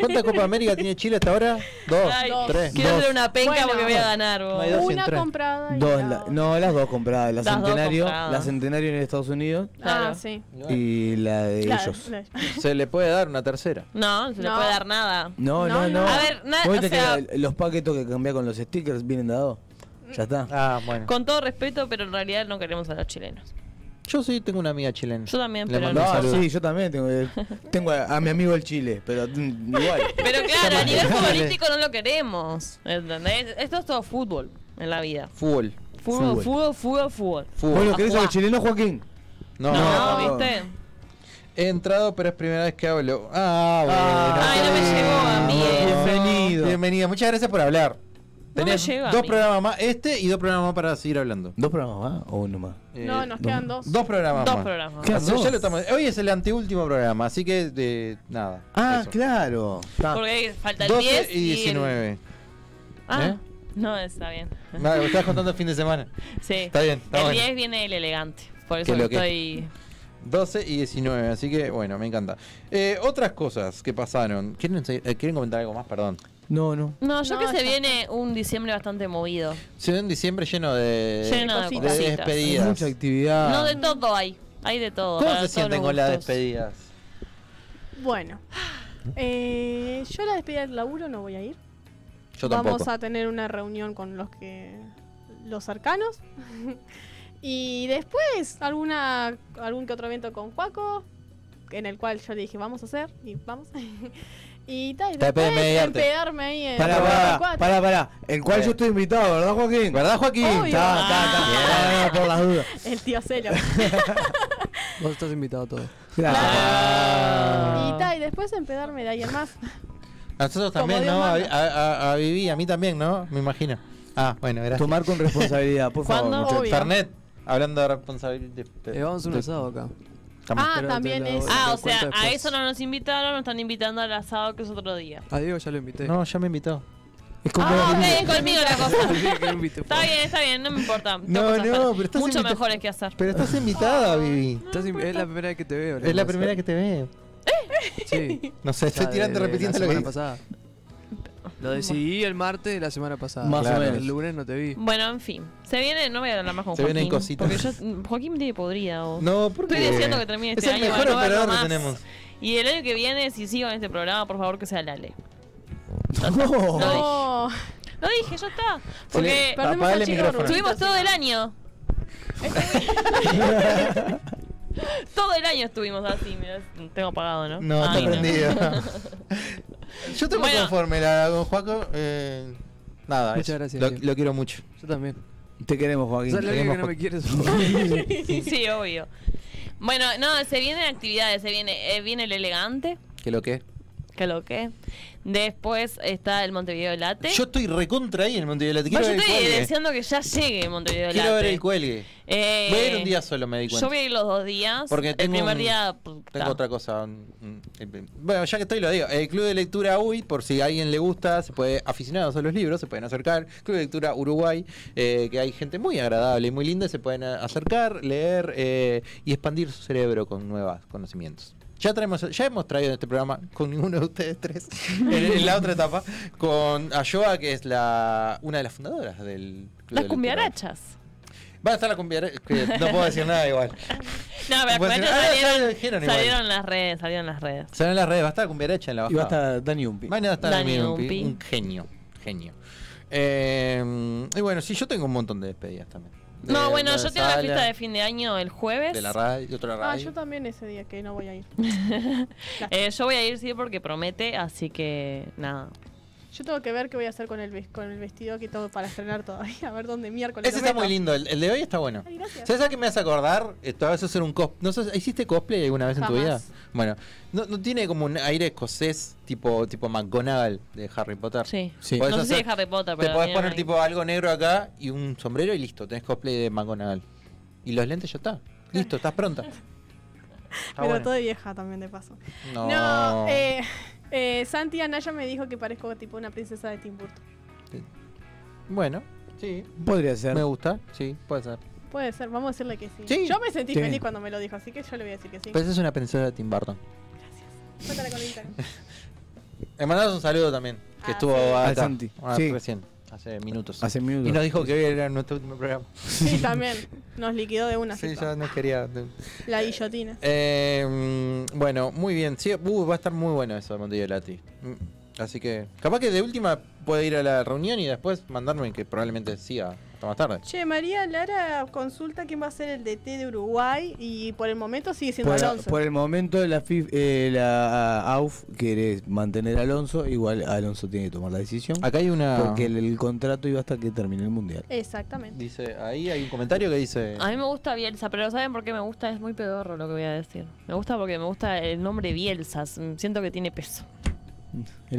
[SPEAKER 2] ¿Cuántas Copa América tiene Chile hasta ahora? Dos,
[SPEAKER 4] Ay,
[SPEAKER 2] tres,
[SPEAKER 4] quiero
[SPEAKER 2] dos.
[SPEAKER 4] hacer una penca
[SPEAKER 5] Bueno.
[SPEAKER 4] porque voy a ganar. vos.
[SPEAKER 2] No hay dos sin
[SPEAKER 5] Una
[SPEAKER 2] tres.
[SPEAKER 5] comprada. y-
[SPEAKER 3] Dos, la- no, las dos compradas, la
[SPEAKER 4] Las dos
[SPEAKER 3] Centenario,
[SPEAKER 4] compradas.
[SPEAKER 3] la Centenario en Estados Unidos
[SPEAKER 5] Ah, sí.
[SPEAKER 3] y la de
[SPEAKER 5] Claro,
[SPEAKER 3] ellos.
[SPEAKER 5] la-
[SPEAKER 2] Se le puede dar una tercera.
[SPEAKER 4] No, no se le
[SPEAKER 5] No.
[SPEAKER 4] puede dar nada.
[SPEAKER 3] No,
[SPEAKER 5] No,
[SPEAKER 3] no,
[SPEAKER 5] no.
[SPEAKER 3] no.
[SPEAKER 4] A ver, na-
[SPEAKER 3] ¿Vos
[SPEAKER 4] o
[SPEAKER 3] viste que
[SPEAKER 4] sea-
[SPEAKER 3] la- los paquetos que cambié con los stickers vienen dados. Ya está.
[SPEAKER 2] Ah, bueno.
[SPEAKER 4] Con todo respeto, pero en realidad no queremos a los chilenos.
[SPEAKER 2] Yo sí tengo una amiga chilena.
[SPEAKER 4] Yo también,
[SPEAKER 2] Le
[SPEAKER 4] pero
[SPEAKER 2] mando
[SPEAKER 3] No,
[SPEAKER 2] un saludo.
[SPEAKER 3] sí, yo también tengo. eh, tengo a, a mi amigo el Chile, pero mm, igual.
[SPEAKER 4] Pero claro, a nivel
[SPEAKER 2] Dale.
[SPEAKER 4] futbolístico no lo queremos. ¿Entendés? Esto es todo fútbol en la vida.
[SPEAKER 2] Fútbol.
[SPEAKER 4] Fútbol,
[SPEAKER 3] Fútbol.
[SPEAKER 4] fútbol, fútbol, fútbol.
[SPEAKER 2] Fútbol.
[SPEAKER 3] ¿Vos lo querés a
[SPEAKER 4] Juá.
[SPEAKER 3] los chilenos, Joaquín?
[SPEAKER 2] No,
[SPEAKER 4] No,
[SPEAKER 3] no.
[SPEAKER 4] ¿viste?
[SPEAKER 2] He entrado, pero es primera vez que hablo. Ah, bueno.
[SPEAKER 4] Ay, no me llegó a mí eh. eso.
[SPEAKER 3] Bienvenido.
[SPEAKER 2] Bienvenida, muchas gracias por hablar. Tenés
[SPEAKER 4] llegó a
[SPEAKER 2] dos
[SPEAKER 4] mí.
[SPEAKER 2] programas más, este y dos programas más para seguir hablando.
[SPEAKER 3] ¿Dos programas más o uno más?
[SPEAKER 2] Eh,
[SPEAKER 5] No, nos quedan dos.
[SPEAKER 2] Dos programas
[SPEAKER 4] Dos
[SPEAKER 2] más.
[SPEAKER 4] programas.
[SPEAKER 2] Así-
[SPEAKER 3] Quedan dos.
[SPEAKER 2] ya lo estamos- hoy es el anteúltimo programa, así que eh, nada.
[SPEAKER 3] Ah,
[SPEAKER 2] eso.
[SPEAKER 3] claro. Está.
[SPEAKER 4] Porque falta el
[SPEAKER 2] 12
[SPEAKER 4] 10
[SPEAKER 2] y 19.
[SPEAKER 4] Ah,
[SPEAKER 2] ¿Eh?
[SPEAKER 4] no, está bien.
[SPEAKER 2] Nada, me estás contando el fin de semana.
[SPEAKER 4] Sí.
[SPEAKER 2] Está bien, está
[SPEAKER 4] el
[SPEAKER 2] bueno.
[SPEAKER 4] 10 viene el elegante. Por
[SPEAKER 2] Que
[SPEAKER 4] eso
[SPEAKER 2] lo
[SPEAKER 4] estoy.
[SPEAKER 2] 12 y 19, así que bueno, me encanta. Eh, otras cosas que pasaron. ¿Quieren, seguir- eh, ¿Quieren comentar algo más? Perdón.
[SPEAKER 3] No, no.
[SPEAKER 4] No, yo
[SPEAKER 9] No,
[SPEAKER 4] que se
[SPEAKER 9] ya
[SPEAKER 4] viene un diciembre bastante movido.
[SPEAKER 2] Se ve un diciembre lleno de,
[SPEAKER 4] Lleno de
[SPEAKER 2] de
[SPEAKER 4] cositas.
[SPEAKER 2] despedidas.
[SPEAKER 3] Mucha actividad.
[SPEAKER 4] No de todo hay. Hay de
[SPEAKER 2] Ah.
[SPEAKER 4] todo.
[SPEAKER 2] ¿Cómo se
[SPEAKER 4] para todos
[SPEAKER 2] sienten
[SPEAKER 4] los
[SPEAKER 2] con las
[SPEAKER 4] gustos.
[SPEAKER 2] despedidas?
[SPEAKER 5] Bueno, eh, yo la despedida del laburo no voy a ir.
[SPEAKER 2] Yo
[SPEAKER 5] Vamos
[SPEAKER 2] tampoco.
[SPEAKER 5] a tener una reunión con los que los cercanos. y después alguna algún que otro evento con Juaco, en el cual yo le dije, vamos a hacer y vamos. y tal, y
[SPEAKER 3] Te pedí
[SPEAKER 5] después
[SPEAKER 3] mediarte.
[SPEAKER 5] empedarme ahí en
[SPEAKER 3] Pará,
[SPEAKER 5] el
[SPEAKER 3] pará,
[SPEAKER 5] cuatro.
[SPEAKER 3] pará, pará. El cual yo estoy invitado, ¿verdad, Joaquín?
[SPEAKER 2] ¿Verdad, Joaquín?
[SPEAKER 3] Está,
[SPEAKER 5] Obvio.
[SPEAKER 3] está, está. No, no, por las dudas.
[SPEAKER 5] El tío Celo.
[SPEAKER 6] Vos estás invitado a todo.
[SPEAKER 4] Ah.
[SPEAKER 2] Ah.
[SPEAKER 5] y tal, y después empedarme de alguien más.
[SPEAKER 2] A nosotros
[SPEAKER 5] Como
[SPEAKER 2] también,
[SPEAKER 5] Dios
[SPEAKER 2] ¿no? A,
[SPEAKER 5] manda.
[SPEAKER 2] a- a- a Vivi, a mí también, ¿no? Me imagino. Ah, bueno, gracias.
[SPEAKER 3] Tomar con responsabilidad, por favor.
[SPEAKER 5] ¿Cuándo?
[SPEAKER 3] muchachos.
[SPEAKER 5] Obvio.
[SPEAKER 2] Internet, hablando de responsabilidad.
[SPEAKER 6] Eh, vamos a un
[SPEAKER 2] de-
[SPEAKER 6] asado acá.
[SPEAKER 2] Estamos-
[SPEAKER 5] Ah,
[SPEAKER 6] Pero te
[SPEAKER 5] también
[SPEAKER 6] la
[SPEAKER 5] es.
[SPEAKER 6] voy
[SPEAKER 4] Ah,
[SPEAKER 6] Te
[SPEAKER 4] o sea,
[SPEAKER 6] cuento
[SPEAKER 4] a
[SPEAKER 6] después.
[SPEAKER 4] eso no nos invitaron, nos están invitando al asado que es otro día.
[SPEAKER 6] A Diego ya lo invité.
[SPEAKER 2] No, ya me invitó.
[SPEAKER 6] Es como
[SPEAKER 4] Ah,
[SPEAKER 6] que-
[SPEAKER 4] ok, es conmigo la cosa.
[SPEAKER 6] Dije que lo invité, por
[SPEAKER 4] Está
[SPEAKER 6] favor.
[SPEAKER 4] bien, está bien, no me importa. Tengo
[SPEAKER 2] No,
[SPEAKER 4] cosas
[SPEAKER 2] no,
[SPEAKER 4] para-
[SPEAKER 2] pero estás
[SPEAKER 4] Mucho
[SPEAKER 2] invita-
[SPEAKER 4] mejores que hacer.
[SPEAKER 2] Pero estás invitada, Vivi.
[SPEAKER 6] Estás invi- es la primera vez que te veo.
[SPEAKER 2] Es la primera que te veo.
[SPEAKER 6] Sí.
[SPEAKER 2] No sé, estoy
[SPEAKER 6] Ya
[SPEAKER 2] tirando,
[SPEAKER 6] de-
[SPEAKER 2] repitiendo
[SPEAKER 6] la
[SPEAKER 2] lo que
[SPEAKER 6] semana
[SPEAKER 2] dice.
[SPEAKER 6] pasada. Lo decidí el martes de la semana pasada.
[SPEAKER 3] Más o
[SPEAKER 6] Claro.
[SPEAKER 3] menos.
[SPEAKER 6] El lunes no te vi.
[SPEAKER 4] Bueno, en fin. Se viene, no voy a hablar más con
[SPEAKER 2] Se
[SPEAKER 4] Joaquín.
[SPEAKER 2] vienen cositas.
[SPEAKER 4] Porque yo, Joaquín me tiene podrida. vos.
[SPEAKER 2] No, ¿por qué?
[SPEAKER 4] Estoy deseando que termine este
[SPEAKER 2] es
[SPEAKER 4] año.
[SPEAKER 2] el mejor
[SPEAKER 4] para no verlo
[SPEAKER 2] operador que
[SPEAKER 4] más.
[SPEAKER 2] tenemos.
[SPEAKER 4] Y el año que viene, si sigo en este programa, por favor que sea Lale.
[SPEAKER 5] No,
[SPEAKER 4] Lo dije, ya está.
[SPEAKER 2] Se le-
[SPEAKER 4] Porque
[SPEAKER 5] perdemos
[SPEAKER 2] Apagale
[SPEAKER 5] al
[SPEAKER 2] el
[SPEAKER 5] chico
[SPEAKER 2] micrófono.
[SPEAKER 5] Rubito.
[SPEAKER 4] estuvimos todo el año. todo el año estuvimos así. mirá, Tengo apagado, ¿no?
[SPEAKER 2] No, está
[SPEAKER 4] Ay,
[SPEAKER 2] prendido. Yo tengo
[SPEAKER 4] Bueno.
[SPEAKER 2] conforme la con Juaco. eh, nada,
[SPEAKER 6] Muchas
[SPEAKER 2] eso.
[SPEAKER 6] gracias,
[SPEAKER 2] Lo,
[SPEAKER 6] Diego.
[SPEAKER 2] lo quiero mucho.
[SPEAKER 6] Yo también.
[SPEAKER 3] Te queremos, Joaquín.
[SPEAKER 6] ¿Sabes lo único que no me quieres? vos?
[SPEAKER 4] sí, obvio. Bueno, no, se vienen actividades. Se viene, eh, viene el elegante.
[SPEAKER 2] Que lo que.
[SPEAKER 4] Que lo que. Después está el Montevideo Late.
[SPEAKER 2] Yo estoy recontra ahí en Montevideo. Late.
[SPEAKER 4] Bueno,
[SPEAKER 2] Quiero
[SPEAKER 4] yo
[SPEAKER 2] ver el
[SPEAKER 4] estoy
[SPEAKER 2] cuelgue.
[SPEAKER 4] deseando que ya llegue Montevideo
[SPEAKER 2] Quiero ver
[SPEAKER 4] Late.
[SPEAKER 2] el cuelgue.
[SPEAKER 4] Eh,
[SPEAKER 2] Voy a ir un día solo, me di cuenta.
[SPEAKER 4] Yo voy a ir los dos días.
[SPEAKER 2] Porque
[SPEAKER 4] el
[SPEAKER 2] tengo
[SPEAKER 4] primer
[SPEAKER 2] un-
[SPEAKER 4] día. pues,
[SPEAKER 2] Tengo
[SPEAKER 4] ta.
[SPEAKER 2] otra cosa. mm, mm, Bueno, ya que estoy, lo digo. El Club de Lectura UI, por si a alguien le gusta, se puede aficionados a los libros, se pueden acercar. Club de Lectura Uruguay, eh, que hay gente muy agradable y muy linda, se pueden a- acercar, leer eh, y expandir su cerebro con nuevos conocimientos. Ya, traemos, ya hemos traído en este programa con ninguno de ustedes tres, en, en la otra etapa, con Ayoa, que es la una de las fundadoras del Club de
[SPEAKER 4] Las
[SPEAKER 2] Lectura.
[SPEAKER 4] cumbiarachas.
[SPEAKER 2] Va a estar la cumbiaracha, que no puedo decir nada igual.
[SPEAKER 4] No, pero las
[SPEAKER 2] Bueno,
[SPEAKER 4] cumbiarachas
[SPEAKER 2] ah, ya lo
[SPEAKER 4] salieron,
[SPEAKER 2] dijeron igual.
[SPEAKER 4] salieron las redes, salieron las redes.
[SPEAKER 2] Salen las redes, va a estar cumbiaracha en la
[SPEAKER 3] Y va a
[SPEAKER 2] bajada.
[SPEAKER 3] estar Dani Umpi.
[SPEAKER 2] Mañana está
[SPEAKER 4] Dani
[SPEAKER 2] Daniel
[SPEAKER 4] Umpi.
[SPEAKER 2] Umpi, un genio, genio. Eh, y bueno, sí, yo tengo un montón de despedidas también. De
[SPEAKER 4] No, bueno,
[SPEAKER 2] una
[SPEAKER 4] yo tengo la
[SPEAKER 2] sala,
[SPEAKER 4] fiesta de fin de año el jueves.
[SPEAKER 2] de la radio, de otra
[SPEAKER 5] Ah,
[SPEAKER 2] radio.
[SPEAKER 5] yo también ese día que no voy a ir.
[SPEAKER 4] Eh, yo voy a ir, sí, porque promete, así que nada.
[SPEAKER 5] Yo tengo que ver qué voy a hacer con el, ves- con el vestido que tengo para estrenar todavía. A ver dónde miércoles.
[SPEAKER 2] Ese
[SPEAKER 5] lo
[SPEAKER 2] está
[SPEAKER 5] meto.
[SPEAKER 2] muy lindo, el, el de hoy está bueno.
[SPEAKER 5] Ay, gracias.
[SPEAKER 2] ¿Sabes a qué me hace acordar? Esto a veces hacer un cosplay. No sé, ¿Hiciste cosplay alguna vez en tu vida?
[SPEAKER 5] Jamás.
[SPEAKER 2] Bueno, no, no tiene como un aire escocés tipo, tipo McGonagall de Harry Potter.
[SPEAKER 4] Sí.
[SPEAKER 3] Sí.
[SPEAKER 2] Podés
[SPEAKER 4] No sé si
[SPEAKER 2] hacer-
[SPEAKER 4] de Harry Potter,
[SPEAKER 2] Te
[SPEAKER 4] pero.
[SPEAKER 2] podés
[SPEAKER 4] también
[SPEAKER 2] poner
[SPEAKER 4] hay-
[SPEAKER 2] tipo algo negro acá y un sombrero y listo, tenés cosplay de McGonagall. Y los lentes ya está. Listo, estás pronta. Está
[SPEAKER 5] Pero
[SPEAKER 2] bueno.
[SPEAKER 5] todo de vieja también, de paso.
[SPEAKER 2] No,
[SPEAKER 5] No, eh, eh, Santi Anaya me dijo que parezco tipo una princesa de Tim Burton.
[SPEAKER 2] Bueno, sí.
[SPEAKER 3] Podría ser.
[SPEAKER 2] Me gusta, sí, puede ser.
[SPEAKER 5] Puede ser, vamos a decirle que sí.
[SPEAKER 2] Sí.
[SPEAKER 5] Yo me sentí
[SPEAKER 3] Sí.
[SPEAKER 5] feliz cuando me lo dijo, así que yo le voy a decir que sí.
[SPEAKER 2] Pues es una princesa de Tim Burton.
[SPEAKER 5] Cuéntale con el Instagram.
[SPEAKER 2] Le mandamos un saludo también, que
[SPEAKER 5] Ah,
[SPEAKER 2] estuvo
[SPEAKER 5] sí.
[SPEAKER 2] acá,
[SPEAKER 3] Al Santi,
[SPEAKER 2] ah,
[SPEAKER 3] sí.
[SPEAKER 2] recién, hace minutos.
[SPEAKER 3] Hace minutos.
[SPEAKER 2] Y nos dijo que hoy era nuestro último programa.
[SPEAKER 5] Sí, también. Nos liquidó de una.
[SPEAKER 2] Sí,
[SPEAKER 5] así
[SPEAKER 2] ya
[SPEAKER 5] todo.
[SPEAKER 2] no quería.
[SPEAKER 5] La guillotina.
[SPEAKER 2] Eh, mm, bueno, muy bien. Sí, uh, va a estar muy bueno eso de Montillo Lati. Mm, Así que, capaz que de última puede ir a la reunión y después mandarme que probablemente siga hasta más tarde.
[SPEAKER 5] Che, María Lara consulta quién va a ser el DT de Uruguay y por el momento sigue siendo
[SPEAKER 3] Por,
[SPEAKER 5] Alonso.
[SPEAKER 3] por el momento la, FIF, eh, la AUF quiere mantener a Alonso, igual Alonso tiene que tomar la decisión.
[SPEAKER 2] Acá hay
[SPEAKER 4] Ah.
[SPEAKER 2] una.
[SPEAKER 3] Porque el, el contrato iba hasta que termine el mundial.
[SPEAKER 5] Exactamente.
[SPEAKER 2] Dice, ahí hay un comentario que dice.
[SPEAKER 4] A mí me gusta Bielsa, pero ¿saben por qué me gusta? Es muy pedorro lo que voy a decir. Me gusta porque me gusta el nombre Bielsa. s- Siento que tiene peso.
[SPEAKER 3] El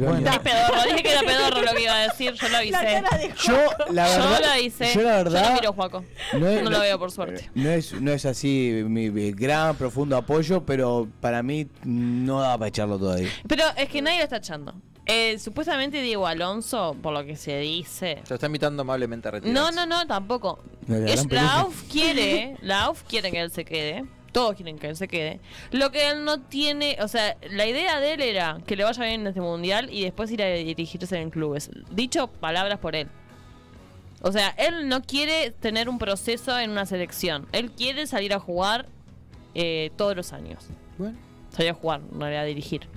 [SPEAKER 2] Bueno.
[SPEAKER 3] año.
[SPEAKER 4] Es pedorro, dije que era pedorro lo que iba a decir, yo lo avisé.
[SPEAKER 5] Ah, La cara de
[SPEAKER 3] Yo la
[SPEAKER 4] yo
[SPEAKER 3] verdad,
[SPEAKER 4] lo avisé.
[SPEAKER 3] yo la
[SPEAKER 4] Yo
[SPEAKER 3] verdad
[SPEAKER 4] no miro, Juaco.
[SPEAKER 3] no es-
[SPEAKER 4] No lo veo, por suerte.
[SPEAKER 3] No es, no es así mi, mi gran profundo apoyo, pero para mí no da para echarlo todavía.
[SPEAKER 4] Pero es que nadie lo está echando. Eh, supuestamente Diego Alonso, por lo que se dice.
[SPEAKER 2] Se está invitando amablemente a retirarse.
[SPEAKER 4] No, no, no, tampoco.
[SPEAKER 3] La gran
[SPEAKER 4] Es,
[SPEAKER 3] peluca.
[SPEAKER 4] la AUF quiere, la AUF quiere que él se quede. todos quieren que él se quede. Lo que él no tiene, o sea, la idea de él era que le vaya bien en este mundial y después ir a dirigirse en clubes. Dicho palabras por él. O sea, él no quiere tener un proceso en una selección. Él quiere salir a jugar eh, todos los años.
[SPEAKER 2] Bueno.
[SPEAKER 4] Salir a jugar, no era dirigir.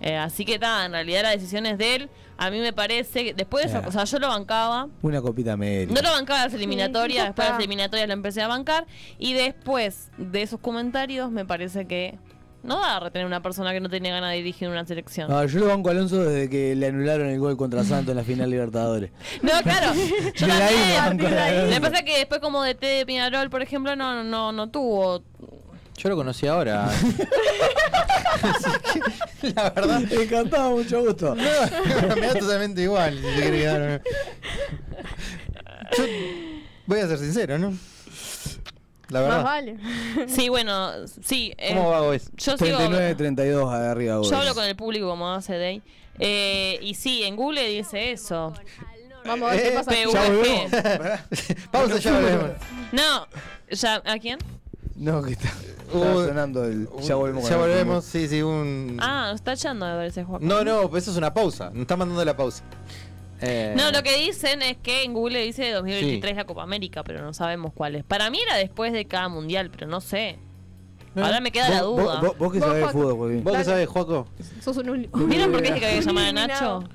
[SPEAKER 4] Eh, así que ta, en realidad la decisión es de él. A mí me parece, que después de eso,
[SPEAKER 3] Ah.
[SPEAKER 4] o sea, yo lo bancaba.
[SPEAKER 3] Una copita media.
[SPEAKER 4] No lo bancaba las eliminatorias,
[SPEAKER 5] Sí,
[SPEAKER 4] después de las
[SPEAKER 5] está.
[SPEAKER 4] eliminatorias lo empecé a bancar. Y después de esos comentarios, me parece que no da a retener una persona que no tiene ganas de dirigir una selección.
[SPEAKER 2] Ah.
[SPEAKER 3] No, yo lo banco a Alonso desde que le anularon el gol contra Santos en la final Libertadores.
[SPEAKER 4] No, claro. Yo
[SPEAKER 3] De ahí
[SPEAKER 4] también.
[SPEAKER 3] no, Marco, de ahí.
[SPEAKER 4] Lo que pasa es que después como de T de Peñarol, por ejemplo, no, no, no tuvo.
[SPEAKER 2] Yo lo conocí ahora. Así que, la verdad.
[SPEAKER 3] Me encantaba, mucho gusto.
[SPEAKER 2] No, me da totalmente igual. si te querés quedar. Yo voy a ser sincero, ¿no? La
[SPEAKER 5] Más
[SPEAKER 2] verdad.
[SPEAKER 5] vale.
[SPEAKER 4] Sí, bueno, sí. eh,
[SPEAKER 2] ¿Cómo va vos?
[SPEAKER 4] Yo sigo.
[SPEAKER 3] 39-32 arriba vos.
[SPEAKER 4] Yo hablo con el público como hace Day. Eh, y sí, en Google dice eso.
[SPEAKER 5] Vamos a
[SPEAKER 2] Eh,
[SPEAKER 5] ver qué pasa.
[SPEAKER 4] PVP.
[SPEAKER 2] Ya volvemos. Vamos allá, volvemos.
[SPEAKER 4] No, ya, ¿a quién?
[SPEAKER 3] No, que está,
[SPEAKER 2] Uh,
[SPEAKER 3] está sonando el. Ya volvemos.
[SPEAKER 2] Ya
[SPEAKER 3] con el-
[SPEAKER 2] volvemos, sí, sí, un.
[SPEAKER 4] Ah, nos está echando, me parece, Joaquín.
[SPEAKER 2] No, no, eso es una pausa. Nos está mandando la pausa. Eh,
[SPEAKER 4] No, lo que dicen es que en Google dice 2023 la Copa América, pero no sabemos cuál es. Para mí era después de cada mundial, pero no sé. Ahora me queda la
[SPEAKER 3] Vos-
[SPEAKER 4] duda.
[SPEAKER 3] Vos, vos, vos que
[SPEAKER 5] Vos,
[SPEAKER 3] sabés de
[SPEAKER 5] Juaco.
[SPEAKER 3] fútbol, Joaquín.
[SPEAKER 2] Eh, ¿Vos qué sabés, Joaco?
[SPEAKER 5] Sos un ul-
[SPEAKER 4] ¿Vieron por qué dije que había que
[SPEAKER 5] un
[SPEAKER 4] llamar a
[SPEAKER 5] eliminado.
[SPEAKER 4] Nacho?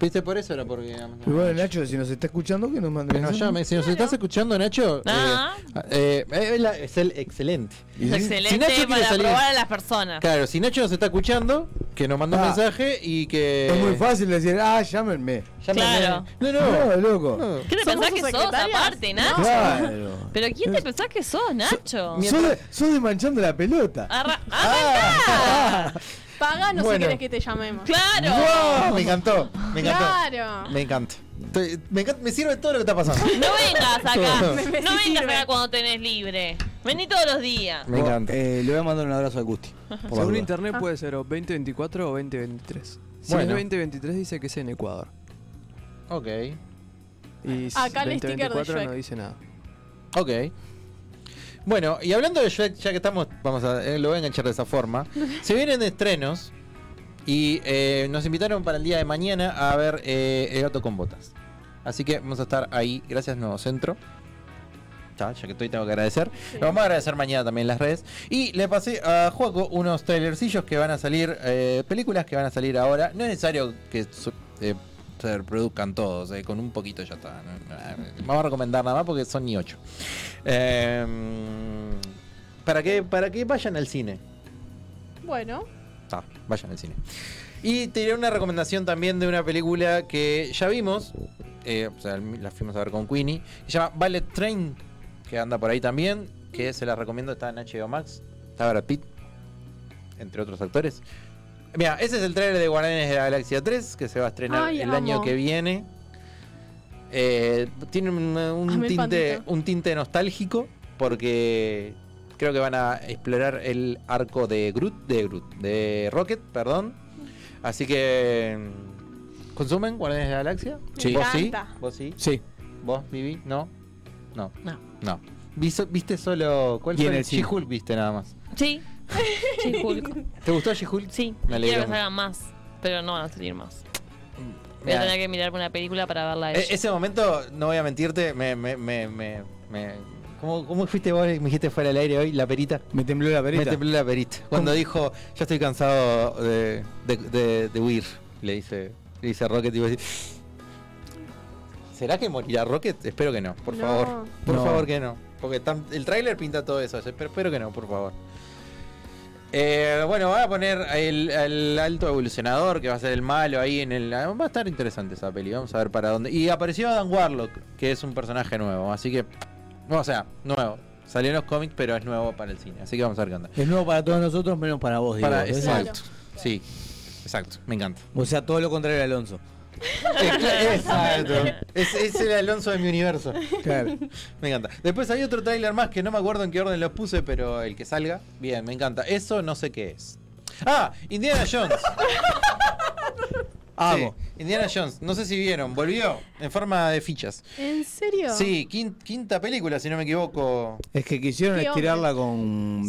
[SPEAKER 2] ¿Viste por eso era porque.
[SPEAKER 3] Y bueno, Nacho, si nos está escuchando, que nos mande
[SPEAKER 2] Que nos
[SPEAKER 3] mensaje.
[SPEAKER 2] llame. Si nos estás escuchando, Nacho,
[SPEAKER 4] Ah.
[SPEAKER 2] eh, eh, es, la- es el excelente.
[SPEAKER 3] Y-
[SPEAKER 2] Si
[SPEAKER 4] Excelente
[SPEAKER 2] Nacho quiere
[SPEAKER 4] para
[SPEAKER 2] salir-
[SPEAKER 4] probar a las personas.
[SPEAKER 2] Claro, si Nacho nos está escuchando, que nos manda un
[SPEAKER 3] Ah.
[SPEAKER 2] mensaje y que.
[SPEAKER 3] Es muy fácil decir, ah, llámenme.
[SPEAKER 2] Llámenme.
[SPEAKER 4] Claro.
[SPEAKER 2] No, no.
[SPEAKER 3] No, loco.
[SPEAKER 2] no.
[SPEAKER 4] ¿Qué te
[SPEAKER 5] ¿Somos
[SPEAKER 4] pensás que
[SPEAKER 5] sus
[SPEAKER 4] sos
[SPEAKER 5] secretarias?
[SPEAKER 4] aparte, Nacho?
[SPEAKER 3] Claro.
[SPEAKER 4] ¿Pero quién te pensás que sos, Nacho?
[SPEAKER 3] Sos de- sos de manchando la pelota.
[SPEAKER 4] Arra- ¡Arrancá!
[SPEAKER 5] Paga, no sé
[SPEAKER 2] Bueno.
[SPEAKER 5] querés que te llamemos.
[SPEAKER 4] ¡Claro!
[SPEAKER 2] Ah. ¡Wow! Me encantó. Me encantó.
[SPEAKER 5] Claro.
[SPEAKER 2] Me encanta. Estoy- me, encanta- me sirve todo lo que está pasando.
[SPEAKER 4] No vengas acá.
[SPEAKER 2] Me-
[SPEAKER 5] me
[SPEAKER 4] No vengas
[SPEAKER 5] sirve.
[SPEAKER 4] acá cuando tenés libre. Vení todos los días.
[SPEAKER 2] Me encanta.
[SPEAKER 3] Eh, le voy a mandar un abrazo a Gusti. por la
[SPEAKER 6] Según
[SPEAKER 3] duda.
[SPEAKER 6] internet
[SPEAKER 5] Ah.
[SPEAKER 6] puede ser o 2024 o 2023. Si
[SPEAKER 2] Bueno.
[SPEAKER 6] es 2023 dice que es en Ecuador.
[SPEAKER 2] Ok.
[SPEAKER 6] Y si
[SPEAKER 5] Acá el sticker de
[SPEAKER 6] 2024 no
[SPEAKER 5] Shrek.
[SPEAKER 6] dice nada.
[SPEAKER 2] Ok. Bueno, y hablando de Shrek, ya que estamos, vamos a, eh, lo voy a enganchar de esa forma. Se vienen estrenos y eh, nos invitaron para el día de mañana a ver eh, El gato con botas. Así que vamos a estar ahí. Gracias, Nuevo Centro. Ya, ya que estoy, tengo que agradecer. Lo vamos a agradecer mañana también en las redes. Y le pasé a Juaco unos trailercillos que van a salir, eh, películas que van a salir ahora. No es necesario que su- eh, se reproduzcan todos, eh, con un poquito ya está. Vamos a recomendar nada más porque son ni ocho. Eh, para, que, para que vayan al cine.
[SPEAKER 5] Bueno,
[SPEAKER 2] Ah, vayan al cine. Y te diré una recomendación también de una película que ya vimos. eh, o sea, la fuimos a ver con Queenie. Se llama Ballet Train, que anda por ahí también. Que se la recomiendo, está en HBO Max. Está Brad Pitt, entre otros actores. Mira, ese es el trailer de Guardianes de la Galaxia 3, que se va a estrenar
[SPEAKER 5] Ay,
[SPEAKER 2] el
[SPEAKER 5] amo.
[SPEAKER 2] año que viene. Eh, tiene un, un
[SPEAKER 5] Amé
[SPEAKER 2] tinte,
[SPEAKER 5] el pandito.
[SPEAKER 2] un tinte nostálgico, porque creo que van a explorar el arco de Groot, de Groot, de Rocket, perdón. Así que consumen Guardianes de la Galaxia.
[SPEAKER 5] Sí.
[SPEAKER 2] ¿Vos
[SPEAKER 5] Me
[SPEAKER 2] sí?
[SPEAKER 5] encanta.
[SPEAKER 2] ¿Vos sí?
[SPEAKER 3] Sí.
[SPEAKER 2] ¿Vos, Vivi? ¿No? No.
[SPEAKER 4] No.
[SPEAKER 2] No. Viso- ¿Viste solo cuál
[SPEAKER 3] Y en
[SPEAKER 2] fue
[SPEAKER 3] el cine.
[SPEAKER 2] She-Hulk viste nada más?
[SPEAKER 4] Sí. Sí, Hulk.
[SPEAKER 2] ¿Te gustó She-Hulk?
[SPEAKER 4] Sí.
[SPEAKER 2] Me
[SPEAKER 4] Quiero
[SPEAKER 2] alegro.
[SPEAKER 4] que salgan más, pero no van a salir más. Voy a
[SPEAKER 2] Mirá,
[SPEAKER 4] tener que mirar una película para verla. a
[SPEAKER 2] e-
[SPEAKER 4] ella.
[SPEAKER 2] ese momento, no voy a mentirte, me me me me, me- ¿Cómo, cómo fuiste vos? Me dijiste fuera del aire hoy, la perita.
[SPEAKER 3] Me tembló la perita.
[SPEAKER 2] Me tembló la perita. Cuando dijo, ya estoy cansado de, de, de- de huir, le dice, le dice Rocket. Y vos decís, ¿Será que morirá Rocket? Espero que no, por
[SPEAKER 5] No.
[SPEAKER 2] favor. Por
[SPEAKER 3] No.
[SPEAKER 2] favor que no. Porque tam- el tráiler pinta todo eso, pero espero que no, por favor. Eh, bueno, va a poner el, el alto evolucionador, que va a ser el malo ahí en el... Va a estar interesante esa peli, vamos a ver para dónde. Y apareció Adam Warlock, que es un personaje nuevo, así que... O sea, nuevo. Salió en los cómics, pero es nuevo para el cine, así que vamos a ver qué onda.
[SPEAKER 3] Es nuevo para todos nosotros, menos para vos, digo.
[SPEAKER 2] Para-
[SPEAKER 3] ¿eh?
[SPEAKER 2] exacto. Sí, exacto. Me encanta.
[SPEAKER 3] O sea, todo lo contrario de Alonso.
[SPEAKER 2] exacto. Es, es el Alonso de mi universo.
[SPEAKER 3] Claro.
[SPEAKER 2] Me encanta. Después hay otro tráiler más que no me acuerdo en qué orden los puse, pero el que salga, bien, me encanta. Eso no sé qué es. Ah, Indiana Jones.
[SPEAKER 3] Amo.
[SPEAKER 2] Sí, Indiana Jones, no sé si vieron, volvió en forma de fichas.
[SPEAKER 5] ¿En serio?
[SPEAKER 2] Sí, quin- quinta película, si no me equivoco.
[SPEAKER 3] Es que quisieron
[SPEAKER 2] Qué hombre.
[SPEAKER 3] estirarla con,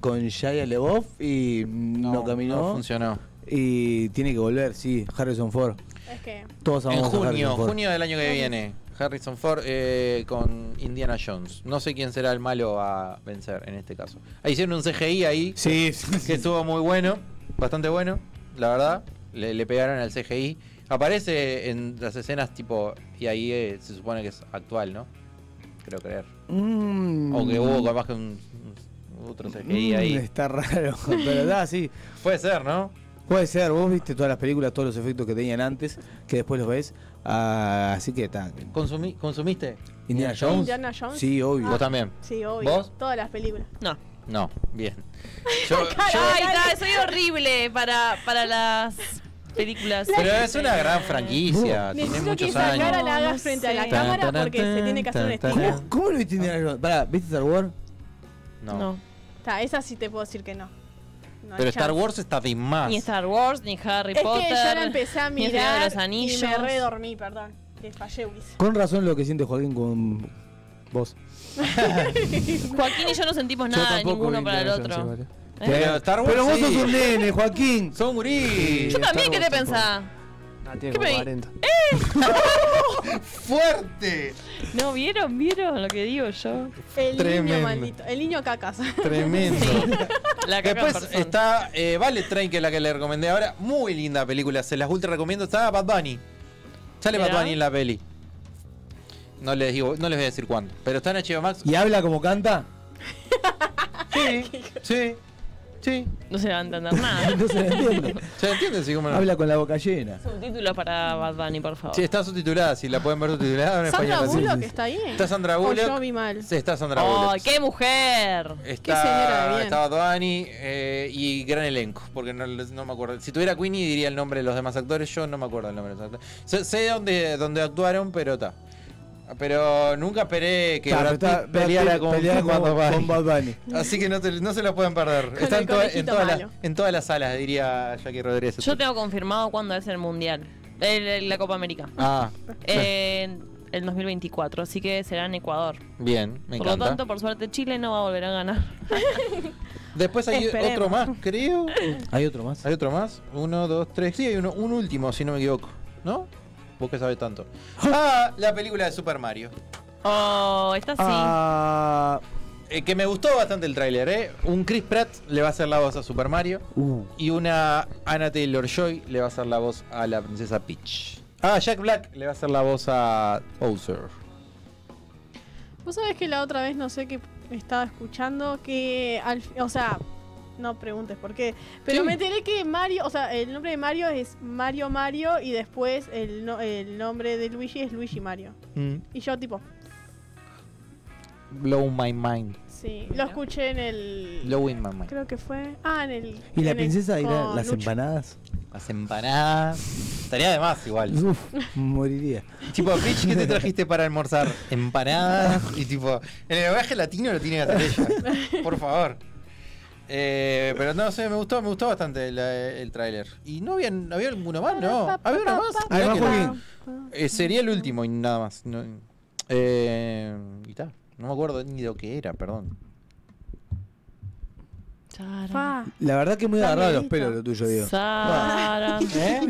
[SPEAKER 3] con Shia LeBoff y no, caminó.
[SPEAKER 2] no funcionó.
[SPEAKER 3] Y tiene que volver, sí, Harrison Ford.
[SPEAKER 5] Es que.
[SPEAKER 3] Todos
[SPEAKER 2] en
[SPEAKER 3] amamos a
[SPEAKER 2] junio,
[SPEAKER 3] Harrison Ford.
[SPEAKER 2] junio del año que viene, Harrison Ford eh, con Indiana Jones. No sé quién será el malo a vencer en este caso. Ahí hicieron un CGI ahí. Que estuvo muy bueno, bastante bueno, la verdad. Le, le pegaron al CGI. Aparece en las escenas tipo. Y ahí eh, se supone que es actual, ¿no? Creo creer.
[SPEAKER 3] Mm.
[SPEAKER 2] O que hubo capaz que un, un- otro CGI
[SPEAKER 3] Mm,
[SPEAKER 2] ahí.
[SPEAKER 3] Está raro, pero da, sí.
[SPEAKER 2] Puede ser, ¿no?
[SPEAKER 3] Puede ser, vos viste todas las películas, todos los efectos que tenían antes, que después los ves. ah, así que está.
[SPEAKER 2] ¿Consumí- ¿Consumiste?
[SPEAKER 3] Indiana Jones.
[SPEAKER 5] Indiana Jones.
[SPEAKER 3] Sí, obvio.
[SPEAKER 5] Ah,
[SPEAKER 2] Vos también.
[SPEAKER 5] Sí, obvio.
[SPEAKER 2] ¿Vos?
[SPEAKER 5] Todas las películas.
[SPEAKER 4] No.
[SPEAKER 2] No, bien. Yo-
[SPEAKER 4] Ay, da, soy horrible para, para las películas.
[SPEAKER 2] Pero es una gran franquicia, tiene
[SPEAKER 5] Necesito que
[SPEAKER 2] muchos
[SPEAKER 5] esa cara
[SPEAKER 2] años.
[SPEAKER 5] la hagas frente a la cámara porque se tiene que hacer un estilo.
[SPEAKER 3] ¿Cómo, cómo lo viste Indiana Jones? Pará, ¿viste Star Wars?
[SPEAKER 2] No.
[SPEAKER 5] Ta, esa sí te puedo decir que no. No hay
[SPEAKER 2] Pero Star
[SPEAKER 5] chance.
[SPEAKER 2] Wars está de más.
[SPEAKER 4] Ni Star Wars, ni Harry
[SPEAKER 5] es
[SPEAKER 4] Potter.
[SPEAKER 5] que yo la empecé a
[SPEAKER 4] ni El Señor de
[SPEAKER 5] mirar
[SPEAKER 4] los Anillos.
[SPEAKER 5] y me redormí, perdón. Le fallé, Ulises.
[SPEAKER 3] Con razón lo que siente Joaquín con vos.
[SPEAKER 4] Joaquín y yo no sentimos nada, ninguno para el otro.
[SPEAKER 2] eh. Pero Star Wars
[SPEAKER 3] Pero vos
[SPEAKER 2] sí.
[SPEAKER 3] sos un nene, Joaquín.
[SPEAKER 2] Son gurí.
[SPEAKER 4] Yo también, ¿qué te pensás? ¿Qué me-
[SPEAKER 2] ¡Fuerte!
[SPEAKER 4] No, ¿vieron? ¿Vieron lo que digo yo?
[SPEAKER 5] El niño
[SPEAKER 2] Tremendo.
[SPEAKER 5] maldito. El niño cacas.
[SPEAKER 2] Tremendo.
[SPEAKER 4] La caca en
[SPEAKER 2] Después
[SPEAKER 4] persona.
[SPEAKER 2] está eh, Vale Train, que es la que le recomendé ahora. Muy linda película, se las ultra recomiendo. Está Bad Bunny. Sale Bad
[SPEAKER 4] Mirá.
[SPEAKER 2] Bunny en la peli. No les, digo, no les voy a decir cuándo. Pero está en HBO Max.
[SPEAKER 3] ¿Y habla como canta?
[SPEAKER 2] Sí, sí, sí.
[SPEAKER 4] No se va a entender nada.
[SPEAKER 3] No se la entiende.
[SPEAKER 2] ¿Se entiende? Sí, cómo no?
[SPEAKER 3] Habla con la boca llena.
[SPEAKER 4] Subtítulos para Bad Bunny, por favor.
[SPEAKER 2] Sí, está subtitulada, si la pueden ver subtitulada en
[SPEAKER 5] Sandra
[SPEAKER 2] español. así.
[SPEAKER 5] Bullock está ahí.
[SPEAKER 2] Está Sandra
[SPEAKER 5] O yo
[SPEAKER 2] Bullock.
[SPEAKER 5] vi mal.
[SPEAKER 2] Sí, está Sandra Bullock.
[SPEAKER 4] ¡Ay, Oh, qué mujer!
[SPEAKER 2] Está,
[SPEAKER 5] señora de bien.
[SPEAKER 2] estaba Doani eh, y gran elenco, porque no, no me acuerdo. Si tuviera Queenie diría el nombre de los demás actores, yo no me acuerdo el nombre de los actores. Sé, sé dónde, dónde actuaron, pero está. Pero nunca esperé que
[SPEAKER 3] Ta,
[SPEAKER 2] Brad
[SPEAKER 3] pero está-
[SPEAKER 2] Pitt peleara
[SPEAKER 3] Brad Pitt
[SPEAKER 2] con,
[SPEAKER 3] peleara
[SPEAKER 2] con
[SPEAKER 3] con-
[SPEAKER 2] Bad Bunny.
[SPEAKER 3] con Bad Bunny.
[SPEAKER 2] Así que no, te- no se la pueden perder. Está
[SPEAKER 5] el
[SPEAKER 2] en, toda- en
[SPEAKER 5] conejito
[SPEAKER 2] todas las,
[SPEAKER 5] malo.
[SPEAKER 2] en todas las salas, diría Jackie Rodríguez.
[SPEAKER 4] Yo tengo confirmado cuándo es el Mundial. El- el- la Copa América.
[SPEAKER 2] Ah,
[SPEAKER 4] En el 2024, así que será en Ecuador.
[SPEAKER 2] bien, me
[SPEAKER 4] por
[SPEAKER 2] encanta.
[SPEAKER 4] lo tanto, por suerte, Chile no va a volver a ganar.
[SPEAKER 2] Después hay
[SPEAKER 4] Esperemos.
[SPEAKER 2] otro más, creo.
[SPEAKER 3] ¿Hay otro más?
[SPEAKER 2] ¿Hay otro más? Uno, dos, tres. Sí, hay uno, un último, si no me equivoco. ¿No? Vos que sabés tanto. Ah, la película de Super Mario.
[SPEAKER 4] Oh, está así.
[SPEAKER 3] Ah,
[SPEAKER 2] Eh, que me gustó bastante el tráiler, ¿eh? Un Chris Pratt le va a hacer la voz a Super Mario.
[SPEAKER 3] uh.
[SPEAKER 2] Y una Anna Taylor-Joy le va a hacer la voz a la princesa Peach. Ah, Jack Black le va a hacer la voz a Bowser.
[SPEAKER 5] Vos sabés que la otra vez no sé qué estaba escuchando, que al fi- o sea, no preguntes por qué, pero
[SPEAKER 2] Sí.
[SPEAKER 5] me enteré que Mario, o sea, el nombre de Mario es Mario Mario y después el, no- el nombre de Luigi es Luigi Mario.
[SPEAKER 3] Mm.
[SPEAKER 5] Y yo tipo,
[SPEAKER 2] Blow my mind.
[SPEAKER 5] sí, lo escuché en el
[SPEAKER 2] Blowing my mind.
[SPEAKER 5] creo que fue, ah, en el
[SPEAKER 3] ¿Y la
[SPEAKER 5] en el-
[SPEAKER 3] princesa dirá
[SPEAKER 5] con
[SPEAKER 3] las
[SPEAKER 5] Lucho.
[SPEAKER 3] empanadas?
[SPEAKER 2] Las empanadas. Estaría de más igual.
[SPEAKER 3] Uf, moriría.
[SPEAKER 2] Tipo, Peach, ¿qué te trajiste para almorzar? Empanadas. Y tipo, en el lenguaje latino lo tiene que hacer ella. Por favor. Eh, pero no sé, me gustó, me gustó bastante la- el tráiler. ¿Y no había, había alguno más? Ah, No. ¿Había uno más?
[SPEAKER 3] Hay
[SPEAKER 2] Mirá
[SPEAKER 3] más
[SPEAKER 2] que-
[SPEAKER 3] Joaquín.
[SPEAKER 2] Eh, sería el último y nada más. No, eh, y tal. No me acuerdo ni de lo que era, perdón.
[SPEAKER 5] Pa,
[SPEAKER 3] La verdad que muy
[SPEAKER 5] Está
[SPEAKER 3] agarrado a los
[SPEAKER 5] medito.
[SPEAKER 3] pelos lo tuyo, Diego.
[SPEAKER 4] Sara.
[SPEAKER 3] ¿Eh?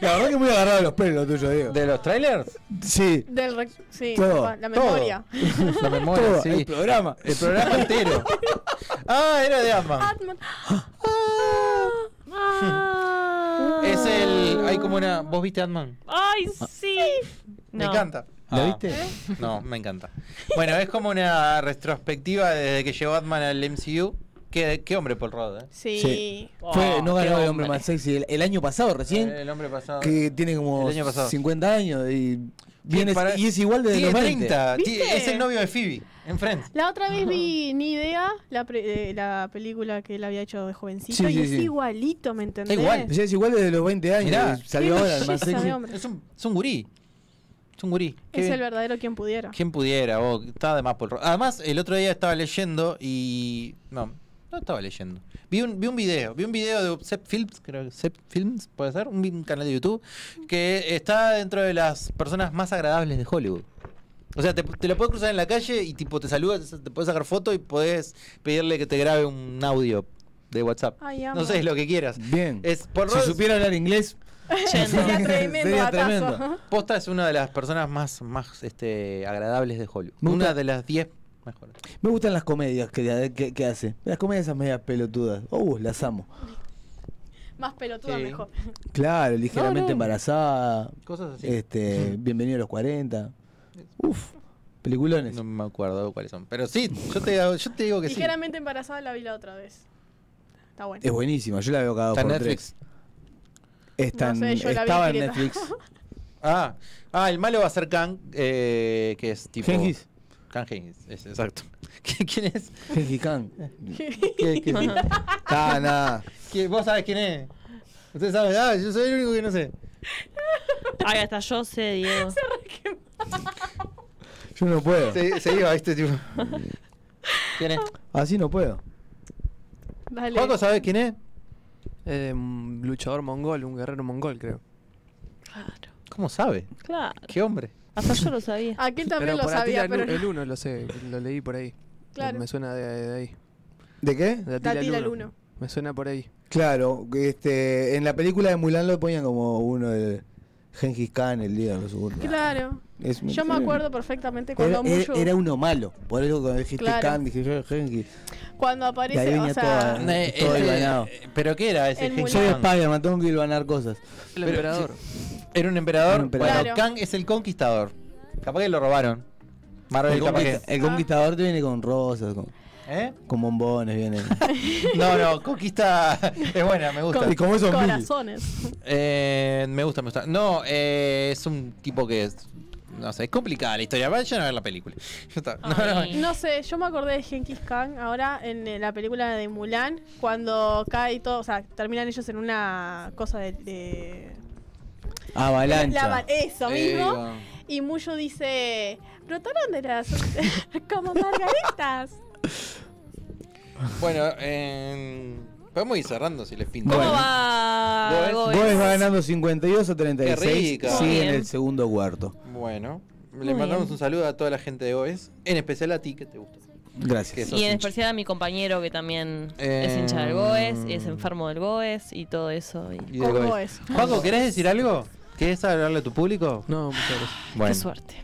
[SPEAKER 3] La verdad que muy agarrado a los pelos lo tuyo, Diego.
[SPEAKER 2] ¿De los trailers?
[SPEAKER 3] Sí.
[SPEAKER 5] del rec- sí,
[SPEAKER 3] Todo,
[SPEAKER 5] pa, la memoria.
[SPEAKER 2] La memoria,
[SPEAKER 3] Todo,
[SPEAKER 2] sí.
[SPEAKER 3] El programa.
[SPEAKER 2] El programa entero. Ah, era de Batman.
[SPEAKER 5] Batman.
[SPEAKER 2] Ah. Es el. Hay como una. ¿Vos viste Batman?
[SPEAKER 4] Ah. Ay, sí.
[SPEAKER 2] Ah. Me
[SPEAKER 4] No.
[SPEAKER 2] encanta.
[SPEAKER 3] ¿La
[SPEAKER 2] Ah,
[SPEAKER 3] viste?
[SPEAKER 2] No, me encanta. Bueno, es como una retrospectiva desde que llegó Batman al MCU. Qué, qué hombre Paul Rudd, ¿eh?
[SPEAKER 5] Sí.
[SPEAKER 3] Sí. Fue, no
[SPEAKER 2] Ah, qué
[SPEAKER 3] ganó el
[SPEAKER 2] hombre. Eh.
[SPEAKER 3] hombre más sexy el, el año pasado recién,
[SPEAKER 2] El hombre pasado.
[SPEAKER 3] que tiene como
[SPEAKER 2] El año pasado.
[SPEAKER 3] 50 años y, viene,
[SPEAKER 2] para-
[SPEAKER 3] y es igual desde
[SPEAKER 2] Tiene
[SPEAKER 3] los 20.
[SPEAKER 2] 30. ti-
[SPEAKER 5] ¿Viste?
[SPEAKER 2] Es el novio de Phoebe en Friends.
[SPEAKER 5] La otra vez vi Ni Idea, la, pre- eh, la película que él había hecho de jovencito,
[SPEAKER 3] Sí,
[SPEAKER 5] y
[SPEAKER 3] sí,
[SPEAKER 5] es
[SPEAKER 3] sí.
[SPEAKER 5] igualito, ¿me entendés?
[SPEAKER 2] igual.
[SPEAKER 3] Ya es igual desde los 20 años.
[SPEAKER 2] Mirá.
[SPEAKER 3] y Eh, salió
[SPEAKER 5] Qué
[SPEAKER 3] ahora el más
[SPEAKER 5] belleza de
[SPEAKER 3] sexy.
[SPEAKER 5] hombre.
[SPEAKER 2] Es un, es un gurí. Es un gurí. Qué
[SPEAKER 5] Es
[SPEAKER 2] bien.
[SPEAKER 5] el verdadero quien pudiera.
[SPEAKER 2] ¿Quién pudiera? vos? Estaba de más por... Además, el otro día estaba leyendo y... No, No estaba leyendo. Vi un, vi un video, vi un video de Sepp Films, creo que Sepp Films puede ser, un, vi- un canal de YouTube, que está dentro de las personas más agradables de Hollywood. O sea, te, te lo puedes cruzar en la calle y tipo te saludas, te puedes sacar foto y podés pedirle que te grabe un audio de WhatsApp.
[SPEAKER 5] Ay, amo.
[SPEAKER 2] no sé, es lo que quieras.
[SPEAKER 3] Bien.
[SPEAKER 2] Es, por
[SPEAKER 3] Si
[SPEAKER 2] lo-
[SPEAKER 3] supiera hablar inglés,
[SPEAKER 5] Sería tremendo
[SPEAKER 2] Sería
[SPEAKER 5] batazo.
[SPEAKER 2] tremendo. Posta es una de las personas más, más este, agradables de Hollywood.
[SPEAKER 3] Me gusta-
[SPEAKER 2] Una de las 10 mejores.
[SPEAKER 3] me gustan las comedias que, que- que hace. Las comedias esas medias pelotudas. Oh, las amo.
[SPEAKER 5] Más pelotuda
[SPEAKER 2] Sí.
[SPEAKER 5] mejor.
[SPEAKER 3] Claro, ligeramente
[SPEAKER 2] No, no.
[SPEAKER 3] embarazada.
[SPEAKER 2] Cosas así.
[SPEAKER 3] Este, bienvenido a los 40. Uf, peliculones.
[SPEAKER 2] No me acuerdo cuáles son. Pero sí, yo te, hago- yo te digo que sí.
[SPEAKER 5] Ligeramente embarazada la vi la otra vez. Está bueno.
[SPEAKER 3] Es buenísima, yo la veo cada dos
[SPEAKER 2] Está en
[SPEAKER 3] por
[SPEAKER 2] Netflix.
[SPEAKER 3] tres. Está
[SPEAKER 5] No
[SPEAKER 3] en-
[SPEAKER 5] sé, yo la vi
[SPEAKER 3] estaba en
[SPEAKER 5] pirata.
[SPEAKER 3] Netflix.
[SPEAKER 2] Ah, ah, el malo va a ser Kang, eh, que es tipo.
[SPEAKER 3] Gengis.
[SPEAKER 2] Kang Gengis, es- exacto. ¿Qui- ¿Quién es?
[SPEAKER 3] Genji Khan.
[SPEAKER 2] ¿Qué- qué-
[SPEAKER 3] Está, nada.
[SPEAKER 2] qué- ¿Vos sabés quién es? Usted sabe, ah, yo soy el único que no sé.
[SPEAKER 4] Ay, hasta yo sé, Diego.
[SPEAKER 3] Yo no puedo.
[SPEAKER 2] Se, se iba, este tipo. ¿Quién es?
[SPEAKER 3] Así no puedo.
[SPEAKER 5] Dale.
[SPEAKER 2] ¿Juaco sabés quién es?
[SPEAKER 6] Eh, un luchador mongol, un guerrero mongol, creo.
[SPEAKER 4] Claro,
[SPEAKER 2] ¿Cómo sabe?
[SPEAKER 4] claro.
[SPEAKER 2] ¿Qué hombre?
[SPEAKER 4] Hasta yo lo sabía.
[SPEAKER 5] Aquel también
[SPEAKER 6] pero
[SPEAKER 5] lo
[SPEAKER 6] por Atila
[SPEAKER 5] sabía,
[SPEAKER 6] el,
[SPEAKER 5] pero
[SPEAKER 6] el uno lo sé, lo leí por ahí.
[SPEAKER 5] Claro.
[SPEAKER 6] Me suena de, de ahí.
[SPEAKER 3] ¿De qué?
[SPEAKER 6] De
[SPEAKER 5] Atila
[SPEAKER 6] Atila,
[SPEAKER 5] el
[SPEAKER 6] el uno.
[SPEAKER 5] Uno.
[SPEAKER 6] Me suena por ahí.
[SPEAKER 3] Claro, este, en la película de Mulan lo ponían como uno de Genghis Khan, el líder de los urbanos.
[SPEAKER 5] Claro.
[SPEAKER 3] Es-
[SPEAKER 5] Yo me acuerdo perfectamente
[SPEAKER 3] Era,
[SPEAKER 5] cuando
[SPEAKER 3] era-
[SPEAKER 5] mucho
[SPEAKER 3] era uno malo, por eso cuando dijiste
[SPEAKER 5] Claro.
[SPEAKER 3] Khan dije yo Genghis.
[SPEAKER 5] cuando
[SPEAKER 3] de ahí
[SPEAKER 5] aparece, o
[SPEAKER 3] venía
[SPEAKER 5] sea,
[SPEAKER 3] toda-
[SPEAKER 2] Eh,
[SPEAKER 3] Todo
[SPEAKER 2] eh,
[SPEAKER 3] hilvanado.
[SPEAKER 2] eh, ¿Pero qué era ese
[SPEAKER 5] El
[SPEAKER 2] Genghis
[SPEAKER 3] Soy
[SPEAKER 2] Khan?
[SPEAKER 3] Spider-Man, tengo que ir ganar cosas.
[SPEAKER 6] El
[SPEAKER 2] Pero-
[SPEAKER 6] emperador.
[SPEAKER 2] ¿Era un emperador?
[SPEAKER 3] Era un emperador.
[SPEAKER 2] Bueno,
[SPEAKER 5] Claro.
[SPEAKER 2] Kang es el conquistador. Capaz que lo robaron. Marvel,
[SPEAKER 3] El,
[SPEAKER 2] capaz
[SPEAKER 3] conquista-
[SPEAKER 2] que.
[SPEAKER 3] el conquistador te viene con rosas, con,
[SPEAKER 2] ¿Eh?
[SPEAKER 3] con bombones, viene.
[SPEAKER 2] No, no, conquista es buena, me gusta.
[SPEAKER 3] Con- ¿Y cómo es zombie?
[SPEAKER 5] corazones.
[SPEAKER 2] Eh, me gusta, me gusta. No, eh, es un tipo que es. No sé, es complicada la historia. Vayan a ver la película. Ya está. No, no,
[SPEAKER 4] Ay.
[SPEAKER 5] No sé, yo me acordé de Genghis Khan ahora en eh, la película de Mulan, cuando cae todo, o sea, terminan ellos en una cosa de... de-
[SPEAKER 3] Avalancha.
[SPEAKER 5] la- eso
[SPEAKER 2] Eh,
[SPEAKER 5] mismo.
[SPEAKER 2] digo,
[SPEAKER 5] Y Muyo dice, brotaron de las... como margaritas.
[SPEAKER 2] Bueno, eh, podemos ir cerrando si les pinta.
[SPEAKER 4] ¿Cómo
[SPEAKER 3] Bueno.
[SPEAKER 4] va?
[SPEAKER 2] Goes.
[SPEAKER 5] eh.
[SPEAKER 3] Goes va
[SPEAKER 4] Goes?
[SPEAKER 3] ganando 52 a 36.
[SPEAKER 2] Qué rica.
[SPEAKER 3] Sí,
[SPEAKER 4] Muy
[SPEAKER 3] en
[SPEAKER 4] bien.
[SPEAKER 3] el segundo cuarto.
[SPEAKER 2] Bueno, le
[SPEAKER 4] bien.
[SPEAKER 2] mandamos un saludo a toda la gente de OES, en especial a ti que te gusta. Que
[SPEAKER 3] Gracias.
[SPEAKER 2] sos
[SPEAKER 4] Y en
[SPEAKER 2] hincha.
[SPEAKER 4] especial a mi compañero que también es
[SPEAKER 2] Eh,
[SPEAKER 4] hincha del Goes, es enfermo del Goes y todo eso. y-
[SPEAKER 2] Y de
[SPEAKER 5] Con
[SPEAKER 2] Goes.
[SPEAKER 5] Goes.
[SPEAKER 2] Juaco, E ¿querés decir algo? ¿Querés hablarle a tu público?
[SPEAKER 6] No, muchas gracias.
[SPEAKER 2] Bueno.
[SPEAKER 4] Qué suerte.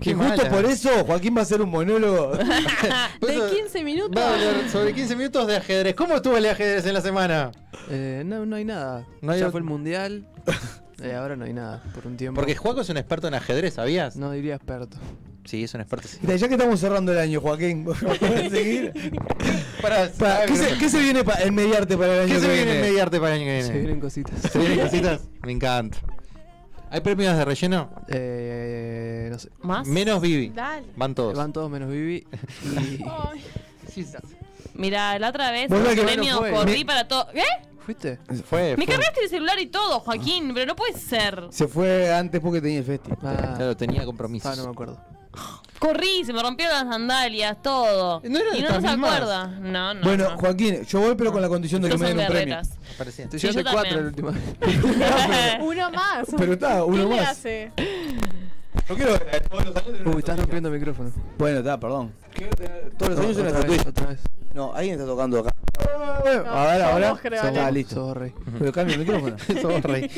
[SPEAKER 2] Qué
[SPEAKER 3] y justo
[SPEAKER 2] mala.
[SPEAKER 3] por eso Joaquín va a hacer un monólogo.
[SPEAKER 4] Ah,
[SPEAKER 2] Por eso
[SPEAKER 5] De 15 minutos.
[SPEAKER 2] Pues, eh, Va a hablar sobre 15 minutos de ajedrez. ¿Cómo estuvo el ajedrez en la semana?
[SPEAKER 6] Eh, no, no hay nada.
[SPEAKER 2] No hay
[SPEAKER 6] ya
[SPEAKER 2] ot-
[SPEAKER 6] fue el mundial. eh, ahora no hay nada, por un tiempo.
[SPEAKER 2] Porque Juaco es un experto en ajedrez, ¿sabías?
[SPEAKER 6] No diría experto.
[SPEAKER 2] Sí, es un experto. sí.
[SPEAKER 3] Mira, ya que estamos cerrando el año, Joaquín, ¿vamos a seguir?
[SPEAKER 2] Para- ah,
[SPEAKER 3] Pa- ¿qué,
[SPEAKER 2] pero-
[SPEAKER 3] se, qué se viene pa- en mediarte para el año
[SPEAKER 2] ¿Qué
[SPEAKER 3] que
[SPEAKER 2] se viene en Mediarte para el año que viene?
[SPEAKER 6] Se vienen cositas.
[SPEAKER 2] ¿Se vienen cositas? Me encanta. ¿Hay premios de relleno?
[SPEAKER 6] Eh, no sé.
[SPEAKER 4] ¿Más?
[SPEAKER 2] Menos Vivi.
[SPEAKER 5] Dale.
[SPEAKER 2] Van todos.
[SPEAKER 6] Van todos menos Vivi. Y...
[SPEAKER 5] Ay,
[SPEAKER 4] Mira, la otra vez
[SPEAKER 3] Vos
[SPEAKER 4] los
[SPEAKER 3] sabés que
[SPEAKER 6] no
[SPEAKER 4] premios
[SPEAKER 6] fue.
[SPEAKER 4] corrí
[SPEAKER 6] Mi-
[SPEAKER 4] para todo. ¿Eh?
[SPEAKER 6] ¿Fuiste?
[SPEAKER 2] Fue.
[SPEAKER 4] Me
[SPEAKER 2] fue.
[SPEAKER 4] cargaste el celular y todo, Joaquín, pero no puede ser.
[SPEAKER 3] Se fue antes porque tenía el festival.
[SPEAKER 6] Ah,
[SPEAKER 2] Claro, tenía compromisos.
[SPEAKER 6] ah, no me acuerdo.
[SPEAKER 4] Corrí, se me rompieron las sandalias, todo.
[SPEAKER 2] No eran
[SPEAKER 4] y no
[SPEAKER 2] estas
[SPEAKER 4] se
[SPEAKER 2] mismas.
[SPEAKER 4] acuerda. No, no.
[SPEAKER 3] bueno,
[SPEAKER 4] no.
[SPEAKER 3] Joaquín, yo voy pero con la condición de que
[SPEAKER 4] Estos
[SPEAKER 3] me
[SPEAKER 4] son
[SPEAKER 3] den un premio.
[SPEAKER 4] berretas.
[SPEAKER 2] Aparecía.
[SPEAKER 6] Te
[SPEAKER 4] Sí, yo
[SPEAKER 6] llevaste cuatro
[SPEAKER 4] también.
[SPEAKER 6] la última vez.
[SPEAKER 2] Ah, uh,
[SPEAKER 5] Uno más.
[SPEAKER 3] Pero está,
[SPEAKER 5] ¿Qué
[SPEAKER 3] uno
[SPEAKER 5] le
[SPEAKER 3] más.
[SPEAKER 5] hace?
[SPEAKER 3] Yo quiero eh,
[SPEAKER 6] Uy, estás rompiendo el micrófono.
[SPEAKER 3] Bueno, está, perdón. Todos los
[SPEAKER 6] No,
[SPEAKER 3] años una
[SPEAKER 6] otra vez,
[SPEAKER 3] estatuilla.
[SPEAKER 6] otra vez.
[SPEAKER 3] No, alguien está tocando acá. a ver,
[SPEAKER 5] somos
[SPEAKER 3] Ah, ahora.
[SPEAKER 2] Ah,
[SPEAKER 5] creadores.
[SPEAKER 3] Está
[SPEAKER 6] Sos-
[SPEAKER 3] listo.
[SPEAKER 6] sos rey.
[SPEAKER 3] Pero cambio el micrófono.
[SPEAKER 2] Sos rey.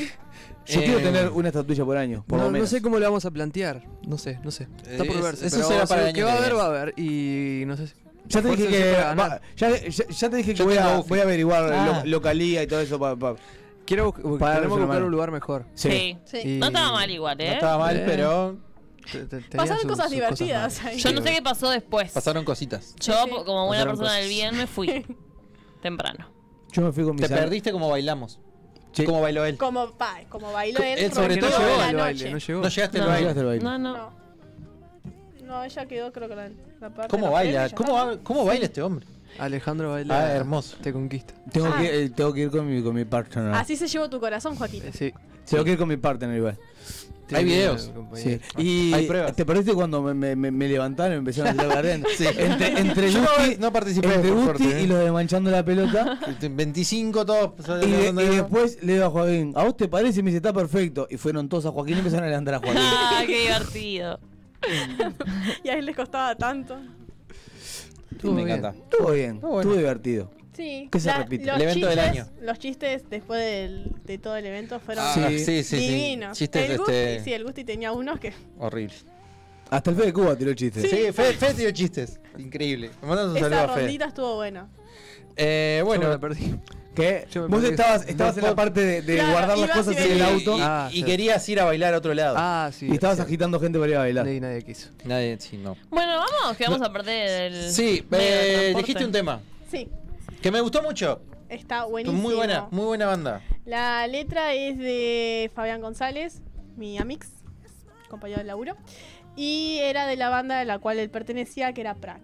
[SPEAKER 3] Yo quiero
[SPEAKER 2] Eh,
[SPEAKER 3] tener una estatuilla por año, por
[SPEAKER 6] no,
[SPEAKER 3] lo
[SPEAKER 6] no
[SPEAKER 3] menos.
[SPEAKER 6] sé cómo lo vamos a plantear. No sé, no sé. Está
[SPEAKER 2] Eh,
[SPEAKER 6] por
[SPEAKER 2] es-
[SPEAKER 6] verse.
[SPEAKER 2] eso
[SPEAKER 6] pero
[SPEAKER 2] será
[SPEAKER 6] vamos a
[SPEAKER 2] para el
[SPEAKER 6] ver
[SPEAKER 2] año
[SPEAKER 6] que
[SPEAKER 2] que
[SPEAKER 6] va a haber,
[SPEAKER 2] viene.
[SPEAKER 6] va a haber. Y no sé. si-
[SPEAKER 3] Ya te
[SPEAKER 6] Por
[SPEAKER 3] dije
[SPEAKER 6] suerte
[SPEAKER 3] que,
[SPEAKER 6] para ganar.
[SPEAKER 3] va- ya, ya- ya te dije que
[SPEAKER 2] Yo
[SPEAKER 3] voy a,
[SPEAKER 2] tengo-
[SPEAKER 3] voy a averiguar
[SPEAKER 2] Ah.
[SPEAKER 3] lo- localía y todo eso. Pa, pa-
[SPEAKER 6] Quiero buscar,
[SPEAKER 3] Para
[SPEAKER 6] tenemos que buscar
[SPEAKER 3] Fermano.
[SPEAKER 6] un lugar mejor.
[SPEAKER 4] Sí.
[SPEAKER 6] Y-
[SPEAKER 4] No estaba mal igual,
[SPEAKER 2] No
[SPEAKER 4] ¿eh?
[SPEAKER 2] estaba mal,
[SPEAKER 6] Eh.
[SPEAKER 2] pero
[SPEAKER 6] Te- te- tenía
[SPEAKER 5] Pasaron
[SPEAKER 6] sus-
[SPEAKER 5] cosas
[SPEAKER 6] sus malas.
[SPEAKER 5] divertidas ahí.
[SPEAKER 4] Yo no sé qué pasó después.
[SPEAKER 2] pasaron cositas.
[SPEAKER 4] Yo,
[SPEAKER 5] Sí, sí.
[SPEAKER 4] como buena
[SPEAKER 6] Pasaron
[SPEAKER 4] persona
[SPEAKER 6] cosas.
[SPEAKER 4] del bien, me fui. Temprano.
[SPEAKER 3] Yo me fui con mis
[SPEAKER 2] Te perdiste como bailamos.
[SPEAKER 3] Sí.
[SPEAKER 2] Como bailó él.
[SPEAKER 5] Como, pa, como bailó él.
[SPEAKER 2] Él sobre
[SPEAKER 6] Que no
[SPEAKER 2] todo
[SPEAKER 6] llegó
[SPEAKER 2] en
[SPEAKER 5] la
[SPEAKER 6] al baile,
[SPEAKER 5] noche.
[SPEAKER 6] no llegó.
[SPEAKER 2] No llegaste
[SPEAKER 4] No,
[SPEAKER 2] al baile.
[SPEAKER 3] llegaste al baile.
[SPEAKER 4] No, no.
[SPEAKER 5] No. No, ella quedó creo que la, la parte de
[SPEAKER 2] ¿Cómo
[SPEAKER 5] los
[SPEAKER 2] baila?
[SPEAKER 5] premios, ya
[SPEAKER 2] ¿Cómo,
[SPEAKER 5] está.
[SPEAKER 2] va- cómo baila este hombre?
[SPEAKER 6] Alejandro baila.
[SPEAKER 2] Ah, hermoso.
[SPEAKER 6] Te conquista.
[SPEAKER 3] Tengo,
[SPEAKER 5] Ah.
[SPEAKER 3] que, eh, tengo que ir con mi, con mi partner.
[SPEAKER 5] Así se llevó tu corazón, Joaquín.
[SPEAKER 6] Eh, sí.
[SPEAKER 3] Se lo quiero con mi partner igual.
[SPEAKER 2] Hay Sí, videos.
[SPEAKER 3] Sí.
[SPEAKER 2] compañero.
[SPEAKER 3] Y
[SPEAKER 2] Hay pruebas.
[SPEAKER 3] te perdiste cuando me, me- me- me levantaron y empezaron a tirar Gardel.
[SPEAKER 2] Sí.
[SPEAKER 3] Entre, entre
[SPEAKER 2] Yo no-
[SPEAKER 3] Gusti-
[SPEAKER 2] no participé,
[SPEAKER 3] entre
[SPEAKER 2] por
[SPEAKER 3] Gusti
[SPEAKER 2] suerte, ¿eh?
[SPEAKER 3] y los de Manchando la Pelota.
[SPEAKER 2] 25 todos.
[SPEAKER 3] Y, de- y después le digo a Joaquín, ¿a vos te parece? Y me dice, está perfecto. Y fueron todos a Joaquín y empezaron a levantar a Joaquín.
[SPEAKER 4] Ah, qué divertido.
[SPEAKER 5] y a él les costaba tanto.
[SPEAKER 3] me encanta. Estuvo bien, estuvo divertido.
[SPEAKER 5] Sí.
[SPEAKER 3] Que se
[SPEAKER 5] la-
[SPEAKER 3] repite.
[SPEAKER 5] los
[SPEAKER 3] El evento del
[SPEAKER 5] chistes-
[SPEAKER 3] año.
[SPEAKER 5] Los chistes después del- de todo el evento fueron
[SPEAKER 3] Ah, sí, sí, sí.
[SPEAKER 5] divinos.
[SPEAKER 3] Chistes,
[SPEAKER 5] el Gusti,
[SPEAKER 3] este-
[SPEAKER 5] sí, el Gusti tenía unos que
[SPEAKER 2] Horrible.
[SPEAKER 3] Hasta el Fede Cuba tiró chistes.
[SPEAKER 2] Sí, Fede, Fede tiró chistes. Increíble. Me mandan un saludo
[SPEAKER 5] esa
[SPEAKER 2] a Fede.
[SPEAKER 5] rondita estuvo buena.
[SPEAKER 2] Eh, bueno.
[SPEAKER 3] ¿Qué?
[SPEAKER 2] Yo me
[SPEAKER 3] Vos
[SPEAKER 2] perdí.
[SPEAKER 3] estabas, estabas
[SPEAKER 2] No
[SPEAKER 3] en
[SPEAKER 2] puedo-
[SPEAKER 3] la parte de, de
[SPEAKER 2] Claro,
[SPEAKER 3] guardar las
[SPEAKER 2] ibas
[SPEAKER 3] cosas
[SPEAKER 2] y
[SPEAKER 3] en el
[SPEAKER 2] venías.
[SPEAKER 3] auto.
[SPEAKER 2] eh, Y- y- y querías ir a bailar a otro lado. Ah, sí.
[SPEAKER 3] Y estabas agitando gente para ir a bailar.
[SPEAKER 2] Nadie, nadie quiso. Nadie, sí, no.
[SPEAKER 4] Bueno, vamos, que vamos a perder el.
[SPEAKER 2] Sí,
[SPEAKER 4] medio de
[SPEAKER 2] eh,
[SPEAKER 4] transporte.
[SPEAKER 2] dijiste un tema
[SPEAKER 5] Sí,
[SPEAKER 2] que me gustó mucho.
[SPEAKER 5] está buenísimo.
[SPEAKER 2] Muy buena, muy buena banda.
[SPEAKER 5] La letra es de Fabián González, mi amix, compañero de laburo. Y era de la banda a la cual él pertenecía, que era Prac.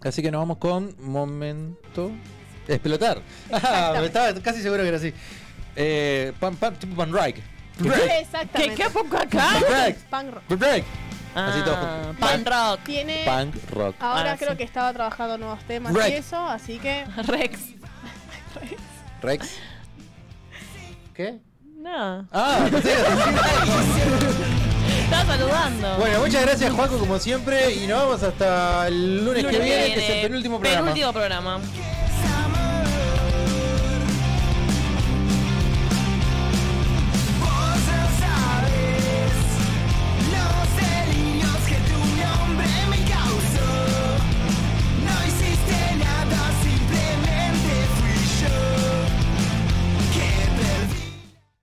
[SPEAKER 2] Así que nos vamos con momento explotar. Ah, me estaba casi seguro que era así. Eh, pan, pan, tipo pan rag.
[SPEAKER 5] Exactamente.
[SPEAKER 4] ¿Qué- qué poco
[SPEAKER 2] acá? Correct.
[SPEAKER 5] Punk rock.
[SPEAKER 2] Pan rag. Así todo junto.
[SPEAKER 4] Pan rock.
[SPEAKER 5] Tiene.
[SPEAKER 2] Punk rock.
[SPEAKER 5] Ahora
[SPEAKER 2] Ah,
[SPEAKER 5] creo
[SPEAKER 2] sí.
[SPEAKER 5] que estaba trabajando nuevos temas
[SPEAKER 2] Rex.
[SPEAKER 5] y eso, así que.
[SPEAKER 4] Rex.
[SPEAKER 2] Rex. ¿Qué?
[SPEAKER 4] No.
[SPEAKER 2] Ah, pensé que
[SPEAKER 4] Estaba saludando.
[SPEAKER 2] Bueno, muchas gracias Juaco como siempre y nos vamos hasta el lunes, que
[SPEAKER 4] Lunes
[SPEAKER 2] viene, que es el penúltimo programa.
[SPEAKER 4] Penúltimo programa.